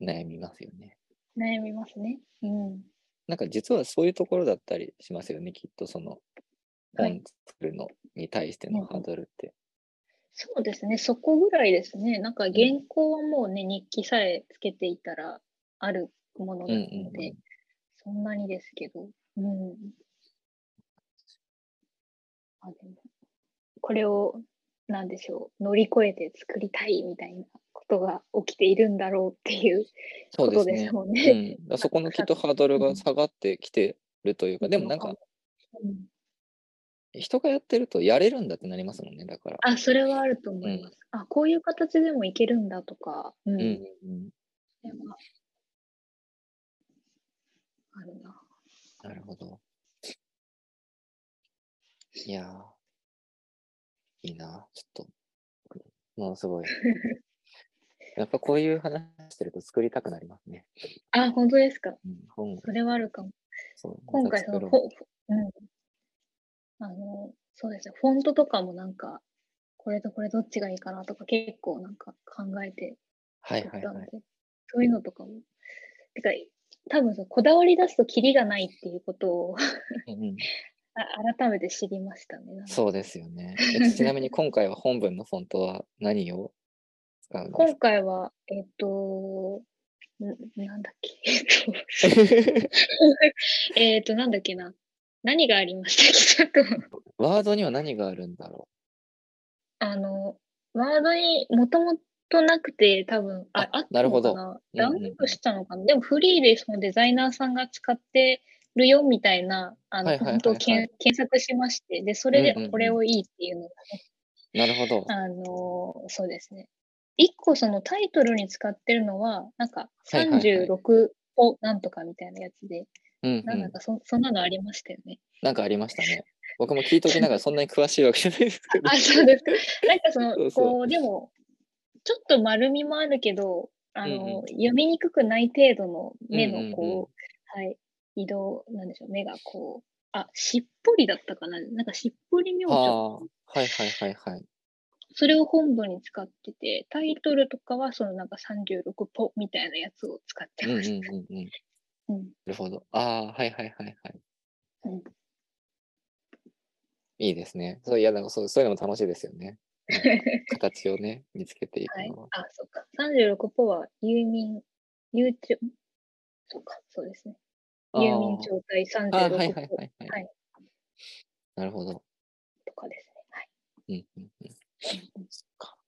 [SPEAKER 1] 悩みますよね。
[SPEAKER 2] 悩みますね。うん。
[SPEAKER 1] なんか実はそういうところだったりしますよね、きっとその、
[SPEAKER 2] は
[SPEAKER 1] 本
[SPEAKER 2] い
[SPEAKER 1] 作るのに対してのハードルって。
[SPEAKER 2] そうですね、そこぐらいですね。なんか原稿はもうね、日記さえつけていたらあるもの
[SPEAKER 1] うん
[SPEAKER 2] な
[SPEAKER 1] うん
[SPEAKER 2] ので、
[SPEAKER 1] うん。
[SPEAKER 2] そんなにですけど。うん。あでもこれを、なんでしょう、乗り越えて作りたいみたいなことが起きているんだろうっていう
[SPEAKER 1] そ
[SPEAKER 2] こ
[SPEAKER 1] うで
[SPEAKER 2] と
[SPEAKER 1] す
[SPEAKER 2] です
[SPEAKER 1] ね。
[SPEAKER 2] もん
[SPEAKER 1] う
[SPEAKER 2] ね。
[SPEAKER 1] ん、だからそこのきっとハードルが下がってきてるというか、でもなんか、
[SPEAKER 2] うん
[SPEAKER 1] 人がやってるとやれるんだってなりますもんね、だから。
[SPEAKER 2] あ、それはあると思います。あ、こういう形でもいけるんだとか、うん。
[SPEAKER 1] うん
[SPEAKER 2] そ
[SPEAKER 1] う
[SPEAKER 2] れ
[SPEAKER 1] んうん、
[SPEAKER 2] はあるな。
[SPEAKER 1] なるほど。いやー、いいな、ちょっと、もうす ごい。やっぱこういう話してると作りたくなりますね。
[SPEAKER 2] あ、本当ですか。
[SPEAKER 1] うん、本
[SPEAKER 2] それはあるかも。
[SPEAKER 1] そう
[SPEAKER 2] 今回
[SPEAKER 1] また
[SPEAKER 2] そ
[SPEAKER 1] 作ろ
[SPEAKER 2] の
[SPEAKER 1] う
[SPEAKER 2] フォ、フォうん。あの、そうですね。フォントとかもなんか、これとこれどっちがいいかなとか結構なんか考えて
[SPEAKER 1] はい
[SPEAKER 2] 作
[SPEAKER 1] は
[SPEAKER 2] っ
[SPEAKER 1] い
[SPEAKER 2] た
[SPEAKER 1] は
[SPEAKER 2] の
[SPEAKER 1] い
[SPEAKER 2] で、。そういうのとかも。てか、多分そのこだわり出すとキリがないっていうことを
[SPEAKER 1] うんうん、
[SPEAKER 2] あ改めて知りましたね。なんか
[SPEAKER 1] そうですよね。えちな みに今回は本文のフォントは何を使うん
[SPEAKER 2] 今回は、えっと、んなんだっけ、えっと、
[SPEAKER 1] ですか
[SPEAKER 2] えっと、なんだっけな。何がありましたっけ、ちょっと。
[SPEAKER 1] ワードには何があるんだろ
[SPEAKER 2] あの、ワードにもともとなくて、多分、あ
[SPEAKER 1] あ、
[SPEAKER 2] あった
[SPEAKER 1] なるほ
[SPEAKER 2] の
[SPEAKER 1] ど
[SPEAKER 2] かな。ダウンロードしたのかな。でも、フリーでそのデザイナーさんが使ってるよみたいな、あ
[SPEAKER 1] は
[SPEAKER 2] の、
[SPEAKER 1] いはいはいはい
[SPEAKER 2] 本当検索しまして、で、それ
[SPEAKER 1] うんうんう
[SPEAKER 2] で
[SPEAKER 1] ん
[SPEAKER 2] これをいいっていうのが
[SPEAKER 1] うなるほど。
[SPEAKER 2] あの、そうですね。一個そのタイトルに使ってるのは、なんか
[SPEAKER 1] はいはいはい
[SPEAKER 2] 36をなんとかみたいなやつで、
[SPEAKER 1] うん、う
[SPEAKER 2] なん
[SPEAKER 1] ん
[SPEAKER 2] だ。かそそんなのありましたよね。
[SPEAKER 1] なんかありましたね。僕も聞いときながらそんなに詳しいわけじゃないですけど。
[SPEAKER 2] あ、そ うですか。なんかその、
[SPEAKER 1] そうそう
[SPEAKER 2] こう、でも、ちょっと丸みもあるけど、あの、
[SPEAKER 1] うんうん
[SPEAKER 2] 読みにくくない程度の目
[SPEAKER 1] うんうんうん
[SPEAKER 2] の、こう、はい、移動、なんでしょう、目がこう、あ、しっぽりだったかな。なんかしっぽり描写。
[SPEAKER 1] ああ、はいはいはいはい。
[SPEAKER 2] それを本文に使ってて、タイトルとかはそのなんか36ポみたいなやつを使って
[SPEAKER 1] うんうん
[SPEAKER 2] ま
[SPEAKER 1] うん
[SPEAKER 2] した。
[SPEAKER 1] うん。な
[SPEAKER 2] うん
[SPEAKER 1] るほど。ああ、はいはいはいはい。
[SPEAKER 2] うん
[SPEAKER 1] いいですね。そういやなんかそうそういうのも楽しいですよね。形をね、見つけていく
[SPEAKER 2] はい
[SPEAKER 1] のは。、
[SPEAKER 2] あ、そうか。36ポは、遊民、ゆうちょ、そうか、そうですね。
[SPEAKER 1] あー
[SPEAKER 2] 遊民状態36
[SPEAKER 1] あーはいはい
[SPEAKER 2] ポ
[SPEAKER 1] はいはい。
[SPEAKER 2] はい
[SPEAKER 1] なるほど。
[SPEAKER 2] とかですね。はい
[SPEAKER 1] うんうんうん。そっか。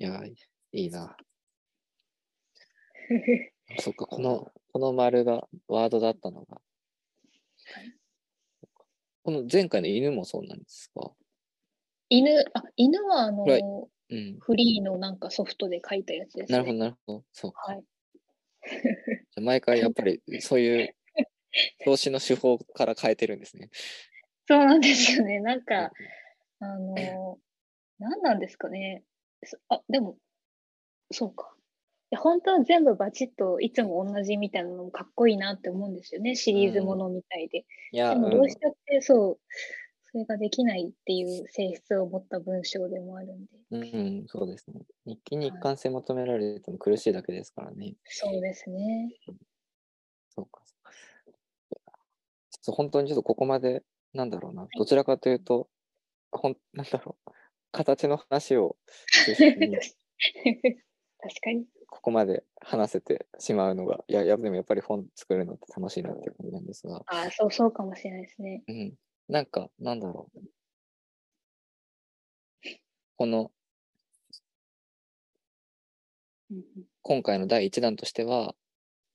[SPEAKER 1] いやー、いいな。そっか、この、この丸がワードだったのが。この前回の犬もそうなんですか
[SPEAKER 2] 犬、あ、犬はあの
[SPEAKER 1] はい、うん。
[SPEAKER 2] フリーのなんかソフトで書いたやつです、
[SPEAKER 1] な
[SPEAKER 2] ね。
[SPEAKER 1] るほど、なるほど。そう。
[SPEAKER 2] はい。
[SPEAKER 1] じゃあ毎回やっぱりそういう投資の手法から変えてるんです ね。
[SPEAKER 2] そうなんですよね。なんか、あの、何なんですかね。そあ、でも、そうか。いや本当は全部バチッといつも同じみたいなのもかっこいいなって思うんですよね。シリーズものみたいで。
[SPEAKER 1] いや、
[SPEAKER 2] で
[SPEAKER 1] う
[SPEAKER 2] も
[SPEAKER 1] ん
[SPEAKER 2] どうしちゃって、そう、それができないっていう性質を持った文章でもあるんで。
[SPEAKER 1] うん、そうですね。日記に一貫性求められても苦しいだけですからね。
[SPEAKER 2] そうですね。
[SPEAKER 1] そうか。そうかちょっと本当にちょっとここまで、なんだろうな、どちらかというと、ほん、 なんだろう、形の話を中 心に
[SPEAKER 2] 確かに。
[SPEAKER 1] ここまで話せてしまうのが、いや、いやでもやっぱり本作るのって楽しいなって感じなんですが、
[SPEAKER 2] あそう、そうかもしれないですね。
[SPEAKER 1] うん、なんか、なんだろう。この、
[SPEAKER 2] うんうん
[SPEAKER 1] 今回の第1弾としては、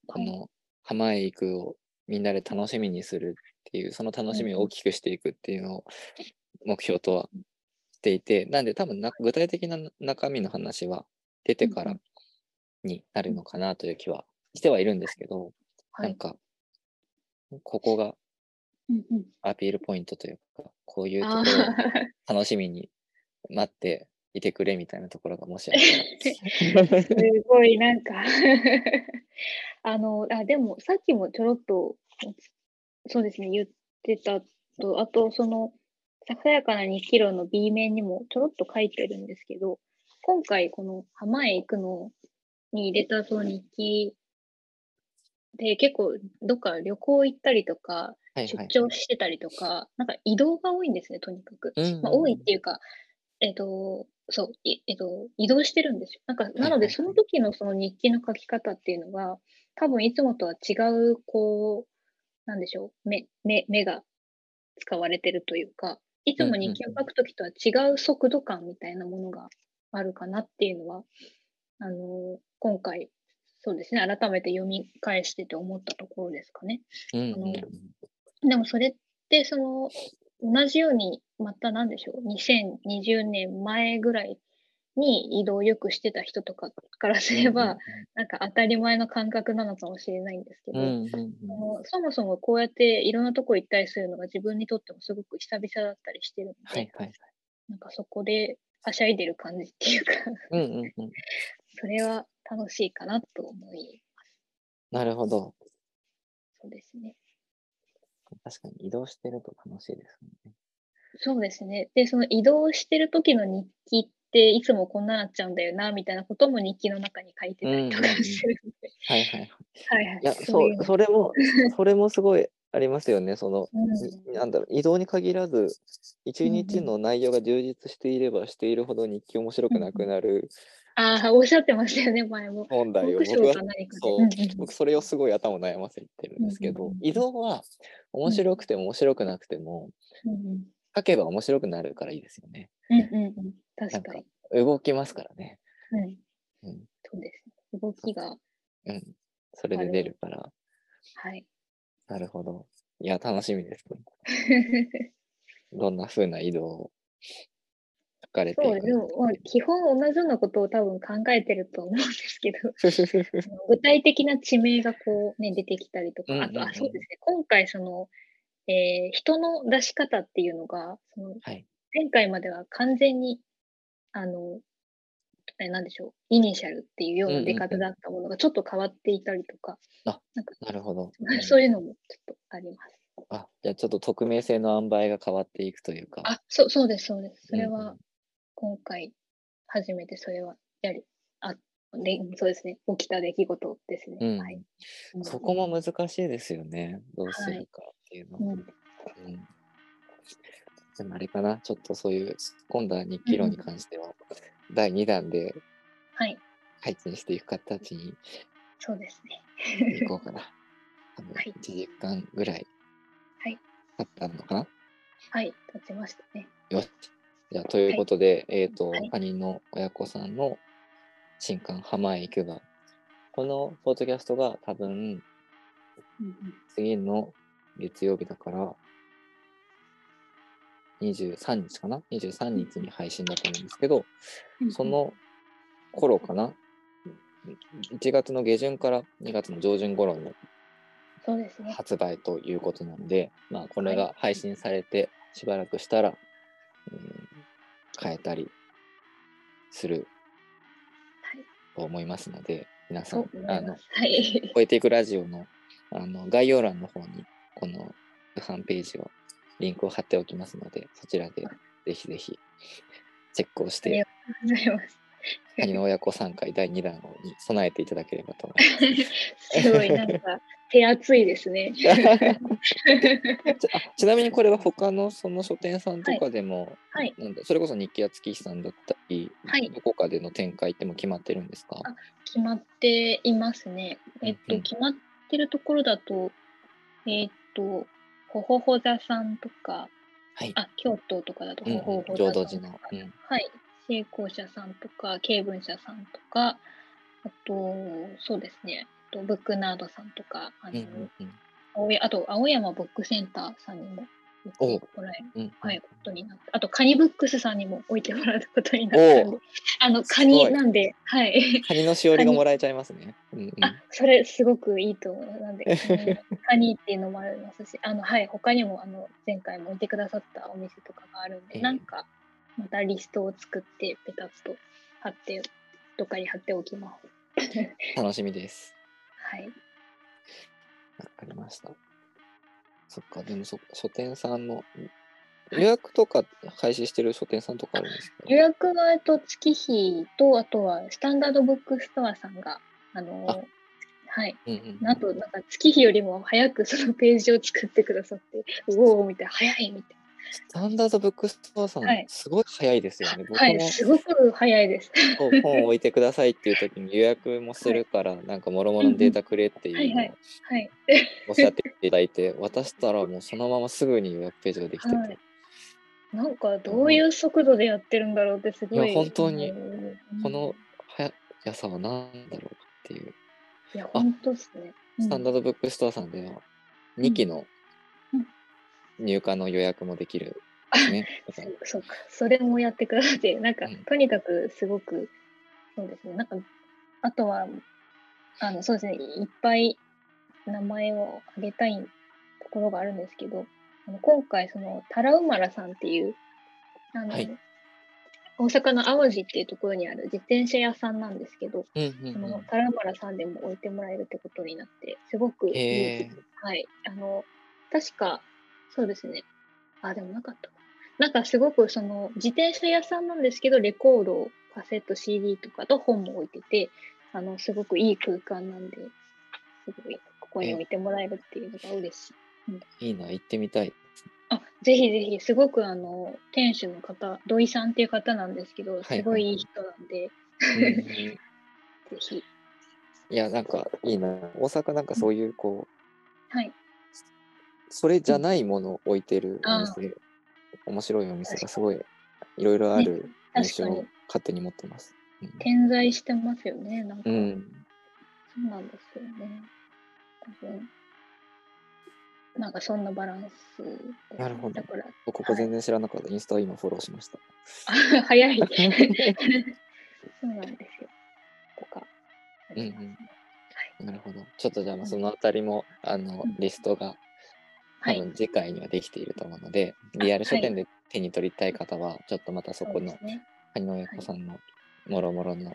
[SPEAKER 1] こ
[SPEAKER 2] はい
[SPEAKER 1] の浜へ行くをみんなで楽しみにするっていう、その楽しみを大きくしていくっていうのを目標とはしていて、なんで多分な具体的な中身の話は出てか
[SPEAKER 2] う
[SPEAKER 1] ら
[SPEAKER 2] ん
[SPEAKER 1] になるのかなという気はしてはいるんですけど、
[SPEAKER 2] は
[SPEAKER 1] なん
[SPEAKER 2] い。
[SPEAKER 1] か、ここが
[SPEAKER 2] うんうん
[SPEAKER 1] アピールポイントというか、こういうところ
[SPEAKER 2] あ
[SPEAKER 1] を
[SPEAKER 2] ー
[SPEAKER 1] 楽しみに待っていてくれみたいなところがもしあった ら。
[SPEAKER 2] すごいなんか あのあでもさっきもちょろっとそうですね言ってたとあとその「ささやかな2キロ」の B 面にもちょろっと書いてるんですけど今回この「浜へ行くの」に入れたその日記で結構どっか旅行行ったりとか
[SPEAKER 1] はい
[SPEAKER 2] 出
[SPEAKER 1] はい
[SPEAKER 2] 張してたりとか、なんか移動が多いんですねとにかく。
[SPEAKER 1] うん
[SPEAKER 2] まあ、多いっていうか、えっ、と、そう、いえっ、と、移動してるんですよ。なんか、
[SPEAKER 1] いは
[SPEAKER 2] ないので、その時のその日記の書き方っていうのが、多分いつもとは違う、こう、なんでしょう、目、目、目が使われてるというか、いつも日記を書く時とは違う速度感みたいなものがあるかなっていうのは、あの今回、そうですね、改めて読み返してて思ったところですかね。
[SPEAKER 1] うん
[SPEAKER 2] あの
[SPEAKER 1] うん
[SPEAKER 2] でもそれってその同じようにまた何でしょう2020年前ぐらいに移動をよくしてた人とかからすれば、なんか当たり前の感覚なのかもしれないんですけ
[SPEAKER 1] う
[SPEAKER 2] ど、
[SPEAKER 1] んうんうん
[SPEAKER 2] そのそもそもこうやっていろんなとこ行ったりするのが自分にとってもすごく久々だったりしてるので、
[SPEAKER 1] はいはい。
[SPEAKER 2] なんかそこではしゃいでる感じっていうか
[SPEAKER 1] うんうんうん。
[SPEAKER 2] それは楽しいかなと思い
[SPEAKER 1] なるほど。
[SPEAKER 2] そうですね。
[SPEAKER 1] 確かに移動してると楽しいですね。
[SPEAKER 2] そうですね。で、その移動してる時の日記って、いつもこんななっちゃうんだよな、みたいなことも日記の中に書いてたりとか
[SPEAKER 1] うんうんうん
[SPEAKER 2] するので。
[SPEAKER 1] はいはいはい。
[SPEAKER 2] はいはい。
[SPEAKER 1] いや、
[SPEAKER 2] そ
[SPEAKER 1] そう
[SPEAKER 2] いう
[SPEAKER 1] う、
[SPEAKER 2] の
[SPEAKER 1] それ も、それもすごいありますよね。その、
[SPEAKER 2] うん
[SPEAKER 1] なんだろう、移動に限らず、一日
[SPEAKER 2] うん
[SPEAKER 1] の内容が充実していればしているほど日記面白くなくなる
[SPEAKER 2] ああ、おっしゃってましたよね、前も。
[SPEAKER 1] 問
[SPEAKER 2] ト
[SPEAKER 1] 題
[SPEAKER 2] ー
[SPEAKER 1] を
[SPEAKER 2] クショ
[SPEAKER 1] 僕
[SPEAKER 2] ー
[SPEAKER 1] は
[SPEAKER 2] か何かで。
[SPEAKER 1] そううん
[SPEAKER 2] うん
[SPEAKER 1] 僕それをすごい頭悩ませてるんですけ
[SPEAKER 2] うんう
[SPEAKER 1] ど
[SPEAKER 2] んうん
[SPEAKER 1] 移動は面白くても面白くなくても
[SPEAKER 2] うん
[SPEAKER 1] 書けば面白くなるからいいですよね
[SPEAKER 2] うんうんうんうん
[SPEAKER 1] なん
[SPEAKER 2] 確
[SPEAKER 1] か
[SPEAKER 2] かに。
[SPEAKER 1] 動きますからね
[SPEAKER 2] うん
[SPEAKER 1] うん
[SPEAKER 2] そうですね。動きが、
[SPEAKER 1] うんそれで出るから
[SPEAKER 2] はい。
[SPEAKER 1] なるほどいや楽しみですどんな風な移動を書かれて
[SPEAKER 2] そうで
[SPEAKER 1] い
[SPEAKER 2] すね。で
[SPEAKER 1] く
[SPEAKER 2] もまあ基本同じようなことを多分考えてると思うんですけど、
[SPEAKER 1] のか
[SPEAKER 2] 具体的な地名がこうね、出てきたりとか、
[SPEAKER 1] うん
[SPEAKER 2] あ
[SPEAKER 1] う
[SPEAKER 2] と、
[SPEAKER 1] んう
[SPEAKER 2] あ、
[SPEAKER 1] ん
[SPEAKER 2] そうですね、今回その、えー人の出し方っていうのが、その
[SPEAKER 1] はい
[SPEAKER 2] 前回までは完全に、あの、えなんでしょう、イニシャルっていうような出方だったものがちょっと変わっていたりとか、
[SPEAKER 1] あ
[SPEAKER 2] なんか、
[SPEAKER 1] なるほど
[SPEAKER 2] そういうのもちょっとあります。
[SPEAKER 1] あじゃあちょっと匿名性の塩梅が変わっていくというか
[SPEAKER 2] あ、そう、そうです、そうです。それ
[SPEAKER 1] うんう
[SPEAKER 2] は
[SPEAKER 1] ん、
[SPEAKER 2] 今回、初めてそれは、やり、あ、で、そうですね、起きた出来事ですね。
[SPEAKER 1] うん
[SPEAKER 2] はい。うん
[SPEAKER 1] そこも難しいですよねどうす
[SPEAKER 2] は
[SPEAKER 1] る
[SPEAKER 2] い
[SPEAKER 1] かっていうのは
[SPEAKER 2] うん
[SPEAKER 1] うんでもあれかな、ちょっとそういう突っ込んだ日記論に関しては、第2弾で
[SPEAKER 2] はい、
[SPEAKER 1] 配信していく形 に
[SPEAKER 2] そうですね。
[SPEAKER 1] 行こうかな。多分
[SPEAKER 2] はい
[SPEAKER 1] 1時間ぐらい
[SPEAKER 2] はい
[SPEAKER 1] 経ったのかな。
[SPEAKER 2] はい、立ちましたね。
[SPEAKER 1] よし。じゃあ、ということで、えっ、と
[SPEAKER 2] はい、
[SPEAKER 1] 他人の親子さんの新刊、浜へ行くが、このポッドキャストが多分、
[SPEAKER 2] うんうん
[SPEAKER 1] 次の月曜日だから、 23日かな ?23 日に配信だと思うんですけど、
[SPEAKER 2] うん
[SPEAKER 1] その頃かな ?1 月の下旬から2月の上旬頃の
[SPEAKER 2] そうですね。
[SPEAKER 1] 発売ということなので、まあ、これが配信されてしばらくしたら、うん、変えたりすると思いますので、皆さ
[SPEAKER 2] そ
[SPEAKER 1] ん
[SPEAKER 2] う、思
[SPEAKER 1] あ
[SPEAKER 2] い
[SPEAKER 1] の
[SPEAKER 2] ま、す。はい。
[SPEAKER 1] 超えていくラジオのあの概要欄の方に、この半ページを、リンクを貼っておきますので、そちらでぜひぜひチェックをし
[SPEAKER 2] あり
[SPEAKER 1] て
[SPEAKER 2] が、ありがとうございます。
[SPEAKER 1] カニの親子参会第2弾に備えていただければと思います。
[SPEAKER 2] すごいなんか手厚いで すね。
[SPEAKER 1] ちあちなみにこれは他のその書店さんとかでも、
[SPEAKER 2] はい
[SPEAKER 1] なんだそれこそ日記や月日さんだったり、
[SPEAKER 2] はい
[SPEAKER 1] どこかでの展開ってもう決まってるんですか
[SPEAKER 2] あ決まっていますね。えっ
[SPEAKER 1] うんう
[SPEAKER 2] と、
[SPEAKER 1] ん
[SPEAKER 2] 決まってるところだと、えっと、ほほほ座さんとか、
[SPEAKER 1] はい。
[SPEAKER 2] あ、京都とかだと
[SPEAKER 1] うん
[SPEAKER 2] ほほほ
[SPEAKER 1] 浄
[SPEAKER 2] 座
[SPEAKER 1] 土
[SPEAKER 2] さん
[SPEAKER 1] 寺
[SPEAKER 2] とか
[SPEAKER 1] の、、うん
[SPEAKER 2] はい、成功者さんとか、経文社さんとか、あと、そうですね、あとブックナードさんとか、あ
[SPEAKER 1] うんう
[SPEAKER 2] の、
[SPEAKER 1] んうん
[SPEAKER 2] 青やあと、青山ブックセンターさんにも置いてもらえる、
[SPEAKER 1] うんうん
[SPEAKER 2] はい、ことになって、あと、カニブックスさんにも置いてもらうことになったんで、あの、カニなんで、はい。
[SPEAKER 1] カニのしおりがもらえちゃいますね。うんうん
[SPEAKER 2] あそれすごくいいと思う。なんで、カニ カニっていうのもありますし、あのはい、他にもあの前回もいてくださったお店とかがあるん
[SPEAKER 1] え
[SPEAKER 2] で、
[SPEAKER 1] え
[SPEAKER 2] なんかまたリストを作って、ペタッと貼って、どっかに貼っておきます。
[SPEAKER 1] 楽しみです。
[SPEAKER 2] はい。
[SPEAKER 1] わかりました。そっか、でもそ書店さんの予約とか開始してる書店さんとかあるんですか
[SPEAKER 2] 予約は、えっと、月日と、あとは、スタンダードブックストアさんが、あの
[SPEAKER 1] あ
[SPEAKER 2] はい。
[SPEAKER 1] うんうんうん
[SPEAKER 2] なんと、なんか月日よりも早くそのページを作ってくださって、うおーみたいな、早いみたい
[SPEAKER 1] スタンダードブックストアさん、
[SPEAKER 2] はい
[SPEAKER 1] すごい早いですよね。
[SPEAKER 2] な。はい、すごく早いです。
[SPEAKER 1] 本本を置いてくださいっていう時に予約もするから、なんかもろもろのデータくれっていうの
[SPEAKER 2] は
[SPEAKER 1] を
[SPEAKER 2] いはい。
[SPEAKER 1] おっしゃっていただいて、渡したらもうそのまますぐに予約ページができてて、
[SPEAKER 2] はいなんかどういう速度でやってるんだろうってすごい。
[SPEAKER 1] いや本当に
[SPEAKER 2] うん
[SPEAKER 1] この速さは何だろうっていう、
[SPEAKER 2] いや本当ですね。
[SPEAKER 1] スタンダ
[SPEAKER 2] ー
[SPEAKER 1] ードブックストアさんでは2期の
[SPEAKER 2] うん
[SPEAKER 1] 入荷の予約もできるんですね。だから
[SPEAKER 2] そうか。それもやってくださって、なんか、
[SPEAKER 1] うん
[SPEAKER 2] とにかくすごく、そうですね。なんか、あとは、あの、そうですね。いっぱい名前を挙げたいところがあるんですけど、あの今回、その、タラウマラさんっていう、あの、
[SPEAKER 1] はい
[SPEAKER 2] 大阪の淡路っていうところにある自転車屋さんなんですけど、
[SPEAKER 1] うんう
[SPEAKER 2] そ
[SPEAKER 1] んう
[SPEAKER 2] の
[SPEAKER 1] ん
[SPEAKER 2] タラバラさんでも置いてもらえるってことになって、すごくいい
[SPEAKER 1] へー
[SPEAKER 2] です。はい。あの、確か、そうですね。あ、でもなかったかなんかすごくその自転車屋さんなんですけど、レコード、カセット、CD とかと本も置いてて、あの、すごくいい空間なんで、すごい、ここに置いてもらえるっていうのが嬉しい。
[SPEAKER 1] いいな、行ってみ たい。
[SPEAKER 2] あ、ぜひぜひ、すごくあの、店主の方、土井さんっていう方なんですけど、すごいいい人なんで、
[SPEAKER 1] うんうん
[SPEAKER 2] ぜひ。
[SPEAKER 1] いや、なんかいいな。大阪なんかそういうこう、
[SPEAKER 2] はい。
[SPEAKER 1] それじゃないものを置いてるお店、面白いお店がすごいいろいろある印
[SPEAKER 2] 確
[SPEAKER 1] 象
[SPEAKER 2] か
[SPEAKER 1] を
[SPEAKER 2] に、
[SPEAKER 1] 勝手に持ってます。
[SPEAKER 2] 点在してますよね。なんか、
[SPEAKER 1] うん、うん
[SPEAKER 2] そうなんですよね。多分なんかそんなバランスですね、
[SPEAKER 1] なるほど
[SPEAKER 2] だから、
[SPEAKER 1] ここ全然知らなかった、インスタを今フォローしました。
[SPEAKER 2] あ早 い。そうなんですよ。とか、ありますね
[SPEAKER 1] なるほど。ちょっとじゃあまあそのあたりも、あの
[SPEAKER 2] うん
[SPEAKER 1] リストが
[SPEAKER 2] は
[SPEAKER 1] 多
[SPEAKER 2] い。
[SPEAKER 1] 分次回にはできていると思うので、リアル書店で手に取りたい方はちょっとまたそ
[SPEAKER 2] そう
[SPEAKER 1] こ
[SPEAKER 2] で
[SPEAKER 1] の
[SPEAKER 2] すね。
[SPEAKER 1] 谷野親子さんのもろもろの
[SPEAKER 2] は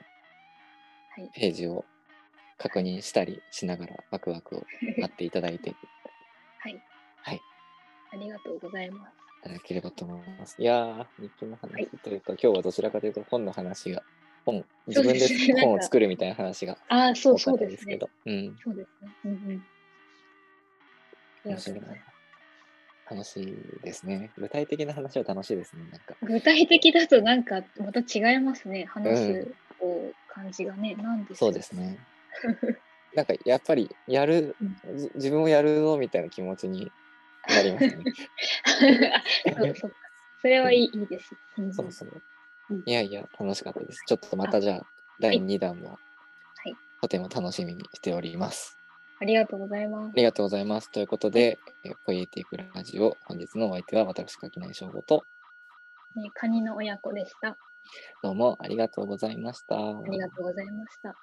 [SPEAKER 2] い。
[SPEAKER 1] ページを確認したりしながらワクワクを待っていただいて
[SPEAKER 2] はい。
[SPEAKER 1] はい。
[SPEAKER 2] ありがとうございます。
[SPEAKER 1] いただければと思います。いやー、日記の話というか、今日はどちらかというと本の話が、本、自
[SPEAKER 2] そう
[SPEAKER 1] 分
[SPEAKER 2] で
[SPEAKER 1] です本
[SPEAKER 2] ねなん
[SPEAKER 1] を
[SPEAKER 2] か
[SPEAKER 1] 作るみたいな話が
[SPEAKER 2] ああ、そ
[SPEAKER 1] 多
[SPEAKER 2] う
[SPEAKER 1] か
[SPEAKER 2] そ
[SPEAKER 1] っ
[SPEAKER 2] う
[SPEAKER 1] た
[SPEAKER 2] で
[SPEAKER 1] ですすけ
[SPEAKER 2] ね。
[SPEAKER 1] ど、うん、
[SPEAKER 2] そうですね。うんうん。
[SPEAKER 1] 面白いな
[SPEAKER 2] ありがとうございます。
[SPEAKER 1] 楽しいですね。具体的な話は楽しいですね、なんか。
[SPEAKER 2] 具体的だとなんかまた違いますね。話
[SPEAKER 1] う
[SPEAKER 2] すこう感じがね。なんです
[SPEAKER 1] そう ですね。なんかやっぱりやる、じ自分をやるぞみたいな気持ちになりましたね。
[SPEAKER 2] そうそうそれはいいいいです。うん
[SPEAKER 1] そもそも
[SPEAKER 2] うん。
[SPEAKER 1] いやいや、楽しかったです。ちょっとまたじゃあ、第2弾も、
[SPEAKER 2] い
[SPEAKER 1] とても楽しみにしております。
[SPEAKER 2] ありがとうございま
[SPEAKER 1] あ
[SPEAKER 2] す。
[SPEAKER 1] りがとうございます。ということで、えーポイエティクラジオ、本日のお相手は私、柿内翔吾と、ね、カニの親子でした。
[SPEAKER 2] どうもありがとうございました。
[SPEAKER 1] ありがとうございました。